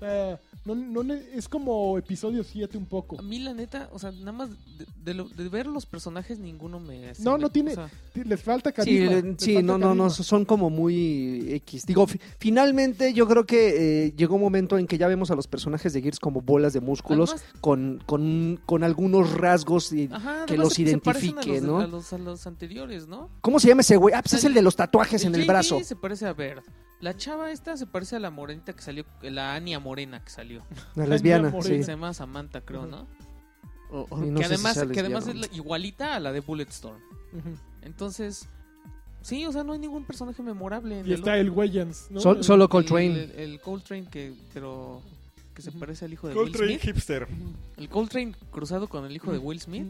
S2: O sea, no, no ne- es como episodio 7 un poco.
S3: A mí, la neta, o sea, nada más de, de lo- de ver los personajes, ninguno me. hace-
S2: No, no tiene-
S3: o sea,
S2: Ti- Les falta
S1: Sí,
S2: carisma.
S1: le-
S2: les
S1: eh, sí,
S2: falta
S1: no, no, no,
S2: carisma.
S1: son como muy X. Digo, fi- finalmente yo creo que eh, llegó un momento en que ya vemos a los personajes de Gears como bolas de músculos
S3: Además-
S1: con, con, con algunos rasgos. y-
S3: ajá,
S1: que
S3: además
S1: los
S3: se- se parecen
S1: identifique,
S3: a los de-
S1: ¿no?
S3: A los, a los anteriores, ¿no?
S1: ¿Cómo se llama ese güey? Ah, pues es
S3: El-
S1: el de los tatuajes en el
S3: JD
S1: brazo.
S3: se parece a Bird. La chava esta se parece a la morenita que salió, la Ania Morena que salió.
S1: La lesbiana,
S2: Moreno.
S1: sí.
S3: Se llama Samantha, creo, ¿no? O- o-
S1: Y no
S3: que
S1: sé si
S3: además,
S1: sea
S3: que además es
S1: lesbiana.
S3: la- igualita a la de Bulletstorm.
S2: Ujú.
S3: Entonces, sí, o sea, no hay ningún personaje memorable en
S2: Y
S3: el
S2: está el Wayans, ¿no?
S1: Sol- solo
S3: El,
S1: Coltrane.
S3: el, el Coltrane que, pero que se
S2: Ujú.
S3: parece al hijo de
S5: Coltrane
S3: Will Smith.
S5: hipster.
S3: El Coltrane cruzado con el hijo de Will Smith.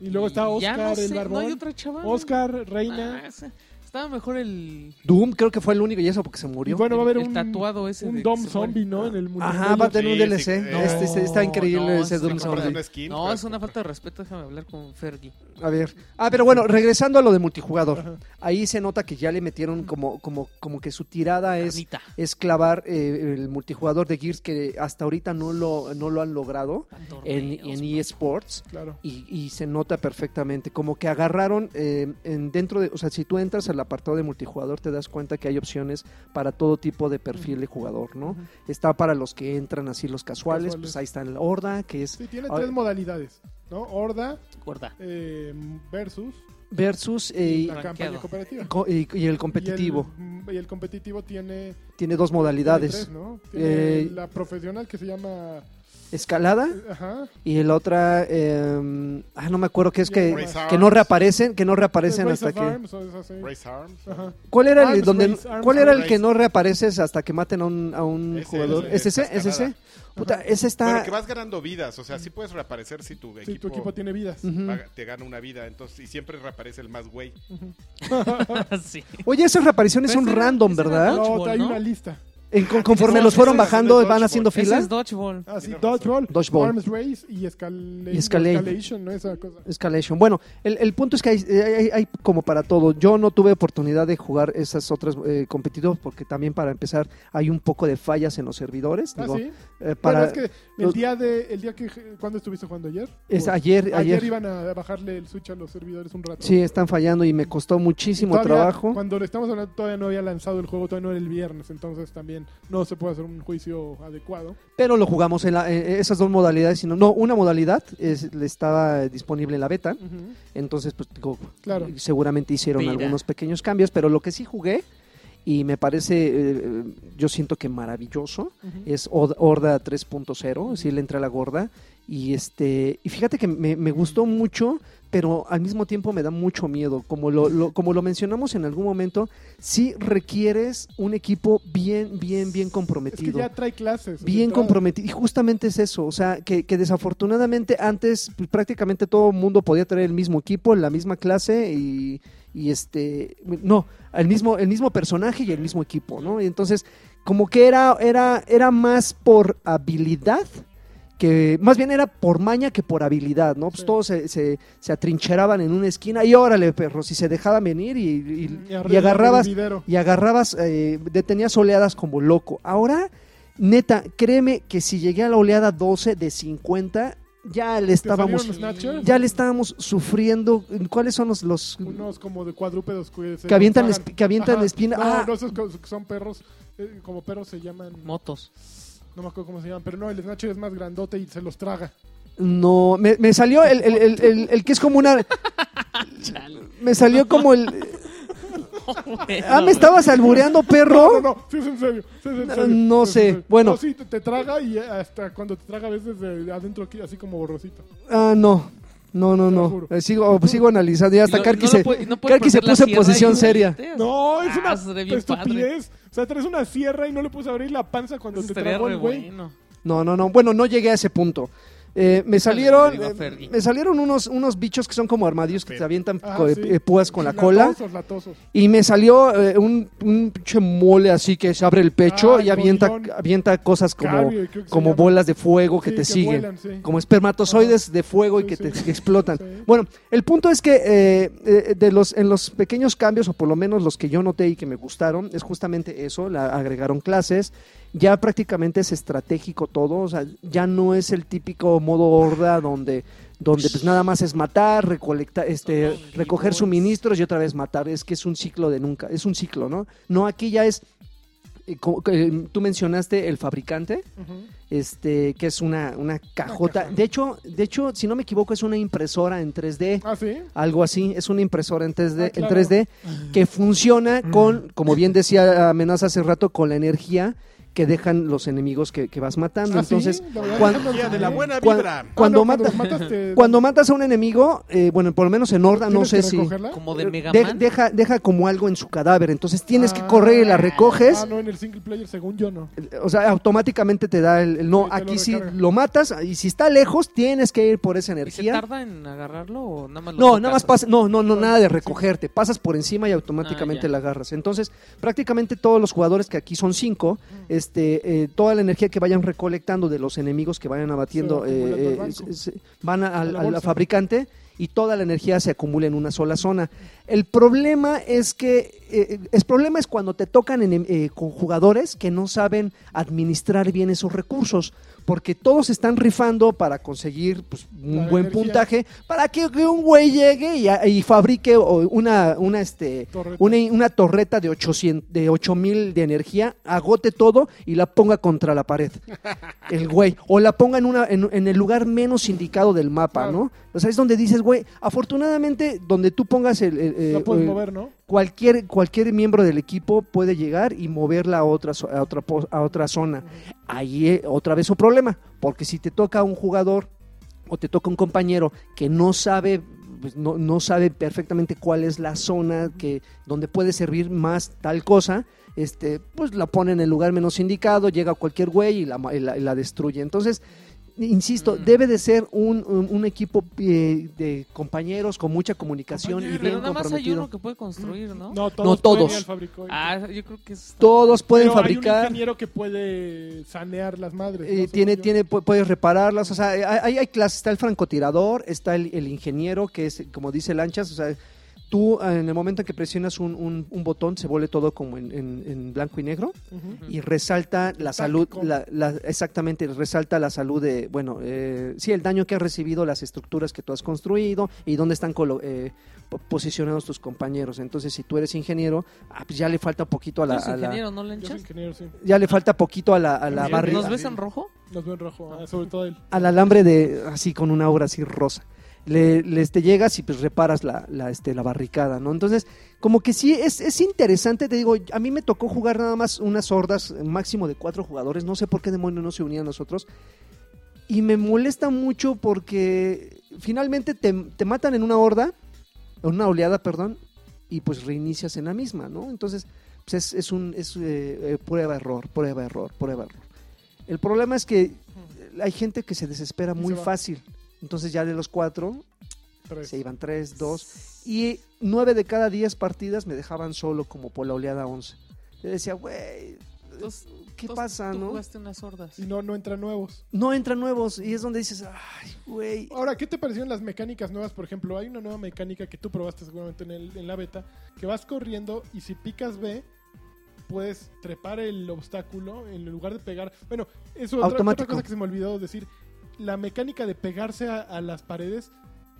S2: Y luego está
S3: Y ya
S2: Oscar,
S3: no
S2: el
S3: sé, No
S2: barbón.
S3: hay otra chava.
S2: Oscar,
S3: Ah,
S2: Reina.
S3: esa- estaba mejor el,
S1: Doom creo que fue el único y eso porque se
S2: y
S1: murió.
S2: bueno, va a haber
S3: el
S2: un,
S3: tatuado ese. de
S2: un
S3: que
S2: Dom
S3: se muere. Ah.
S2: Zombie, ¿no? En el
S1: Ajá,
S2: multiplayer.
S1: va a tener un
S5: Sí,
S1: DLC.
S5: sí,
S2: no.
S1: Este- este- está increíble
S3: No,
S1: ese
S3: es
S1: Doom
S3: una
S1: Zombie.
S5: Una skin,
S3: No,
S5: pero-
S3: es una falta de respeto. Déjame hablar con Fergie.
S1: A ver. Ah, pero bueno, regresando a lo de multijugador.
S2: Ajá.
S1: Ahí se nota que ya le metieron como, como, como que su tirada es,
S3: Anita.
S1: es clavar eh, el multijugador de Gears que hasta ahorita no lo, no lo han logrado en, en eSports.
S2: Claro.
S1: Y, y se nota perfectamente, como que agarraron eh, en dentro de, o sea, si tú entras al apartado de multijugador te das cuenta que hay opciones para todo tipo de perfil de jugador, ¿no?
S2: Ujú.
S1: Está para los que entran así los casuales,
S2: Casuales.
S1: pues ahí está en la horda, que es
S2: Sí, tiene
S1: Ahora-
S2: tres modalidades, ¿no? Horda,
S3: Gorda.
S2: eh, versus
S1: versus eh,
S2: la campaña
S3: Rankeado.
S2: cooperativa.
S1: y, co- y- y el competitivo.
S2: Y el, y el competitivo tiene,
S1: Tiene dos
S2: tiene
S1: modalidades,
S2: tres, ¿no? Tiene
S1: Eh,
S2: la profesional que se llama... eh,
S1: escalada
S2: Ajá.
S1: y la otra, eh, ah, no me acuerdo qué es
S2: Y
S1: que,
S5: Raise
S1: que no
S5: Arms,
S1: reaparecen, que no reaparecen
S2: Race
S1: hasta
S2: of
S1: que...
S2: Arms, o es así.
S5: Raise Arms.
S2: Ajá.
S1: ¿Cuál era el
S2: Arms
S1: donde
S2: race, arms
S1: cuál era el
S5: race.
S1: que no reapareces hasta que maten a un, a un
S5: Ese,
S1: jugador?
S5: ese,
S1: SC,
S5: cascada.
S1: SC. Puta, ese
S5: Bueno,
S1: está
S5: que vas ganando vidas. O sea, sí puedes reaparecer si tu
S2: Sí, tu equipo tiene vidas.
S1: Ujú.
S5: paga- te gana una vida. Entonces, y siempre reaparece el más güey.
S1: Ah,
S3: sí.
S1: Oye, esas reapariciones
S3: Pero
S1: son
S3: ese era-
S1: random,
S3: ese era
S1: ¿verdad?
S3: Dodge.
S2: No,
S3: Dodgeball,
S2: hay
S3: ¿no?
S2: una lista.
S1: En- con- conforme
S5: ese-
S1: los fueron
S5: ese es el
S1: bajando, van
S5: Dodgeball.
S1: haciendo
S3: Ese
S1: fila.
S3: es Dodgeball.
S2: Así,
S5: Tienes razón.
S2: Ah, Dodgeball,
S1: Dodgeball.
S2: Arms Race y Escalation.
S1: Y Escalade.
S2: Escalation, ¿no? Esa cosa.
S1: Escalation. Bueno, el, el punto es que hay, eh, hay- hay como para todo. Yo no tuve oportunidad de jugar esas otras eh, competitivas porque también para empezar hay un poco de fallas en los servidores.
S2: Ah,
S1: Digo,
S2: sí.
S1: eh,
S2: Bueno,
S1: para
S2: es que el
S1: los-
S2: día de el día que cuando estuviste jugando ayer?
S1: es
S2: Pues,
S1: ayer,
S2: ayer,
S1: ayer,
S2: iban a bajarle el switch a los servidores un rato.
S1: sí están fallando y me costó
S2: Y
S1: muchísimo
S2: todavía,
S1: trabajo.
S2: Cuando lo estamos hablando todavía no había lanzado el juego, todavía no era el viernes, entonces también no se puede hacer un juicio adecuado.
S1: pero lo jugamos en la- eh, esas dos modalidades, sino no una modalidad es, le estaba disponible en la beta, entonces pues digo,
S2: Claro.
S1: seguramente hicieron
S3: Beta.
S1: algunos pequeños cambios, pero lo que sí jugué y me parece, eh, eh, yo siento que maravilloso es Hor- Horda 3.0, si le entra la gorda y este y fíjate que me, me gustó mucho, pero al mismo tiempo me da mucho miedo, como lo, lo- como lo mencionamos en algún momento, sí requieres un equipo bien bien bien
S2: Es que
S1: comprometido.
S2: ya trae clases.
S1: Bien
S2: comprometido.
S1: comprometido. Y justamente es eso. O sea, que, que desafortunadamente antes pues, prácticamente todo el mundo podía tener el mismo equipo, la misma clase y, y este no el mismo el mismo personaje y el mismo equipo no y entonces como que era era era más por habilidad que más bien era por maña que por habilidad, ¿no? Pues
S2: Sí.
S1: todos se, se- se atrincheraban en una esquina y órale, perro, si se dejaban venir y, y-
S2: Y arreglar
S1: y agarrabas
S2: el videro.
S1: y agarrabas, eh, detenías oleadas como loco. Ahora, neta, créeme que si llegué a la oleada 12 de 50, ya le
S2: ¿Te salieron
S1: estábamos,
S2: los snatchers?
S1: ya le estábamos sufriendo. ¿Cuáles son los, los
S2: Unos como de cuadrúpedos que, se
S1: que avientan, la
S2: disparan.
S1: espi- que avientan
S2: Ajá.
S1: la espina?
S2: No,
S1: Ah,
S2: no, esos co- que son perros, eh, como perros se llaman,
S3: Motos.
S2: no me acuerdo cómo se llaman, pero no, el snatcher es más grandote y se los traga.
S1: no, me, me salió el, el- el- el- el que es como una. me salió como el. Ah, me estabas albureando,
S2: No, no,
S1: perro.
S2: no, sí es en serio. sí es en
S1: Oh. No, no
S2: serio, sí es en
S1: sé,
S2: serio.
S1: bueno.
S2: No, sí, te, te traga y eh, hasta cuando te traga a veces de adentro aquí, así como borrosito.
S1: Ah, no. No, no,
S2: Te lo
S1: no.
S2: juro.
S1: Eh, Sigo, sigo analizando. Ya hasta Karki se. Karki se puso en posición seria.
S2: No, es una
S3: Ah, sería bien
S2: estupidez. O sea, traes una sierra y no le puedes abrir la panza cuando te
S3: Estaría
S2: tragó
S3: re
S2: el güey.
S3: bueno.
S1: No, no, no. Bueno, no llegué a ese punto. Eh, me salieron,
S3: digo a
S1: eh,
S3: Fergie.
S1: me salieron unos, unos bichos que son como armadillos que te avientan
S2: Ah,
S1: co-
S2: sí.
S1: eh, púas con la cola.
S2: Latosos, latosos.
S1: Y me salió eh, un, un pinche mole así que se abre el pecho
S2: Ah,
S1: y avienta,
S2: bolilón.
S1: avienta cosas como,
S2: Cario, creo que se
S1: como
S2: llama.
S1: bolas de fuego que
S2: Sí,
S1: te siguen.
S2: vuelan, sí.
S1: Como espermatozoides de fuego y
S2: Sí,
S1: que te
S2: sí.
S1: que explotan.
S2: Sí.
S1: Bueno, el punto es que eh, eh, de los, en los pequeños cambios, o por lo menos los que yo noté y que me gustaron, es justamente eso, la, agregaron clases, ya prácticamente es estratégico todo, o sea, ya no es el típico modo horda donde, donde pues nada más es matar, recolectar, este,
S3: Son los
S1: recoger
S3: Beatles.
S1: suministros y otra vez matar, es que es un ciclo de nunca, es un ciclo, ¿no? No, aquí ya es, eh, como que, eh, tú mencionaste el fabricante,
S2: Ujú.
S1: este, que es una, una cajota. De hecho, de hecho, si no me equivoco, es una impresora en 3D.
S2: Ah, sí.
S1: Algo así, es una impresora en 3D,
S2: Ah,
S1: en
S2: claro. Mm.
S1: 3D que funciona con, como bien decía Amenaza hace rato, con la energía que dejan los enemigos que, que vas matando.
S2: Ah, sí,
S1: Entonces,
S2: la verdad,
S1: cuan-
S2: déjame
S4: Día de la
S2: ver.
S4: buena
S1: cuan-
S4: vibra.
S2: Ah,
S1: cuando,
S2: no,
S1: mata-
S2: los matas, te-
S1: cuando matas a un enemigo, eh, bueno, por lo menos en Horda, no
S2: ¿tienes que
S1: sé si...
S2: recogerla?
S3: Como de Mega
S1: de-
S3: Man.
S1: deja, deja como algo en su cadáver, entonces tienes que
S2: Ah.
S1: correr y la recoges.
S2: Ah, no, en el single player, según yo, no.
S1: O sea, automáticamente te da el, el no.
S2: Sí, te lo
S1: aquí sí
S2: recarga.
S1: lo matas y si está lejos tienes que ir por esa
S3: ¿Y se
S1: energía.
S3: tarda en agarrarlo o nada más lo
S1: No,
S3: tocas?
S1: nada más pasa, no, no, no, nada de recogerte. Pasas por encima y automáticamente
S3: Ah, ya.
S1: la agarras. Entonces, prácticamente todos los jugadores que aquí son cinco,
S2: Mm.
S1: este, eh, toda la energía que vayan recolectando de los enemigos que vayan abatiendo,
S2: Se va acumulando
S1: eh,
S2: al
S1: eh,
S2: banco.
S1: se- se- van a- al
S2: la
S1: al
S2: bolsa.
S1: fabricante y toda la energía se acumula en una sola zona. El problema es que eh, el problema es cuando te tocan enem- eh, con jugadores que no saben administrar bien esos recursos, porque todos están rifando para conseguir pues, un
S2: La
S1: buen
S2: energía.
S1: puntaje, para que un güey llegue y, a- y fabrique o, una, una, este,
S2: Torreta.
S1: una, una torreta de 800, de 8000 de energía, agote todo y la ponga contra la pared. El güey. O la ponga en, una, en, en el lugar menos indicado del mapa,
S2: Claro.
S1: ¿no? O sea, es donde dices, güey, afortunadamente, donde tú pongas el. el- eh,
S2: La puedes
S1: eh,
S2: mover, ¿no?
S1: Cualquier, cualquier miembro del equipo puede llegar y moverla a otra, zo- a otra, pos- a otra zona. Ahí eh, otra vez un problema, porque si te toca un jugador o te toca un compañero que no sabe pues, no, no sabe perfectamente cuál es la zona que donde puede servir más tal cosa este pues la pone en el lugar menos indicado llega cualquier güey y la, ma- y la- y la destruye entonces insisto
S3: Mm.
S1: debe de ser un, un- un equipo eh, de compañeros con mucha comunicación y
S2: Compañeros.
S1: bien
S3: Pero nada más hay
S1: comprometido
S3: uno que puede construir, ¿no?
S2: todos.
S1: No,
S2: pueden
S1: todos.
S2: ir al fabricó y-
S3: Ah, yo creo que eso está-
S1: todos pueden
S2: Pero Hay un
S1: fabricar
S2: ingeniero que puede sanear las madres.
S1: Eh,
S2: ¿no?
S1: tiene,
S2: Según yo.
S1: tiene, pu- puedes repararlas, o sea, eh, hay- hay, hay clases, está el francotirador, está el, el ingeniero, que es, como dice Lanchas, o sea, tú eh, en el momento en que presionas un, un- un botón se vuelve todo como en, en- en blanco y negro
S2: Ujú.
S1: y resalta la salud,
S2: Táctico.
S1: la, la- exactamente, resalta la salud de, bueno, eh, sí, el daño que has recibido, las estructuras que tú has construido y dónde están colo- eh, po- posicionados tus compañeros. Entonces, si tú eres ingeniero, ah, pues ya le falta poquito a
S3: ¿Tú
S1: la...
S3: eres
S1: a la-
S3: ingeniero, no
S2: Yo soy
S3: lanchas?
S2: ingeniero, sí.
S1: ya le falta poquito a la, a la
S2: Ingeniero.
S1: barri-
S3: ¿Nos ves en rojo?
S2: Los veo en rojo, ah, sobre todo él.
S1: al alambre de así con una obra así rosa. Le, le, este, llegas y pues reparas la, la, este, la barricada, ¿no? Entonces, como que sí, es, es interesante, te digo, a mí me tocó jugar nada más unas hordas, eh, máximo de cuatro jugadores, no sé por qué demonio no se unían a nosotros, y me molesta mucho porque finalmente te, te matan en una horda, en una oleada, perdón, y pues reinicias en la misma, ¿no? Entonces, pues es, es un es, eh, eh, prueba error, prueba error, prueba error. El problema es que hay gente que se desespera
S2: Y
S1: muy
S2: se va. Pues
S1: fácil. Entonces ya de los cuatro,
S2: Tres.
S1: se iban 3, 2 y 9 de cada 10 partidas me dejaban solo como por la oleada 11. Yo decía, güey,
S3: Entonces,
S1: ¿qué
S3: tú-
S1: pasa,
S3: Pues, tú
S1: no?
S3: jugaste unas sordas.
S2: Y no, no entran nuevos.
S1: No entran nuevos y es donde dices, ay, güey.
S2: Ahora, ¿qué te parecieron las mecánicas nuevas? Por ejemplo, hay una nueva mecánica que tú probaste seguramente en, el- en la beta, que vas corriendo y si picas B, puedes trepar el obstáculo en lugar de pegar. Bueno, eso otra- otra,
S1: Automático.
S2: cosa que se me olvidó decir. La mecánica de pegarse a, a las paredes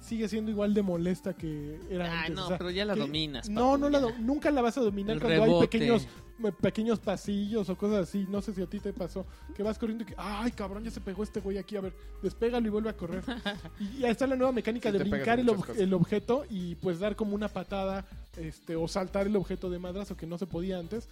S2: sigue siendo igual de molesta que era
S3: Ah,
S2: antes.
S3: no,
S2: o sea,
S3: pero ya la
S2: que-
S3: dominas.
S2: No,
S3: papu,
S2: no la
S3: ya.
S2: do- nunca la vas a dominar
S3: El
S2: cuando hay
S3: rebote.
S2: pequeños eh, pequeños pasillos o cosas así. No sé si a ti te pasó que vas corriendo y que, ay, cabrón, ya se pegó este güey aquí. A ver, despégalo y vuelve a correr. y ya está la nueva mecánica
S4: Sí,
S2: de
S4: te pegas
S2: brincar
S4: en
S2: el,
S4: muchas
S2: ob-
S4: cosas.
S2: el objeto y pues dar como una patada este o saltar el objeto de madrazo que no se podía antes.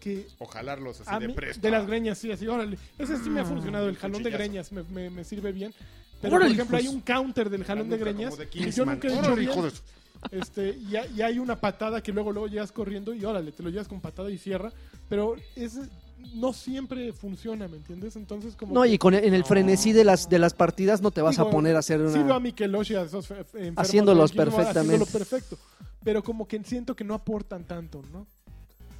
S2: Que
S4: O jalarlos
S2: a
S4: así de
S2: mí-
S4: presto.
S2: de las greñas, sí, así, órale. Ese sí me
S3: Ah,
S2: ha funcionado, el
S4: Un
S2: jalón de
S4: cuchillazo.
S2: greñas me, me- me sirve bien. Pero, por
S3: Órale,
S2: ejemplo, hay
S3: pues.
S2: un counter del jalón de
S4: Nunca como
S2: greñas
S4: de
S2: que yo
S4: Kingsman.
S2: nunca he hecho
S4: Órale,
S2: bien.
S4: hijo de su-
S2: Este, y, ha- y hay una patada que luego luego llegas corriendo y órale, te lo llevas con patada y cierra, pero es no siempre funciona, ¿me entiendes? Entonces como
S1: No,
S2: que-
S1: y con el- en el
S3: No.
S1: frenesí de las de las partidas no te vas
S2: Digo,
S1: a poner a hacer
S2: sí veo a
S1: una
S2: Mikelosh y a esos fe- enfermos
S1: Haciéndolos
S2: de Kingdom,
S1: perfectamente.
S2: haciéndolo perfecto, pero como que siento que no aportan tanto, ¿no?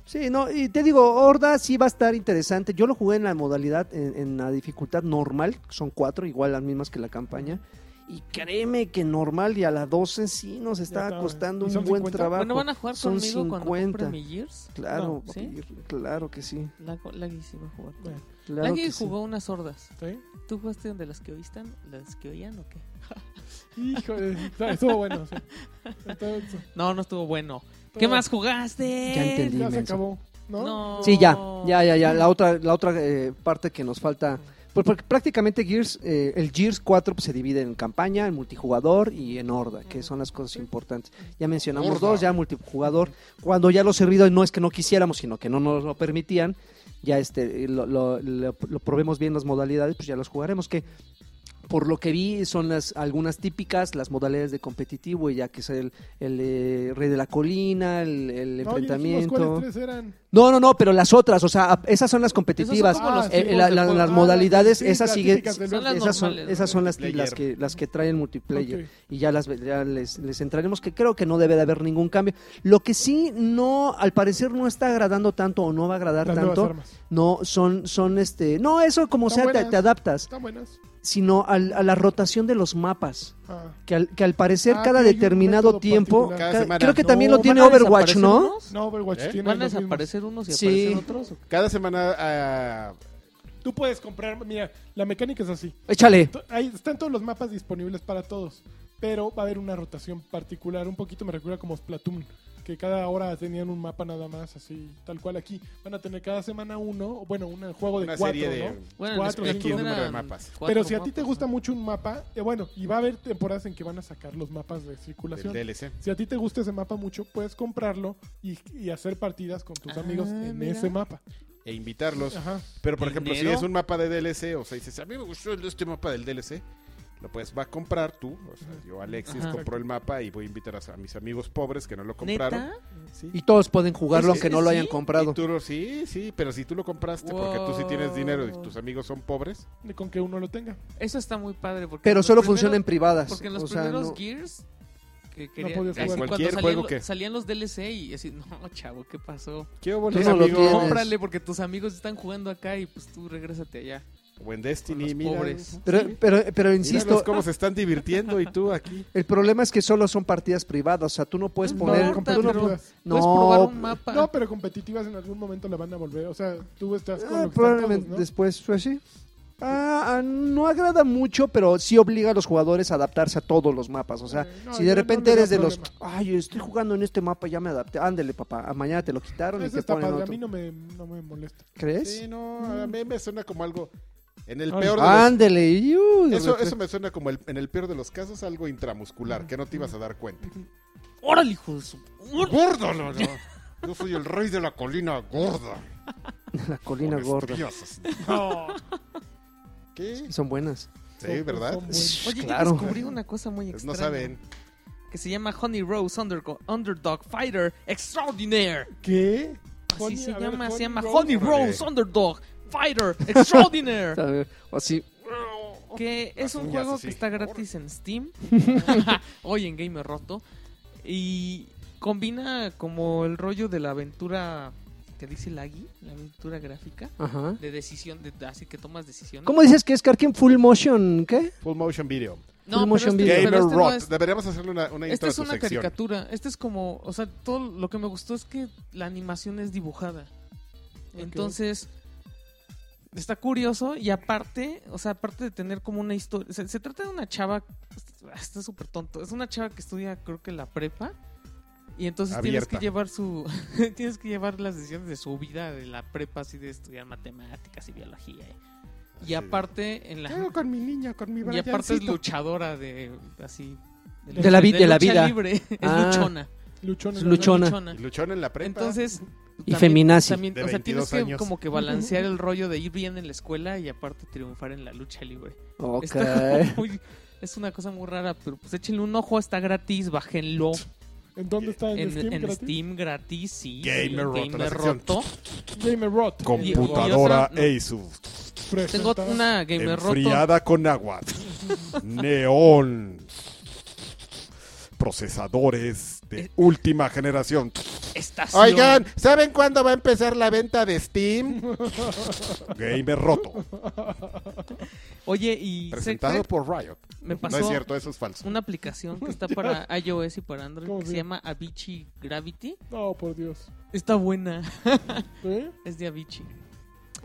S1: Sí, no, y te digo, Horda sí va a estar interesante. Yo lo jugué en la modalidad, en, en la dificultad normal, son cuatro, igual las mismas que la campaña. Y créeme que normal y a la 12 sí nos está
S2: está,
S1: costando
S2: ¿y
S1: un
S2: son
S1: buen
S2: 50?
S1: trabajo.
S3: Bueno, van a jugar
S1: Son
S3: conmigo cuando
S1: 50.
S3: compre mi Gears.
S1: Claro,
S3: No, ¿sí?
S1: claro que sí.
S3: La, Lagui sí va a jugar.
S2: Bueno,
S1: Claro
S3: Lagui
S1: que sí.
S3: jugó unas sordas.
S2: ¿sí?
S3: ¿Tú jugaste de las que oístan, las que oían o qué?
S2: Híjole, estuvo bueno, sí. Entonces,
S3: No, no estuvo bueno. ¿Qué más jugaste?
S1: Ya entendí.
S2: Ya se
S1: Inmenso.
S2: acabó, ¿no?
S3: No.
S1: Sí, ya, ya, ya, ya. La otra, la otra eh, parte que nos falta. Pues porque prácticamente Gears, eh, el Gears 4 pues, se divide en campaña, en multijugador y en horda, que son las cosas importantes. Ya mencionamos
S4: Horda.
S1: dos, ya multijugador. Cuando ya los servidores no es que no quisiéramos, sino que no nos lo permitían, ya este lo, lo- lo- lo probemos bien las modalidades, pues ya los jugaremos. Que por lo que vi son las algunas típicas, las modalidades de competitivo, y ya que es el, el, eh, rey de la colina, el, el
S2: No, ya dijimos
S1: enfrentamiento.
S2: cuáles tres eran.
S1: No, no, no, pero las otras, o sea, esas son las competitivas.
S3: Esas son como los
S1: Eh,
S3: tipos
S1: la-
S3: de
S1: la-
S3: juego.
S1: las
S2: Ah,
S1: modalidades,
S2: sí,
S1: esas
S2: las
S1: siguen.
S2: típicas del
S3: Son las
S1: Esas son,
S3: normales,
S1: esas son las,
S4: multiplayer.
S1: las que las que traen multiplayer
S2: Ok.
S1: y ya las ya les, les entraremos que creo que no debe de haber ningún cambio. Lo que sí no, al parecer no está agradando tanto o no va a agradar
S2: Las nuevas
S1: tanto,
S2: armas.
S1: no son son este, no eso como
S2: Están
S1: sea te,
S2: buenas.
S1: te adaptas,
S2: Están buenas.
S1: sino al- a la rotación de los mapas.
S2: Ah.
S1: Que al, que al parecer
S2: Ah,
S1: cada
S2: que hay un
S1: determinado
S2: método
S1: tiempo,
S2: particular.
S4: Cada
S1: ca-
S4: semana.
S1: creo que
S4: No,
S1: también lo
S3: ¿Van
S1: tiene
S3: a
S1: Overwatch,
S3: desaparecer
S1: ¿no?
S3: unos?
S2: No, Overwatch
S4: ¿Eh?
S2: tiene
S3: Van a
S2: los mismos.
S3: desaparecer unos y
S1: Sí.
S3: aparecer otros. ¿o qué?
S4: Cada semana ah,
S2: Tú puedes comprar, mira, la mecánica es así.
S1: Échale.
S2: T- Ahí están todos los mapas disponibles para todos, pero va a haber una rotación particular. Un poquito me recuerda como Splatoon, que cada hora tenían un mapa nada más, así, tal cual aquí. Van a tener cada semana uno, o bueno, un juego de
S4: una
S2: cuatro,
S4: serie de...
S2: ¿no?
S3: Bueno,
S2: Cuatro,
S3: en
S2: cinco,
S3: Splatoon
S4: número de
S3: eran
S4: mapas.
S3: cuatro
S2: Pero si a ti te
S3: mapas,
S2: gusta
S3: ¿no?
S2: mucho un mapa, eh, bueno, y va a haber temporadas en que van a sacar los mapas de
S4: del
S2: circulación.
S4: DLC.
S2: Si a ti te gusta ese mapa mucho, puedes comprarlo y, y hacer partidas con tus
S3: Ah,
S2: amigos en
S3: mira.
S2: ese mapa.
S4: E invitarlos.
S2: Ajá.
S4: Pero, por ejemplo, si
S3: ¿Dinero?
S4: es un mapa de DLC, o sea, dices, a mí me gustó el- este mapa del DLC, lo puedes, va a comprar tú. O sea, yo, Alexis,
S3: Ajá.
S4: compró el mapa y voy a invitar a, a mis amigos pobres que no lo compraron.
S3: ¿Neta?
S4: Sí.
S1: Y todos pueden jugarlo
S4: Sí,
S1: aunque no lo
S3: sí.
S1: hayan comprado.
S4: Y tú lo- sí, sí, pero si tú lo compraste porque tú sí tienes dinero y
S3: Wow.
S4: tus amigos son pobres,
S2: Ni Con que uno lo tenga.
S3: Eso está muy padre. Porque
S1: Pero
S3: los
S1: solo
S3: primeros-
S1: funciona en privadas.
S3: Porque en los
S1: o sea,
S3: primeros
S1: no-
S3: Gears que querían,
S2: podías
S3: así
S2: jugar.
S3: cuando
S4: Cualquier
S3: salían
S4: juego
S3: lo-
S4: que-
S3: salían los DLC y así, no, chavo, ¿qué pasó?
S4: ¿qué hubo,
S1: Tú
S4: mis
S1: no lo
S4: amigos?
S1: tienes.
S3: Cómprale porque tus amigos están jugando acá y pues tú regrésate allá.
S4: O en
S3: Con
S4: Destiny,
S3: los
S4: mira.
S3: pobres.
S1: pero,
S2: Sí.
S1: pero, pero
S4: Insisto, ah.
S1: insisto,
S4: cómo se están divirtiendo y tú aquí.
S1: el problema es que solo son partidas privadas. O sea, tú no puedes
S3: No
S1: poner.
S3: importa,
S1: tú no
S3: pero-
S1: puedes-
S3: Puedes probar
S1: no,
S3: un mapa.
S2: No, pero competitivas en algún momento la van a volver. O sea, tú estás con
S1: ah,
S2: lo que
S1: probablemente
S2: están todos, ¿no?
S1: después fue así. Ah, ah, no agrada mucho, pero sí obliga a los jugadores a adaptarse a todos los mapas. O sea,
S2: Eh, no,
S1: si
S2: yo
S1: de
S2: no
S1: repente
S2: le veo
S1: eres de los.
S2: problema.
S1: Ay, estoy jugando en este mapa, ya me adapté. Ándele, papá. a Mañana te lo quitaron y
S2: Eso
S1: te
S2: está
S1: ponen
S2: padre, a
S1: otro.
S2: mí no me, no me molesta.
S1: ¿Crees?
S4: Sí, no, a mí me suena como algo. En el
S2: Ay.
S4: peor de los
S1: Ándele. iu, de
S3: pues.
S4: Eso,
S1: repente.
S4: eso me suena como el- en el peor de los casos algo intramuscular, que no te ibas a dar cuenta.
S3: ¡Órale, hijo de su... ¡Órale!
S4: ¡Gordo! no, no! Yo soy el rey de la colina gorda.
S1: La colina
S4: Con
S1: gorda.
S4: estrellas. ¿Qué?
S1: Son buenas.
S4: Sí, ¿verdad?
S2: Son buenos.
S3: Oye, yo
S1: Claro.
S3: descubrí una cosa muy
S4: Pues
S3: extraña.
S4: No saben.
S3: Que se llama Honey Rose Undergo- Underdog Fighter Extraordinaire.
S2: ¿Qué? Honey-
S3: Así se
S2: a ver,
S3: llama, se
S2: Honey
S3: llama
S2: Rose.
S3: Honey Rose Underdog Fighter Extraordinaire.
S1: A ver, O así.
S3: O que es un
S4: uñas
S3: juego
S4: así.
S3: que está gratis en Steam, hoy en Gamer Roto, y combina como el rollo de la aventura que dice Laggy, la aventura gráfica,
S1: Ajá.
S3: de decisión, de, así que tomas decisiones.
S1: ¿Cómo dices que es Karkin Full Motion? ¿Qué?
S4: Full motion video.
S3: No,
S1: Full
S3: pero
S1: motion
S3: este,
S1: video.
S4: Gamer
S3: pero este no
S4: Rot.
S3: es-
S4: Deberíamos hacerle una, una
S3: Esta
S4: intro
S3: es
S4: a su
S3: una
S4: sección.
S3: caricatura. Este es como, o sea, todo lo que me gustó es que la animación es dibujada. Entonces, está curioso y aparte, o sea, aparte de tener como una historia, se, se trata de una chava, está súper tonto, es una chava que estudia creo que la prepa y entonces tienes
S4: Abierta.
S3: que llevar su, tienes que llevar las decisiones de su vida de la prepa así de estudiar matemáticas y biología. Y
S4: Así de-
S3: aparte en la
S2: Ah,
S4: ¿Qué hago con mi niña, con mi
S3: y aparte es
S4: Briancito?
S3: luchadora de así
S1: De la vi- de la
S3: lucha
S1: vida.
S3: libre. es
S1: Ah.
S3: luchona,
S2: Luchón.
S1: Es
S2: en la
S1: luchón. Luchona.
S4: Y Luchón en la prepa.
S3: Entonces
S1: Y feminazi.
S3: también,
S4: De
S3: o sea, tienes
S4: 22
S3: que
S4: años.
S3: como que balancear el rollo de ir bien en la escuela y aparte triunfar en la lucha libre.
S1: Ok.
S3: Está como muy- es una cosa muy rara, pero pues échenle un ojo, está gratis, bájenlo
S2: noche. ¿En dónde está? ¿En,
S3: en,
S2: Steam?
S3: en
S2: gratis?
S3: Steam gratis, sí.
S4: Gamer Roto, la sección.
S3: Roto.
S2: Gamer Rot.
S4: Computadora
S3: Y- y
S4: Asus.
S3: Tengo
S2: Presenta-
S3: una Gamer Roto.
S4: Enfriada con agua. Neón. Procesadores de última generación.
S3: Estación.
S4: Oigan, ¿saben cuándo va a empezar la venta de Steam? Gamer roto.
S3: Oye, y
S4: Presentado
S3: Secret
S4: por Riot.
S3: me
S4: No
S3: pasó
S4: es cierto, eso es falso.
S3: una aplicación que está para iOS y para Android
S2: ¿Cómo
S3: que
S2: se
S3: se llama Avicii Gravity.
S2: No, por Dios.
S3: Está buena.
S2: ¿Eh?
S3: Es de Avicii.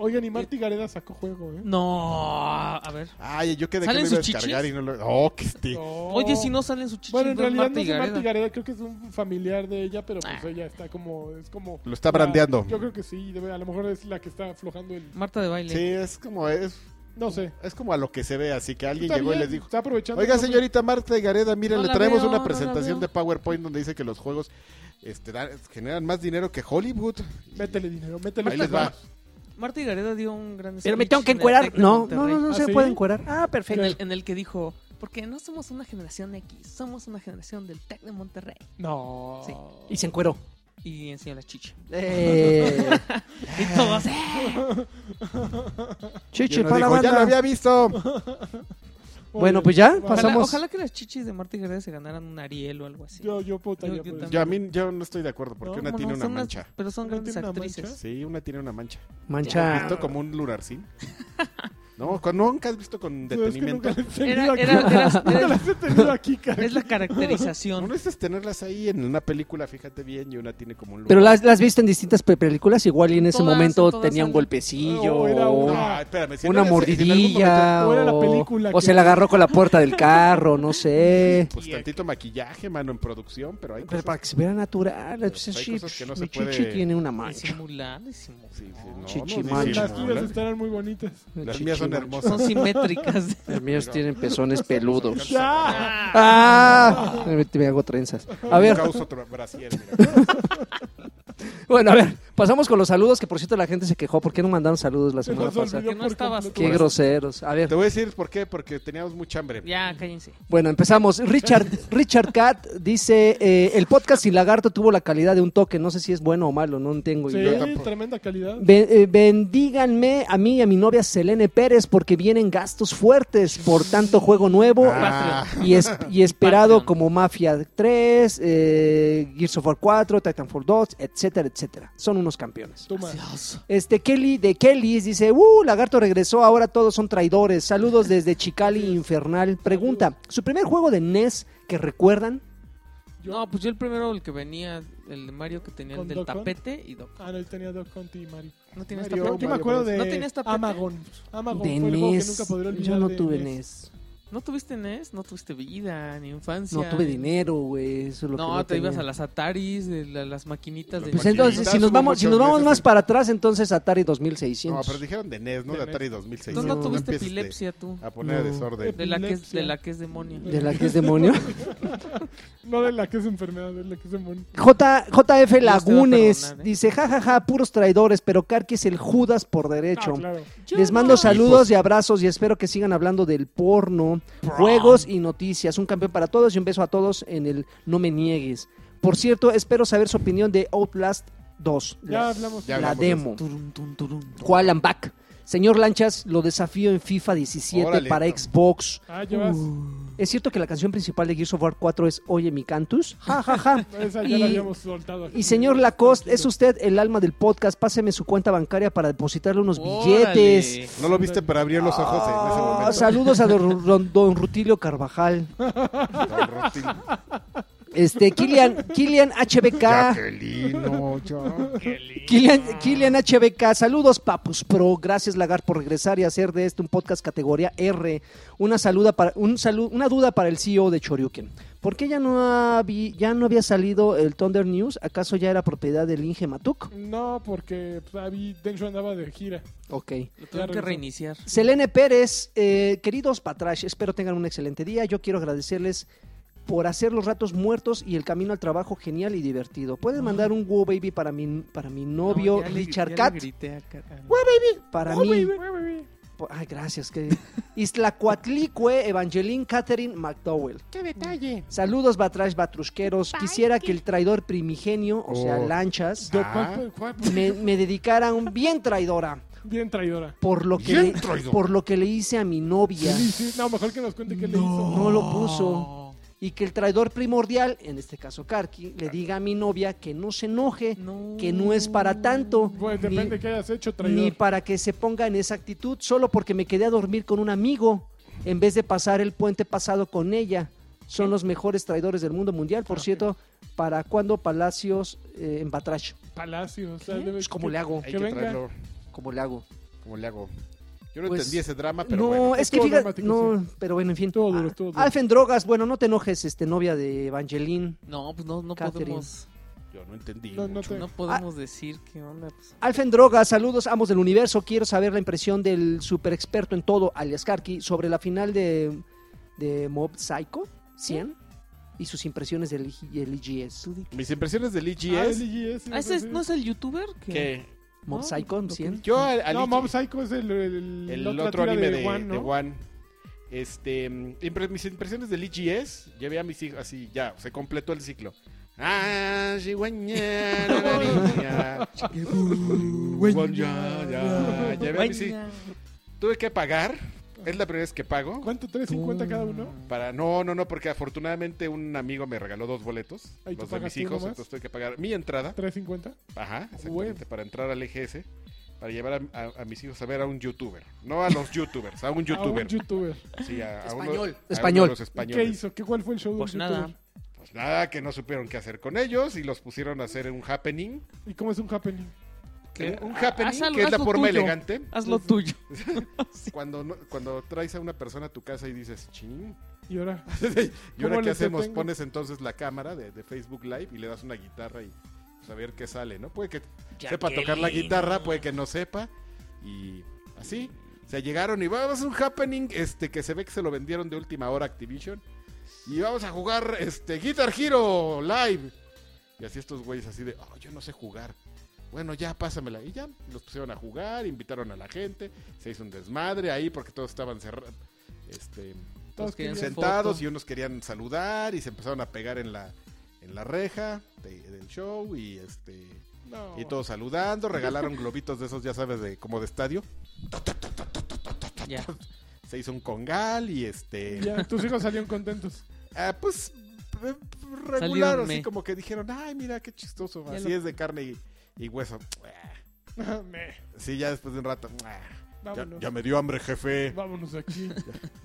S2: Oigan, y Marty Gareda sacó juego, ¿eh?
S3: No, a ver.
S4: Ay, yo quedé que lo
S3: ¿Salen
S4: iba a
S3: sus chichis?
S4: descargar y no lo. Oh, que este.
S2: No.
S3: Oye, si no salen sus chichis,
S2: Bueno, en
S3: no es
S2: realidad
S3: Marta
S2: no es
S3: y
S2: de Marta
S3: Gareda.
S2: y Gareda, creo que es un familiar de ella, pero pues
S3: Ah.
S2: ella está como, es como...
S4: Lo está
S2: la-
S4: brandeando.
S2: Yo creo que sí, debe- a lo mejor es la que está aflojando el...
S3: Marta de baile.
S4: Sí, es como es,
S2: No sé.
S4: es como a lo que se ve, así que alguien
S2: Está
S4: llegó y
S2: bien,
S4: les dijo.
S2: Está aprovechando.
S4: Oiga,
S2: el nombre.
S4: señorita Marta y Gareda, miren,
S3: No
S4: le
S3: la
S4: traemos
S3: veo,
S4: una
S3: no la veo.
S4: presentación de PowerPoint donde dice que los juegos este, dan- generan más dinero que Hollywood.
S2: Métele dinero, métele
S4: Ahí les va.
S3: Marta y Gareda dio un gran
S1: Pero me
S3: speech
S1: tengo que
S3: en el Tec
S1: encuerar.
S3: de
S1: No, no,
S3: Monterrey,
S1: no, no
S2: ¿Ah,
S1: se
S2: sí?
S1: puede encuerar. Ah,
S3: En el,
S1: perfecto.
S3: en el que dijo, porque no somos una generación X, somos una generación del Tec de Monterrey.
S2: No.
S3: Sí.
S1: Y se encueró.
S3: Y enseñó la chicha.
S1: Eh,
S3: Y todos, ¡eh!
S4: Y
S1: chichi,
S4: uno
S1: para la
S4: dijo, ya lo
S1: banda.
S4: había visto.
S1: Bueno, pues ya,
S2: Ojalá-
S3: Ojalá,
S1: pasamos.
S3: ojalá que las chichis de Marta y Gareda se ganaran un Ariel o algo así.
S2: Yo, pues. yo votaría
S3: Yo- yo
S2: por
S3: también.
S2: eso.
S4: Yo a mí yo no estoy de acuerdo porque
S2: No,
S4: una
S3: No,
S4: tiene
S3: no,
S4: una
S3: son unas-
S4: mancha.
S3: pero son
S2: ¿No
S3: grandes
S2: tiene una
S3: actrices.
S4: Sí, una tiene una mancha.
S1: Mancha.
S4: ¿Visto como un lunarcín? No, con- nunca has visto con
S2: No, es que
S4: detenimiento.
S2: nunca la he tenido
S3: Era,
S2: aquí.
S3: era- era-
S2: Nunca
S3: era-
S2: las he tenido aquí, cara.
S3: es la
S4: Uno
S3: caracterización.
S4: es tenerlas ahí en una película, fíjate bien, y una tiene como un lunar.
S1: Pero las, las viste en distintas pe- películas, igual y en ese
S3: Todas,
S1: momento
S3: todas
S1: tenía un
S3: salen.
S1: golpecillo.
S2: No, Oh, era
S1: o
S2: una-
S4: Ah, espérame, si
S1: Oh, una
S4: no eres- si en algún
S1: mordidilla.
S2: momento- o era la
S1: o-
S2: película
S1: o
S2: que-
S1: se la agarró con la puerta del carro, no sé.
S4: Pues tantito maquillaje, mano, en producción, pero hay
S1: Pero
S4: cosas...
S1: para que se viera natural,
S4: Pero
S1: pues,
S4: hay
S1: sí,
S4: cosas que no
S1: mi
S4: se puede-
S1: chichi tiene una mancha.
S3: Disimular, disimular.
S4: Sí, sí, no,
S1: Chichimancha.
S2: Las
S4: no, sí,
S2: tuyas
S4: sí,
S2: estarán muy bonitas.
S4: Las mías
S1: Chichimancha.
S4: son
S3: Son
S4: hermosas.
S3: simétricas.
S1: Los míos tienen pezones peludos.
S2: ¡Ya!
S1: ¡Ah! Me, me hago trenzas. A ver,
S4: Causa otro brasier, mira.
S1: bueno, a ver, pasamos con los saludos, que por cierto la gente se quejó. ¿Por qué no mandaron saludos la
S2: Se
S1: semana
S2: nos olvidó
S1: pasada?
S3: Que no
S2: por
S3: estabas.
S2: completo.
S1: Qué groseros. A ver,
S4: Te voy a decir por qué, porque teníamos mucha hambre.
S3: ya, cállense.
S1: Bueno, empezamos. Richard, Richard Cat dice, eh, el podcast sin lagarto tuvo la calidad de un toque, no sé si es bueno o malo, no tengo
S2: Sí,
S1: idea.
S4: tampoco.
S2: tremenda calidad.
S1: Ben- eh, bendíganme a mí y a mi novia Selene Pérez porque vienen gastos fuertes por tanto juego nuevo
S4: Ah.
S1: y, es- y esperado
S3: Patreon.
S1: como Mafia 3, eh, Gears of War 4, Titanfall 2, etcétera, etcétera. Son unos campeones.
S2: Toma.
S1: Este Kelly de Kelly dice, "Uh, Lagarto regresó, ahora todos son traidores. Saludos desde Chicali Infernal." Pregunta, ¿su primer juego de NES que recuerdan?
S2: Yo-
S3: No, pues yo el primero, el que venía, el de Mario que tenía el
S2: ¿Con
S3: del
S2: Doc Hunt?
S3: tapete y Doc.
S2: Ah, no, él tenía Doc Hunt y Mario.
S3: No tienes
S4: Mario,
S3: tapete.
S2: Yo me acuerdo de
S3: ¿No tenías tapete?
S2: Amagon. Amagon
S1: de
S2: fue el juego que
S1: NES.
S2: nunca podré olvidar
S1: Yo no
S2: de E
S1: tuve NES.
S3: ¿No tuviste NES? No tuviste vida, ni infancia.
S1: No tuve dinero, güey, eso es lo
S3: no,
S1: que
S3: te ibas
S1: tenía.
S3: a las Ataris, de la- las maquinitas de...
S1: Pues
S4: Maquinitas,
S1: entonces, si nos
S4: hubo
S1: vamos, si
S4: muchos
S1: nos vamos
S4: meses
S1: más
S4: en-
S1: para atrás, entonces Atari
S4: No, pero
S1: 2600.
S4: dijeron de NES, no de
S2: De E NES.
S4: Atari 2006.
S3: Tú no,
S1: No,
S3: tuviste
S4: empieces de-
S3: epilepsia, tú.
S4: A poner
S1: No.
S4: desorden.
S3: De la, que es,
S2: Epilepsia.
S3: de la que es demonio.
S1: ¿De la que es demonio?
S2: No de la que es enfermedad, de la que es demonio.
S1: J, JF
S3: Dios te va a
S1: Lagunes
S3: perdonar, ¿eh?
S1: dice, jajaja, puros traidores, pero Karki es el Judas por derecho.
S2: Ah, claro.
S1: Les mando saludos y abrazos y espero que sigan hablando del porno, juegos y noticias. Un campeón para todos y un beso a todos en el No Me Niegues. Por cierto, espero saber su opinión de Outlast 2.
S2: Ya
S1: la,
S2: hablamos.
S4: Ya
S1: la
S4: hablamos de
S1: demo. Juan Lambac. Señor Lanchas, lo desafío en FIFA 17
S4: Órale,
S1: para
S4: no.
S1: Xbox.
S2: Ah, ya vas.
S1: Uh. ¿Es cierto que la canción principal de Gears of War 4 es Oye mi cantus? Ja, ja, ja.
S2: Pues Esa ya la
S1: Y-
S2: habíamos soltado aquí.
S1: Y señor Lacoste, es
S2: Tranquilo.
S1: usted el alma del podcast. Páseme su cuenta bancaria para depositarle unos
S3: Órale.
S1: billetes.
S4: No lo viste, pero abrió los ojos en ese
S1: Ah,
S4: momento.
S1: saludos a don, don- don Rutilio Carvajal.
S4: Don Rotil-
S1: Este, Kilian, Kilian HBK.
S4: Jacquelino, Jacqueline.
S1: Kilian,
S3: Ah.
S1: Kilian HBK, saludos Papus Pro, gracias Lagar por regresar y hacer de este un podcast categoría R. Una saluda para un salu- una duda para el CEO de Choryuken. ¿Por qué ya no, habí- ya no había salido el Thunder News? ¿Acaso ya era propiedad del Inge Matuk?
S2: No, porque pues, Abby Densho andaba de gira.
S1: Ok.
S3: Lo tengo que
S2: regresó.
S3: reiniciar.
S1: Selene Pérez, eh, queridos Patrash, espero tengan un excelente día. Yo quiero agradecerles por hacer los ratos muertos y el camino al trabajo genial y divertido. Pueden mandar un Woo Baby para mi, para mi novio
S3: No, ya le-
S1: Richard
S3: ya le
S1: Cat,
S3: grité a Kat.
S1: para
S2: Oh,
S1: mí.
S2: baby, baby.
S1: po- Ay, gracias. Que... Iztlacuatlicue Evangeline Catherine McDowell.
S2: ¡Qué detalle!
S1: Saludos, Batrash Batrusqueros. Quisiera que el traidor primigenio, o sea,
S4: Oh.
S1: Lanchas,
S2: Yo,
S4: Ah.
S2: ¿cuál- cuál- cuál-
S1: me, me dedicara un bien traidora
S2: Bien traidora.
S1: por lo, que le-
S4: Bien traidor.
S1: por lo que le hice a mi novia.
S2: Sí, sí, No, mejor que nos cuente qué le hizo.
S1: No
S4: Oh.
S1: lo puso. y que el traidor primordial, en este caso Karki, le diga a mi novia que no se enoje,
S3: No.
S1: que no es para tanto,
S2: Pues
S1: ni,
S2: depende de qué hayas hecho,
S1: ni
S2: traidor.
S1: para que se ponga en esa actitud, solo porque me quedé a dormir con un amigo en vez de pasar el puente pasado con ella. Son los mejores traidores del mundo mundial, por
S2: Ah, ok.
S1: cierto. ¿Para cuándo Palacios eh, en Batrash?
S2: Palacio. O sea,
S1: ¿Qué?
S2: debe-
S1: Pues, ¿cómo
S2: que- Ah,
S1: le hago?
S4: Hay
S2: que
S4: que
S2: venga.
S4: traerlo.
S1: ¿Cómo le hago?
S4: ¿Cómo le hago? Yo no
S1: Pues,
S4: entendí ese drama, Ah, pero
S1: no,
S4: bueno.
S1: es que
S2: Estuvo
S1: fíjate,
S2: dramático,
S1: no, pero bueno, en fin.
S2: Estuvo duro, estuvo duro.
S1: Alfen Drogas, bueno, no te enojes, este novia de Evangeline.
S3: No, pues no, no
S1: Catherine.
S3: podemos.
S4: Yo no entendí.
S2: No, no
S4: mucho.
S2: te-
S3: No podemos decir qué onda. pues.
S1: Alfen Droga, saludos amos del universo. Quiero saber la impresión del super experto en todo, alias Karki, sobre la final de, de Mob Psycho 100 y sus impresiones del, I- del IGS.
S3: Tú di-
S4: Mis impresiones del EGS.
S2: Ah, el IGS,
S3: Ah, ¿Ese es-
S2: sí.
S3: no es el youtuber? Que...
S4: que
S1: Mob
S3: No,
S1: Psycho
S3: lo que
S1: 100.
S3: vi.
S4: yo al, al
S2: No,
S4: EG
S2: Mob Psycho es el, el,
S4: el
S2: la otra
S4: otro
S2: tira
S4: anime de,
S2: One, ¿no?
S4: de One. Este, mm, impre- mis impresiones del EGS, llevé a mis hijos así, ya, se completó el ciclo. Ah, sí, guaña, na, na, niña. Guaña, ya, llevé a mis hij-
S3: Vaya.
S4: Tuve que pagar, es la primera vez que pago.
S2: ¿Cuánto? ¿3.50 cada uno?
S4: Para, no, no, no, porque afortunadamente un amigo me regaló dos boletos,
S2: Ahí tú
S4: los de mis
S2: pagaste uno
S4: hijos,
S2: más.
S4: entonces tuve que pagar mi entrada,
S2: ¿3.50?
S4: ajá, exactamente, para entrar al EGS, para llevar a, a- a mis hijos a ver a un youtuber, no a los youtubers, a un
S2: A
S4: youtuber.
S2: Ah, un youtuber.
S4: Sí, a, a
S1: Español.
S4: uno- a uno de
S1: Español.
S4: los
S2: ¿Qué
S4: españoles.
S2: hizo? ¿Qué, ¿Cuál fue el show de
S3: Pues
S2: un
S3: nada.
S2: youtuber?
S4: Pues nada, que no supieron qué hacer con ellos y los pusieron a hacer un happening.
S2: ¿Y cómo es un happening?
S3: Que-
S4: Un
S3: ah,
S4: happening
S3: haz algo-
S4: que es la
S3: haz lo
S4: forma
S3: tuyo. Ah,
S4: elegante.
S3: Haz lo tuyo.
S4: Cuando, no- cuando traes a una persona a tu casa y dices, ching.
S2: Y ahora,
S4: ¿Y ahora
S2: ¿Cómo
S4: qué
S2: les
S4: hacemos?
S2: detengo?
S4: Pones entonces la cámara de, de Facebook Live y le das una guitarra y pues, a ver qué sale, ¿no? Puede que sepa tocar la guitarra, puede que no sepa. Y así. Se llegaron y vamos a un happening este, que se ve que se lo vendieron de última hora a Activision. Y vamos a jugar este, Guitar Hero Live. Y así estos güeyes así de, oh, yo no sé jugar. Bueno, ya pásamela. Y ya los pusieron a jugar, invitaron a la gente. Se hizo un desmadre ahí porque todos estaban cerrados. Este,
S2: todos
S3: querían
S2: querían-
S4: sentados
S3: foto.
S4: y unos querían saludar y se empezaron a pegar en la, en la reja de- del show y este
S2: No.
S4: y todos saludando, regalaron globitos de esos, ya sabes, de como de estadio.
S3: Ya.
S4: Se hizo un congal y este
S2: Ya, tus hijos salieron contentos.
S4: ah, pues eh, regular,
S3: Salió un
S4: así
S3: me.
S4: como que dijeron, "Ay, mira qué chistoso,
S3: Ya
S4: así
S3: lo-
S4: es de carne y, y hueso."
S2: Me,
S4: Sí, ya después de un rato, "Ah, ya,
S2: Vámonos.
S4: ya me dio hambre, jefe.
S2: Vámonos de aquí.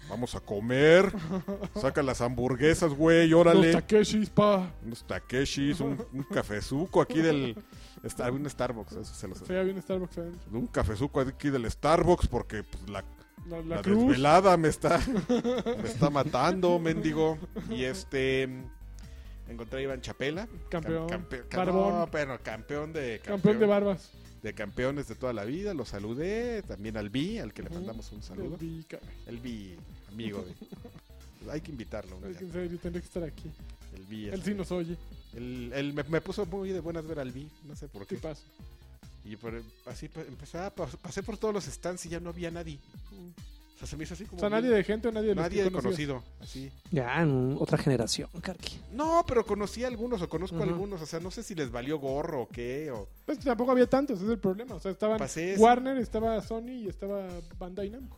S4: Vamos a comer. Saca las hamburguesas, güey,
S2: Los
S4: órale.
S2: Takeshis, pa.
S4: Unos Takeshis, un, un cafezuco aquí del. Star- un Starbucks, eso se los.
S2: Sí, había un Starbucks adentro.
S4: Un cafezuco aquí del Starbucks porque pues, la,
S2: La, la
S4: la
S2: cruz.
S4: desvelada me está, me está matando, mendigo. Y este. Encontré a Iván Chapela. cam-
S2: Campeón.
S4: campe- ca-
S2: Barbón.
S4: no, pero campeón de.
S2: Campeón de barbas.
S4: de campeones de toda la vida. Lo saludé. También al B, al que le
S2: Ujú.
S4: mandamos un saludo.
S2: Vi, caray.
S4: El B, amigo de. pues Hay que invitarlo. un
S2: Es
S4: día.
S2: que en serio, tendría que estar aquí.
S4: El B.
S2: Él
S4: este,
S2: sí nos oye.
S4: el- el- me, me puso muy de buenas ver al B. No sé por
S2: ¿Qué
S4: qué.
S2: pasa?
S4: ah, Y por- así pa- empezaba, pas- pasé por todos los stands y ya no había nadie. O sea, sea, se me hizo así Mm, como.
S2: O sea, nadie
S4: bien-
S2: de gente, nadie de los
S4: nadie
S2: que conocías.
S4: conocido. Así.
S1: Ya, no, otra generación, Karki.
S4: No, pero conocí a algunos o conozco a
S1: Ujú.
S4: algunos. O sea, no sé si les valió gorro o qué. O
S2: Pues que tampoco había tantos, ese es el problema. O sea, estaban
S4: pasé.
S2: Warner, estaba Sony y estaba Bandai Namco.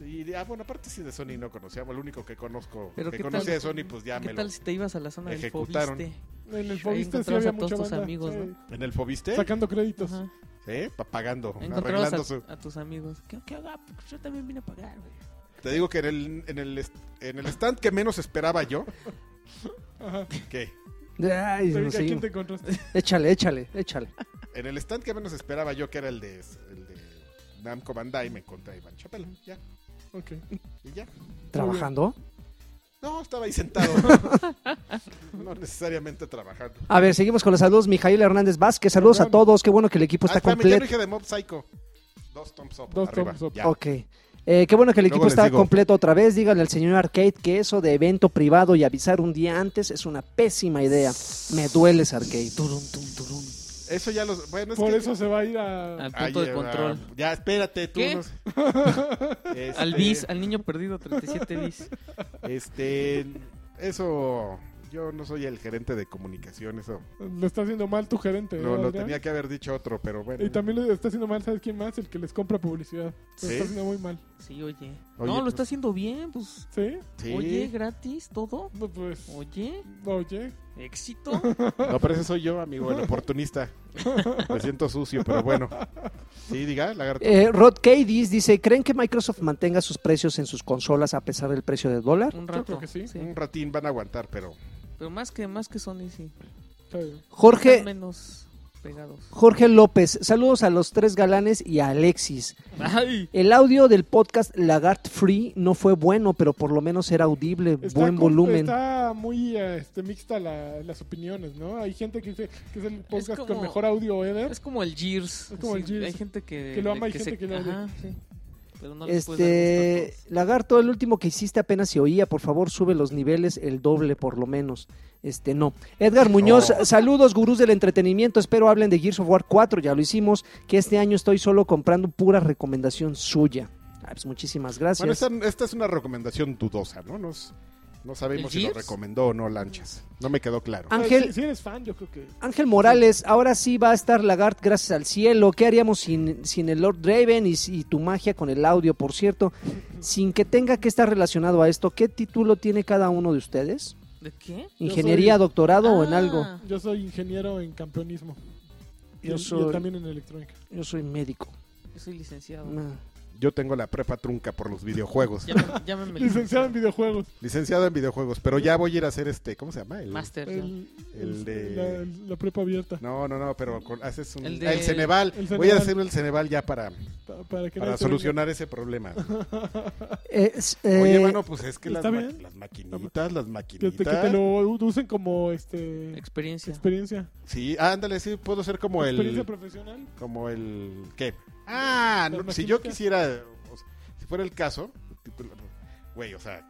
S4: Y de- ah, bueno, aparte sí de Sony no conocíamos. El único que conozco.
S3: Pero
S4: que
S3: ¿qué
S4: conocía
S3: tal-
S4: de Sony, pues ya
S3: ¿Qué
S4: me lo.
S3: tal si te ibas a la zona del
S4: ejecutaron.
S3: fobiste?
S2: En el
S3: Ahí
S2: Fobiste sí
S3: encontrabas
S2: había
S3: a todos
S2: mucha
S3: tus
S2: banda.
S3: amigos,
S2: sí.
S3: ¿no?
S4: ¿En el Fobiste?
S2: Sacando créditos.
S3: Ajá.
S4: Sí, pa- pagando,
S3: Encontrabas
S4: arreglando su.
S3: a, a tus amigos. ¿Qué, qué haga? Pues Yo también vine a pagar, güey.
S4: Te digo que en el, en el, est- en el stand que menos esperaba yo.
S2: Ajá.
S4: ¿Qué?
S1: Ay,
S2: Te
S1: no
S2: dije, ¿A
S1: sé.
S2: quién te encontraste?
S1: Échale, échale, échale.
S4: En el stand que menos esperaba yo, que era el de, el de Namco Bandai, me encontré a Iván Chapela. Ya,
S2: Ok.
S4: y ya.
S1: ¿Trabajando?
S4: No, estaba ahí sentado. no necesariamente trabajando.
S1: A ver, seguimos con los saludos. Mijail Hernández Vázquez, saludos a todos. Qué bueno que el equipo
S4: Hasta
S1: está
S4: ya no
S1: completo.
S4: dije de Mob Psycho. Dos thumbs up.
S2: Dos
S4: arriba,
S2: thumbs up.
S4: ya.
S1: Ok. Eh, qué bueno que el
S4: Luego
S1: equipo
S4: les
S1: está
S4: digo.
S1: completo otra vez. Díganle al señor Arcade que eso de evento privado y avisar un día antes es una pésima idea. Me dueles, Arcade.
S3: Turum, tum, turum.
S4: Eso ya los. Bueno, es
S2: Por
S4: Pues que-
S2: eso se va a ir a.
S3: Al punto de
S4: Ay,
S3: control.
S4: ah, Ya, espérate, tú.
S3: ¿Qué?
S4: no sé. Este-
S3: Al bis, al niño perdido 37 bis.
S4: Este. Eso. Yo no soy el gerente de comunicación, eso.
S2: Lo está haciendo mal tu gerente.
S4: Lo,
S2: ¿eh,
S4: lo
S2: Adrián?
S4: tenía que haber dicho otro, pero bueno.
S2: Y también lo está haciendo mal, ¿sabes quién más? El que les compra publicidad. Lo
S4: ¿Sí?
S2: está haciendo muy mal.
S3: Sí, oye.
S4: Oye,
S3: No, lo
S4: pues-
S3: está haciendo bien, pues.
S2: ¿Sí?
S4: Sí.
S3: Oye, gratis, todo.
S2: No, pues.
S3: Oye,
S2: Oye.
S3: éxito.
S4: No, pero ese soy yo, amigo, el oportunista. Me siento sucio, pero bueno. Sí, diga, lagarto.
S1: Eh, Rod Cadiz dice, ¿creen que Microsoft mantenga sus precios en sus consolas a pesar del precio del dólar?
S3: Un
S2: creo
S3: rato.
S2: que sí.
S4: Un ratín van a aguantar, pero.
S3: Pero más que, más que Sony, sí.
S2: está bien.
S1: Jorge,
S3: Están menos pegados.
S1: Jorge López, saludos a los tres galanes y a Alexis.
S3: Ay.
S1: El audio del podcast Lagart Free no fue bueno, pero por lo menos era audible,
S2: Está
S1: buen
S2: con-
S1: volumen.
S2: Está muy eh, este, mixta la- las opiniones, ¿no? Hay gente que dice que es el podcast con
S3: como-
S2: mejor audio ever.
S3: Es como el Gears.
S2: Es como el
S3: así,
S2: Gears.
S3: Hay gente que,
S2: Que lo ama y
S3: se-
S2: gente que lo odia.
S3: Ajá, sí. Pero no les puede
S1: Este, Lagarto, el último que hiciste apenas se oía, por favor, sube los niveles el doble por lo menos. Este, no. Edgar Muñoz, saludos gurús del entretenimiento, espero hablen de Gears of War 4, ya lo hicimos, que este año estoy solo comprando pura recomendación suya. Ah, pues muchísimas gracias.
S4: Bueno, esta, esta es una recomendación dudosa, ¿no? Nos- no sabemos
S3: ¿El
S4: si lo
S3: Gears?
S4: recomendó o no Lanchas. No me quedó claro.
S1: Ah, Ángel-
S2: Si, si eres fan, yo creo que.
S1: Ángel Morales, ahora sí va a estar Lagart gracias al cielo. ¿Qué haríamos sin, sin el Lord Draven y, y tu magia con el audio? Por cierto, sin que tenga que estar relacionado a esto, ¿qué título tiene cada uno de ustedes?
S3: ¿De qué?
S1: ¿Ingeniería,
S2: soy-
S1: doctorado o en
S3: Ah,
S1: algo?
S2: Yo soy ingeniero en campeonismo.
S1: Yo
S2: y, y
S1: soy-
S2: también en electrónica.
S1: Yo soy médico.
S3: Yo soy licenciado.
S1: Ah.
S4: Yo tengo la prepa trunca por los videojuegos.
S3: Llámame, llámame
S2: Licenciado en videojuegos.
S4: Licenciado en videojuegos, pero ya voy a ir a hacer este, ¿cómo se llama? El-
S3: Master. ya.
S2: El,
S4: El
S2: el-
S4: de-
S2: la, la prepa abierta.
S4: No, no, no, pero con- haces un...
S3: El
S4: El,
S3: de-
S4: Ceneval.
S2: El
S4: Voy
S2: Ceneval.
S4: a hacer el Ceneval ya para,
S2: pa- Para, que
S4: para
S2: nadie se
S4: solucionar ese problema.
S1: Es, eh,
S4: Oye, mano, pues es que las,
S2: ¿está
S4: ma-
S2: bien?
S4: las maquinitas, las
S2: venga. Que, te- que
S4: maquinitas...
S2: te lo usen como este
S3: Experiencia.
S2: experiencia.
S4: Sí, ándale, sí, puedo ser como
S2: Experiencia
S4: el...
S2: profesional.
S4: Como el... ¿Qué? Ah,
S2: Las
S4: no, si yo
S2: maquinitas.
S4: quisiera... o sea, si fuera el caso... tipo, Güey, o sea...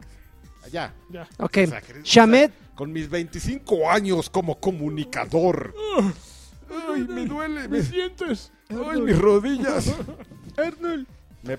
S4: Ya.
S2: Ya.
S1: ok.
S4: o sea, que-
S1: Shamed,
S4: Con mis 25 años como comunicador. Ay, me duele.
S2: ¿Me
S4: me-
S2: sientes?
S4: Ay, mis rodillas.
S2: Arnold.
S4: Me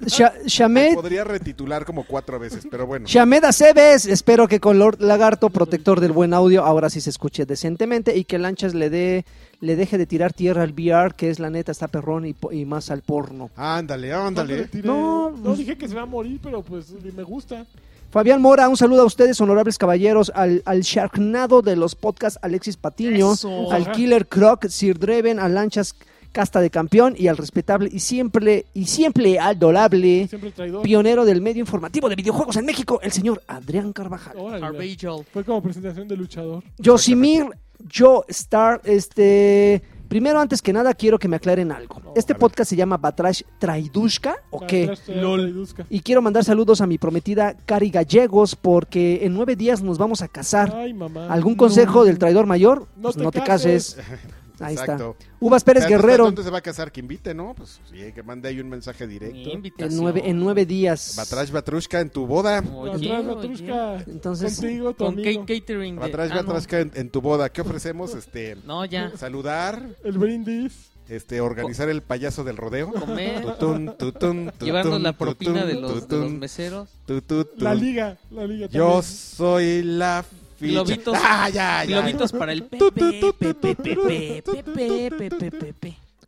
S4: Ah.
S1: Sha- Shamed,
S4: podría retitular como cuatro veces, pero bueno.
S1: Shamed Aceves, espero que con Lord Lagarto, protector del buen audio, ahora sí se escuche decentemente y que Lanchas le dé le deje de tirar tierra al VR, que es la neta, está perrón y, po- y más al porno.
S4: Ándale,
S2: ¿Cuánto le
S4: ándale.
S2: tiré?
S1: No,
S2: No,
S1: pues-
S2: dije que se va a morir, pero pues me gusta.
S1: Fabián Mora, un saludo a ustedes, honorables caballeros, al, al Sharknado de los podcasts Alexis Patiño,
S3: Eso.
S1: al Killer Croc, Sir Dreven, a Lanchas Casta de Campeón y al respetable y siempre, y siempre adorable
S2: Siempre traidor.
S1: pionero del medio informativo de videojuegos en México, el señor Adrián Carvajal.
S2: Órale.
S3: Arbajal.
S2: Fue como presentación de luchador.
S1: Yosimir, yo Star, este... Primero, antes que nada, quiero que me aclaren algo. Este
S4: a ver.
S1: podcast se llama Batrash Traidushka, ¿o qué?
S2: Atrás traidor,
S3: Lol.
S2: traiduzca.
S1: Y quiero mandar saludos a mi prometida Cari Gallegos porque en nueve días nos vamos a casar.
S2: Ay, mamá.
S1: ¿Algún consejo del traidor mayor?
S2: No
S1: Pues
S2: te
S1: no te
S2: cases.
S1: cases. Ahí está.
S4: Exacto.
S1: Uvas Pérez
S4: Pero,
S1: Guerrero
S4: ¿Dónde se va a casar? Que invite, ¿no? Pues sí, que mande ahí un mensaje directo.
S1: en nueve, en nueve días.
S4: Batrash Batrushka en tu boda.
S3: Oye,
S2: Atrás,
S3: oye.
S2: Batrushka.
S1: Entonces,
S2: Contigo, tu
S3: Con
S2: amigo.
S3: ca- catering. de-
S4: Batrash
S3: ah, no.
S4: Batrushka en, en tu boda. ¿Qué ofrecemos? Este,
S3: No, ya.
S4: saludar,
S2: El brindis.
S4: este, organizar el payaso del rodeo.
S3: Comer,
S4: Tutún, tutún,
S3: llevarnos
S4: tutún,
S3: la propina
S4: tutún,
S3: de los, de los
S4: tutún,
S3: meseros.
S4: tutún,
S2: La
S4: tutún.
S2: liga, la liga.
S4: Yo
S2: también.
S4: soy la ficha.
S3: Globitos.
S4: Ah, ya, ya.
S3: Globitos para el pe.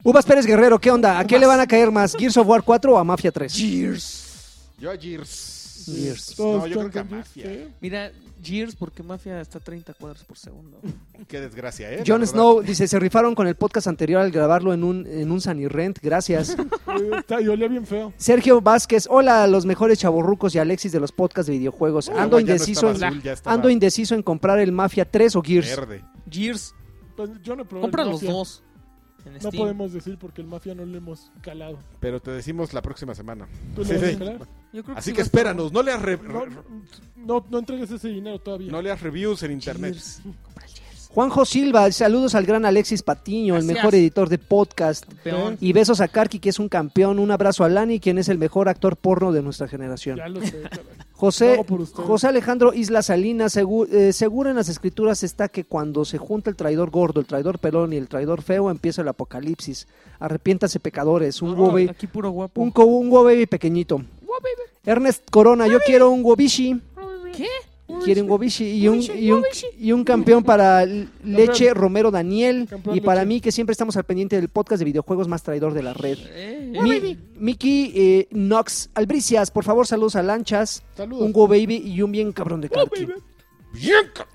S1: Uvas Pérez Guerrero, ¿qué onda? ¿A qué le van a caer más? ¿Gears of War 4 o a Mafia 3?
S4: Yo a Gears.
S1: Gears.
S4: No, yo creo que a Mafia.
S2: ¿eh?
S3: Mira, Gears, porque Mafia está a 30 cuadros por segundo.
S4: Qué desgracia, ¿eh?
S1: Jon
S4: La verdad.
S1: Snow dice, se rifaron con el podcast anterior al grabarlo en un, en un Sunny Rent, gracias.
S2: Eh, está- Y olía bien feo.
S1: Sergio Vázquez, hola a los mejores chaborrucos y Alexis de los podcasts de videojuegos.
S4: Uy,
S1: Ando
S4: ya no
S1: indeciso,
S4: estaba
S1: en,
S4: azul, ya estaba
S1: ando indeciso en comprar el Mafia 3 o Gears.
S4: verde.
S3: Gears,
S2: Pues yo no probé el
S3: compra los
S2: Mafia.
S3: dos. En
S2: No
S3: Steam.
S2: podemos decir porque el mafia no le hemos calado.
S4: Pero te decimos la próxima semana.
S2: ¿Tú le
S4: Sí,
S2: vas a
S4: sí.
S2: calar?
S3: Yo creo
S4: Así
S3: sí
S4: que
S3: va a estar
S4: espéranos, no leas, re-
S2: No,
S4: re-
S2: no, no entregues ese dinero todavía.
S4: no leas reviews en
S3: bueno.
S4: internet.
S3: Gears. Compra el Gears.
S1: Juanjo Silva, saludos al gran Alexis Patiño, el
S3: Gracias.
S1: mejor editor de podcast.
S3: Campeón.
S1: Y besos a Karki, que es un campeón. Un abrazo a Lani, quien es el mejor actor porno de nuestra generación.
S2: Ya lo sé, caray. Lo
S1: José,
S2: hago por ustedes.
S1: José Alejandro Isla Salinas, segu- eh, seguro en las escrituras está que cuando se junta el traidor gordo, el traidor pelón y el traidor feo, empieza el apocalipsis. Arrepiéntase pecadores,
S2: Ah,
S1: un
S3: No,
S1: gobe-
S3: Ah, Aquí puro guapo.
S1: un, co- un wo baby pequeñito. Ernest Corona, yo quiero un Wobishi.
S3: ¿Qué?
S1: Quiere un Wobishi y un, y un, y un campeón para L- Leche Romero Daniel.
S2: Campeón
S1: y para
S2: Leche.
S1: mí, que siempre estamos al pendiente del podcast de videojuegos más traidor de la red.
S3: Eh,
S1: Mi- Mickey eh, Nox Albricias, por favor, saludos a Lanchas,
S2: Saludos.
S1: un Go Baby y un bien cabrón de Karki.
S2: baby.
S4: Bien, ca-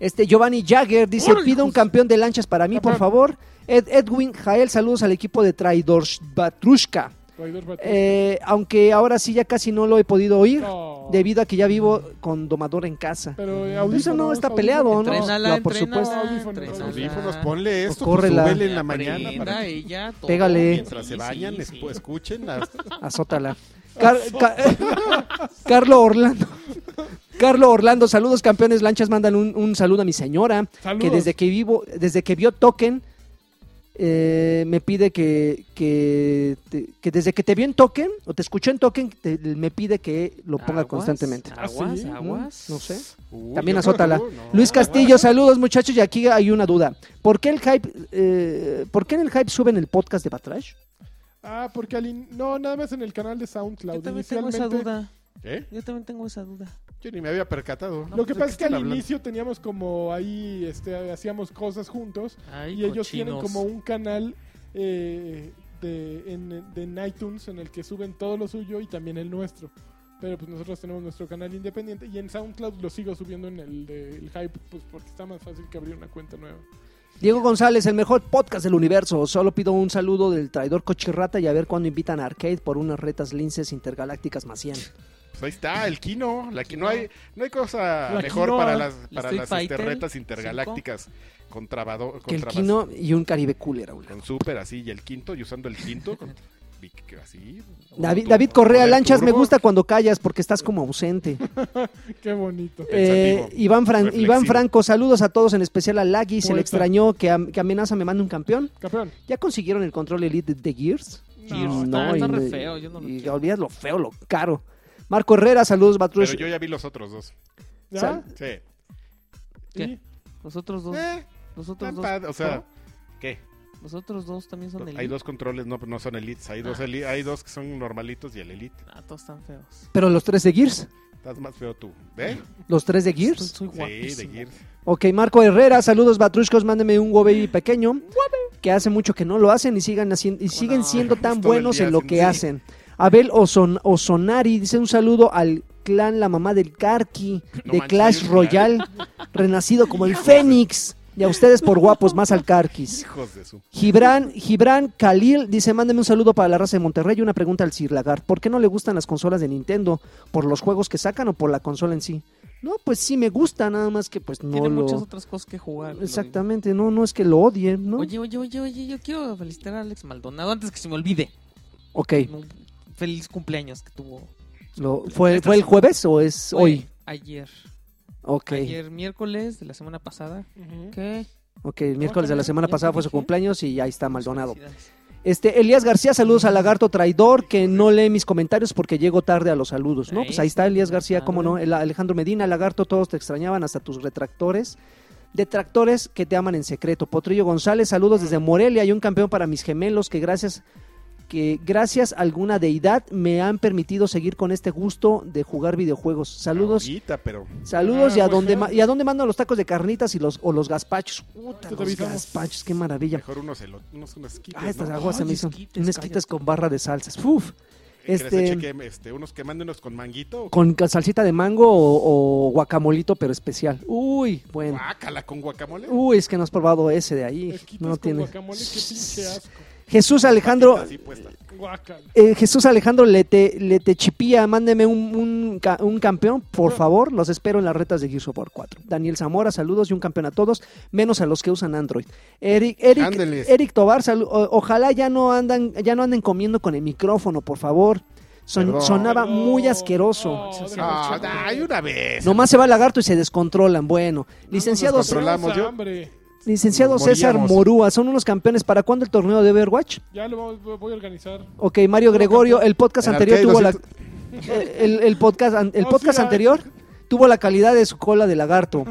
S1: Este Giovanni Jagger dice, pido un
S2: pues.
S1: campeón de lanchas para mí, por favor. Ed- Edwin Jael, saludos al equipo de Traidors Batrushka.
S2: Traidor Batman.
S1: Eh, aunque ahora sí ya casi no lo he podido oír,
S2: No.
S1: debido a que ya vivo con domador en casa.
S2: Pero eh,
S1: Eso no
S2: audífonos,
S1: está peleado, ¿no?
S3: Entrénala,
S1: No, por
S3: entrénala,
S1: supuesto.
S2: Audífonos,
S3: entrénala.
S4: Audífonos, ponle esto, pues,
S1: córrela.
S4: súbele en la mañana
S3: Aprenda
S4: para que
S3: ella todo.
S1: Pégale.
S4: mientras se
S3: Sí,
S4: bañan,
S3: sí,
S4: escu-
S3: sí.
S4: escuchen. las-
S1: Azótala. Car- ca- Carlo Orlando. Carlo Orlando, saludos campeones lanchas, mandan un, un saludo a mi señora,
S2: Saludos.
S1: que desde que vivo, desde que vio Token, eh, me pide que, que, te- que desde que te vio en Token, o te escuchó en Token, te- me pide que lo ponga
S3: Aguas, ¿Mm?
S1: constantemente.
S2: ¿Ah,
S3: Aguas,
S2: sí?
S3: aguas. Oh,
S1: No sé.
S4: Uy,
S1: También
S4: yo creo que
S1: azótala.
S4: tú, no.
S1: Luis Castillo, saludos muchachos, y aquí hay una duda. ¿Por qué el hype, eh, ¿por qué en el hype suben el podcast de Batrash?
S2: Ah, porque al in- No, nada más en el canal de SoundCloud.
S3: Yo también tengo esa
S2: Inicialmente-
S3: duda.
S4: ¿Eh?
S3: Yo también tengo esa duda.
S4: Yo ni me había percatado.
S2: Lo que
S4: pues ¿De
S2: pasa
S4: qué
S2: es que al
S4: están hablando?
S2: inicio teníamos como ahí, este, hacíamos cosas juntos
S3: Ay,
S2: y ellos tienen
S3: cochinos.
S2: como un canal eh, de, en, de en iTunes en el que suben todo lo suyo y también el nuestro. Pero pues nosotros tenemos nuestro canal independiente y en SoundCloud lo sigo subiendo en el del hype, pues porque está más fácil que abrir una cuenta nueva.
S1: Diego González, el mejor podcast del universo. Solo pido un saludo del traidor Cochirrata y a ver cuándo invitan a Arcade por unas retas linces intergalácticas más 100.
S4: Pues ahí está, el quino. La qui- no, hay, no hay cosa
S2: La
S4: mejor
S2: quinoa.
S4: para las, para
S3: Street
S4: las este,
S3: Fighter,
S4: retas intergalácticas con trabado,
S1: Que
S4: con,
S1: el
S4: trabas-
S1: Kino y un Caribe Cooler. abuelo.
S4: con super así y el quinto y usando el quinto con Vic- así.
S1: David,
S4: Tu-
S1: David Correa
S4: poder
S1: Lanchas, me
S4: turbo.
S1: gusta cuando callas porque estás como ausente.
S2: Qué bonito.
S1: Eh,
S4: Pensativo.
S1: Iván, Fran-
S4: Reflexivo.
S1: Iván Franco, saludos a todos, en especial a Laggy. Se le
S2: Poeta.
S1: extrañó que, am- que amenaza me mande un campeón.
S2: Campeón.
S1: ¿Ya consiguieron el control elite de Gears?
S3: Gears, está- está re feo, yo no lo
S1: y
S3: quiero.
S1: olvidas lo feo, lo caro. Marco Herrera, saludos,
S4: Pero
S1: Batrush.
S4: yo ya vi los otros dos.
S2: ¿Ya?
S1: Sal-
S4: Sí.
S3: ¿Qué?
S2: ¿Y?
S3: Los otros dos,
S4: Eh,
S3: los
S4: tan
S3: otros dos,
S4: padre, O sea, ¿qué?
S3: los otros dos también son el.
S4: Hay dos controles, no, no son elites. Hay, dos
S3: Ah.
S4: eli- hay dos que son normalitos y el elite.
S3: Ah, todos están feos.
S1: Pero los tres de Gears.
S4: Estás más feo tú. ¿Eh?
S1: Los tres de
S3: Soy,
S1: Gears.
S3: soy
S4: Sí, de
S3: guapísimo.
S4: Gears.
S1: Ok, Marco Herrera, saludos Batrushcos, mándeme un Wobaby pequeño, que hace mucho que no lo hacen y sigan haciendo y siguen
S3: no?
S1: siendo tan
S4: Todo el
S1: buenos
S4: día
S1: en lo
S4: hacen-
S1: que
S4: sí.
S1: hacen. Abel Oson- Osonari dice un saludo al clan La Mamá del Karki
S4: No
S1: de
S4: manches,
S1: Clash
S4: hay un
S1: Royale, renacido como el Fénix. Y a ustedes por guapos, más al Karkis.
S4: Hijos de su.
S1: Gibran, Gibran Khalil dice, mándeme un saludo para la raza de Monterrey y una pregunta al Sir Lagarde. ¿Por qué no le gustan las consolas de Nintendo? ¿Por los juegos que sacan o por la consola en sí? No, pues sí me gusta, nada más que pues no
S3: Tiene
S1: lo...
S3: muchas otras cosas que jugar. lo digo.
S1: Exactamente, no, no es que lo odien, ¿no?
S3: Oye, oye, oye, oye, yo quiero felicitar a Alex Maldonado antes que se me olvide.
S1: ok,
S3: Un feliz cumpleaños que tuvo.
S1: lo- ¿fue,
S3: Esta
S1: ¿fue el
S3: semana.
S1: jueves o es
S3: Fue
S1: hoy?
S3: Ayer.
S1: Ok,
S3: Ayer miércoles de la semana pasada.
S2: Ujú.
S3: ¿Qué?
S1: ok, el miércoles de la
S3: también,
S1: semana
S3: ya
S1: pasada
S3: te
S1: fue su
S3: dije.
S1: cumpleaños y ahí está Maldonado.
S3: Felicidades.
S1: Este, Elías García, saludos al lagarto traidor que no lee mis comentarios porque llego tarde a los saludos, ¿no?
S3: Ahí
S1: Pues ahí está Elías García,
S3: está.
S1: cómo no, el Alejandro Medina, lagarto, todos te extrañaban, hasta tus retractores. Detractores que te aman en secreto. Potrillo González, saludos desde Morelia y un campeón para mis gemelos que gracias que gracias a alguna deidad me han permitido seguir con este gusto de jugar videojuegos. Saludos,
S4: Ah,
S5: Ahorita, pero.
S1: saludos
S2: Ah,
S1: y a
S2: pues,
S1: dónde
S2: eh.
S1: ma- y a dónde mandan los tacos de carnitas y los o los gazpachos. Puta,
S2: te
S1: los
S2: avisamos.
S1: gazpachos, qué maravilla.
S5: Mejor unos, elo- unos, unas quitas,
S2: pues
S1: Ah, estas
S5: ¿no?
S1: aguas se
S3: Ay,
S1: me hizo.
S3: esquites,
S1: Unas
S3: cállate.
S1: quitas con barra de salsas. Uf.
S5: Que les
S1: este-
S5: eche que, este, unos que manden unos con manguito. o Con...
S1: Con ca- salsita de mango o, o guacamolito, pero especial. Uy, bueno.
S5: Guácala, con guacamole.
S1: Uy, es que no has probado ese de ahí.
S2: Esquites
S1: No
S2: con
S1: tienes.
S2: guacamole, qué pinche asco.
S1: Jesús Alejandro.
S5: Así puesta.
S2: Guácala.
S1: eh, Jesús Alejandro Lete, Lete Chipía, mándeme un, un ca- un campeón, por favor. Los espero en las retas de Gears of War 4. Daniel Zamora, saludos y un campeón a todos, menos a los que usan Android. Eric, Eric,
S4: Ándeles.
S1: Eric Tobar, salu- o- ojalá ya no, andan, ya no anden comiendo con el micrófono, por favor. Son-
S4: Perdón.
S1: sonaba
S2: Perdón.
S1: muy asqueroso.
S2: No, de
S4: Ah,
S2: noche,
S4: ay, una vez.
S1: Nomás se va el lagarto y se descontrolan. Bueno, licenciado,
S4: nos controlamos.
S2: Tenemos
S4: yo-
S2: hambre.
S1: licenciado
S4: nos
S1: César
S4: moríamos.
S1: Morúa, ¿son unos campeones para cuándo el torneo de Overwatch?
S2: Ya lo vamos- lo voy a organizar.
S4: Eh,
S1: Ok, Mario Gregorio, el podcast
S4: En
S1: anterior
S4: arcade
S1: tuvo la... El, el podcast, an- el
S2: Oh,
S1: podcast
S2: sí, ah.
S1: anterior tuvo la calidad de su cola de lagarto.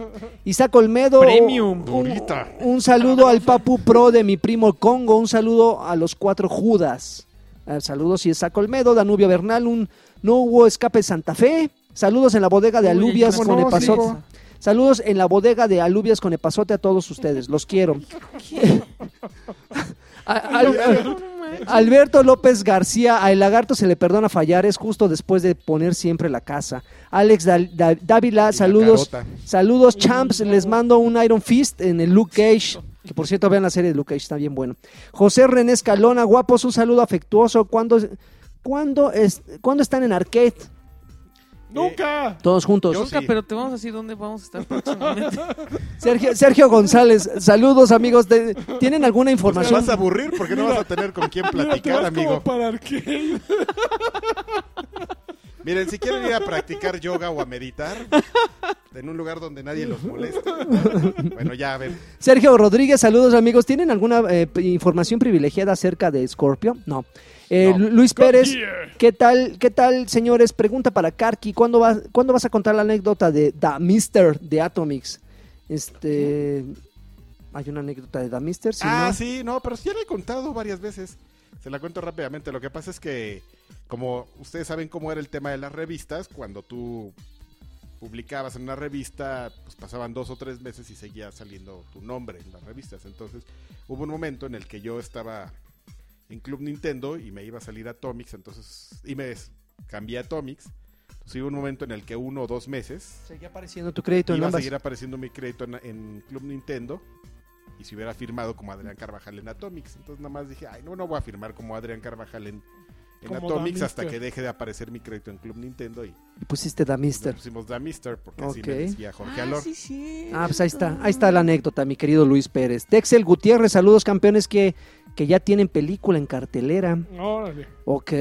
S1: Isaac Olmedo...
S3: Premium.
S1: Un, un saludo al Papu Pro de mi primo Congo, un saludo a los cuatro Judas. Eh, Saludos Isaac Olmedo, Danubio Bernal, un no hubo escape Santa Fe. Saludos en la bodega de
S3: Uy,
S1: alubias
S3: ¿cómo
S1: con
S4: no,
S1: epazote.
S4: chico?
S1: Saludos en la bodega de alubias con epazote a todos ustedes. Los quiero. A- al- Alberto López García, al lagarto se le perdona fallar, es justo después de poner siempre la casa. Alex Dal- Da- Dávila, saludos.
S4: carota.
S1: Saludos, champs. Les mando un Iron Fist en el Luke Cage. Que por cierto, vean la serie de Luke Cage, está bien bueno. José René Escalona, guapos, un saludo afectuoso. ¿Cuándo, cuándo, es, ¿cuándo están en arcade?
S2: ¡Nunca!
S1: Todos juntos.
S4: Yo
S3: Nunca,
S4: sí.
S3: pero te vamos a decir dónde vamos a estar próximamente.
S1: Sergio, Sergio González, saludos, amigos. De- ¿Tienen alguna
S4: Te
S1: información?
S4: vas a aburrir porque no vas a tener con quién
S2: Mira, te vas
S4: platicar, amigo.
S2: como para arcade.
S4: Miren, si quieren ir a practicar yoga o a meditar en un lugar donde nadie los moleste. Bueno, ya a ver.
S1: Sergio Rodríguez, saludos amigos. ¿Tienen alguna eh, p- información privilegiada acerca de Scorpio? No. Eh,
S4: No.
S1: Lu- Luis Pérez,
S2: here.
S1: ¿qué tal, qué tal, señores? Pregunta para Karki. ¿Cuándo, vas, ¿Cuándo vas a contar la anécdota de Da Mister de Atomics? Este. Hay una anécdota de Da Mister, si
S4: ah,
S1: no-
S4: sí, no, pero sí ya la he contado varias veces. Se la cuento rápidamente. Lo que pasa es que, como ustedes saben cómo era el tema de las revistas, cuando tú publicabas en una revista, pues pasaban dos o tres meses y seguía saliendo tu nombre en las revistas. Entonces, hubo un momento en el que yo estaba en Club Nintendo y me iba a salir Atomics, entonces, y me cambié a Atomics. Entonces, hubo un momento en el que uno o dos meses
S1: Seguía apareciendo tu crédito en
S4: iba a
S1: ambas.
S4: seguir apareciendo mi crédito en, en Club Nintendo y si hubiera firmado como Adrián Carvajal en Atomics. Entonces nada más dije, ay, no, no voy a firmar como Adrián Carvajal en, en
S2: Como
S4: Atomics
S2: Da
S4: hasta
S2: Mister.
S4: que deje de aparecer mi crédito en Club Nintendo y
S1: Y pusiste Da
S4: le
S1: Mister.
S4: pusimos Da Mister porque así me
S1: Ok.
S4: decía Jorge
S3: Ah,
S4: Alor.
S3: sí, sí.
S1: Ah, pues ahí está, ahí está la anécdota, mi querido Luis Pérez. Texel Gutiérrez, saludos campeones que, que ya tienen película en cartelera.
S2: Órale.
S1: Ok.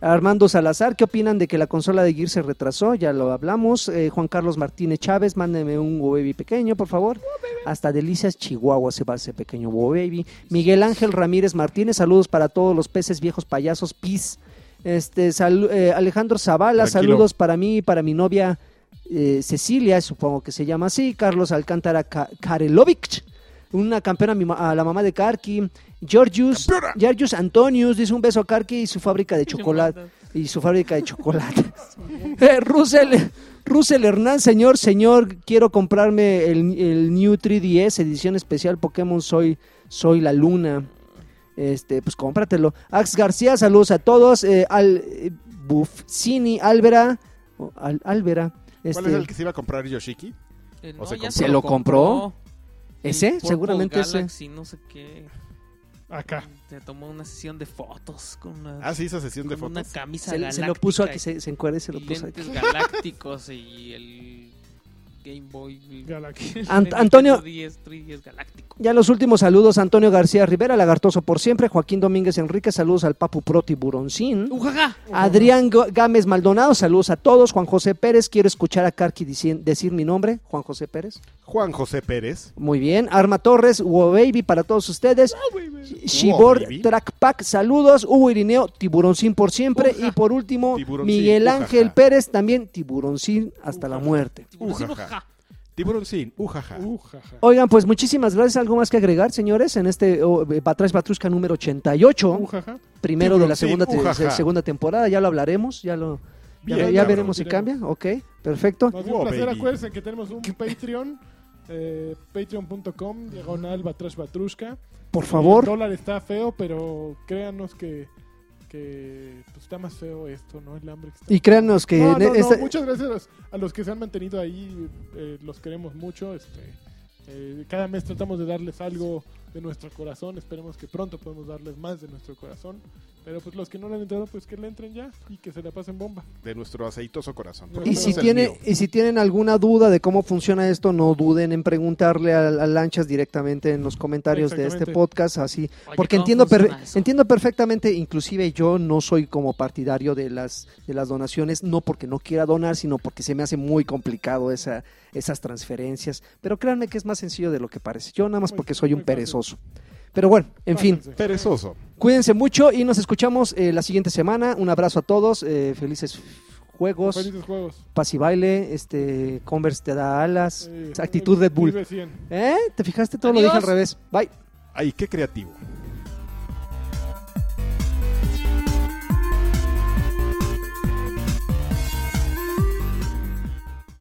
S1: Armando Salazar, ¿qué opinan de que la consola de Gear se retrasó? Ya lo hablamos. Eh, Juan Carlos Martínez Chávez, mándeme un Wo Baby pequeño, por favor. Hasta Delicias, Chihuahua se va ese pequeño Wo Baby. Miguel Ángel Ramírez Martínez, saludos para todos los peces viejos payasos, pis. Este, salu- eh, Alejandro Zavala,
S4: Tranquilo.
S1: saludos para mí y para mi novia eh, Cecilia, supongo que se llama así. Carlos Alcántara Ka- Karelovich, una campeona a mi ma- a la mamá de Karki. Georgius, Georgius Antonius dice un beso a Karki y su fábrica de chocolate. Y su fábrica de chocolate. Eh, Russell, Russell Hernán, señor, señor, quiero comprarme el, el New 3DS, edición especial Pokémon Soy, soy la Luna. Este, pues cómpratelo. Ax García, saludos a todos. Eh, al eh, Bufcini, Álvera. o Al, Álvera.
S4: ¿Cuál
S1: Este,
S4: es el que se iba a comprar Yoshiki?
S3: Eh,
S4: O se
S3: ya
S4: compró.
S1: ¿Se lo compró?
S3: El
S1: ¿Ese?
S3: Purple
S1: Seguramente ese.
S3: Galaxy, no sé qué.
S2: Acá.
S3: Te tomó una sesión de fotos con una,
S4: Ah, sí, esa sesión de
S3: con una
S4: fotos.
S1: Se,
S3: camisa
S1: se
S3: galáctica
S1: lo puso a que
S3: y-
S1: se, se encuerde, se
S3: y
S1: lo puso a que-
S3: lentes galácticos y el Game Boy.
S2: Galaxy.
S1: Ant- Antonio-
S3: 10, 10 galáctico.
S1: Ya los últimos saludos, Antonio García Rivera, Lagartoso por siempre, Joaquín Domínguez Enrique, saludos al Papu Pro Tiburoncín.
S3: ¡Ujaja!
S1: Adrián Go- Gámez Maldonado, saludos a todos. Juan José Pérez, quiero escuchar a Karki dicien- decir mi nombre. Juan José Pérez.
S4: Juan José Pérez.
S1: Muy bien. Arma Torres, Wo Baby para todos ustedes. Shibor
S4: Baby.
S1: Trackpack, saludos. Hugo Irineo, Tiburoncín por siempre. Y por último,
S4: Tiburoncín,
S1: Miguel
S4: ujaja.
S1: Ángel Pérez, también Tiburoncín hasta la muerte.
S3: Tiburoncín,
S4: Ujaja.
S3: ujaja.
S5: Tiburón sin, ujaja.
S2: Uh, jaja.
S1: Oigan, pues muchísimas gracias. ¿Algo más que agregar, señores? En este oh, eh, Batrash Batrushka número 88,
S2: Uh, jaja.
S1: primero de la
S5: Tiburoncín,
S1: segunda, te-
S5: ujaja.
S1: se- segunda temporada. Ya lo hablaremos, ya lo ya,
S2: Bien,
S1: ya
S2: cabrón,
S1: veremos si
S2: diremos.
S1: cambia. Ok, perfecto.
S2: Nos dio
S4: Oh,
S5: Wow,
S2: un placer,
S5: baby.
S2: acuérdense que tenemos un Patreon, eh, patreon.com, diagonal batrash batrushka.
S1: Por
S2: El
S1: favor,
S2: dólar está feo, pero créanos que, que pues, está más feo esto, ¿no? El hambre que está-
S1: y créanos que
S2: No,
S1: en
S2: no, no,
S1: esta-
S2: Muchas gracias a los, a los que se han mantenido ahí, eh, los queremos mucho. Este, eh, cada mes tratamos de darles algo de nuestro corazón, esperemos que pronto podemos darles más de nuestro corazón. Pero pues los que no le han entrado, pues que le entren ya y que se la pasen bomba.
S5: De nuestro aceitoso corazón.
S1: Y
S2: Ese
S1: si,
S2: es el
S1: tiene,
S2: mío.
S1: y si tienen alguna duda de cómo funciona esto, no duden en preguntarle a, a Lanchas directamente en los comentarios de este
S2: Exactamente.
S1: podcast, así,
S3: Oye,
S1: porque
S3: ¿cómo
S1: entiendo, per-
S3: funciona eso?
S1: entiendo perfectamente, inclusive yo no soy como partidario de las, de las donaciones, no porque no quiera donar, sino porque se me hace muy complicado esa, esas transferencias, pero créanme que es más sencillo de lo que parece, yo nada más
S2: Muy-
S1: porque soy un
S2: muy fácil.
S1: perezoso. Pero bueno, en fin,
S2: Pásense.
S5: Perezoso.
S1: cuídense mucho y nos escuchamos eh, la siguiente semana. Un abrazo a todos, eh, felices juegos.
S2: Felices juegos.
S1: Paz y baile, este, Converse te da alas,
S2: Eh,
S1: actitud Red Bull.
S2: Vive 100.
S1: ¿Eh? ¿Te fijaste? Todo lo
S3: Adiós.
S1: dije al revés. Bye.
S5: Ay, qué creativo.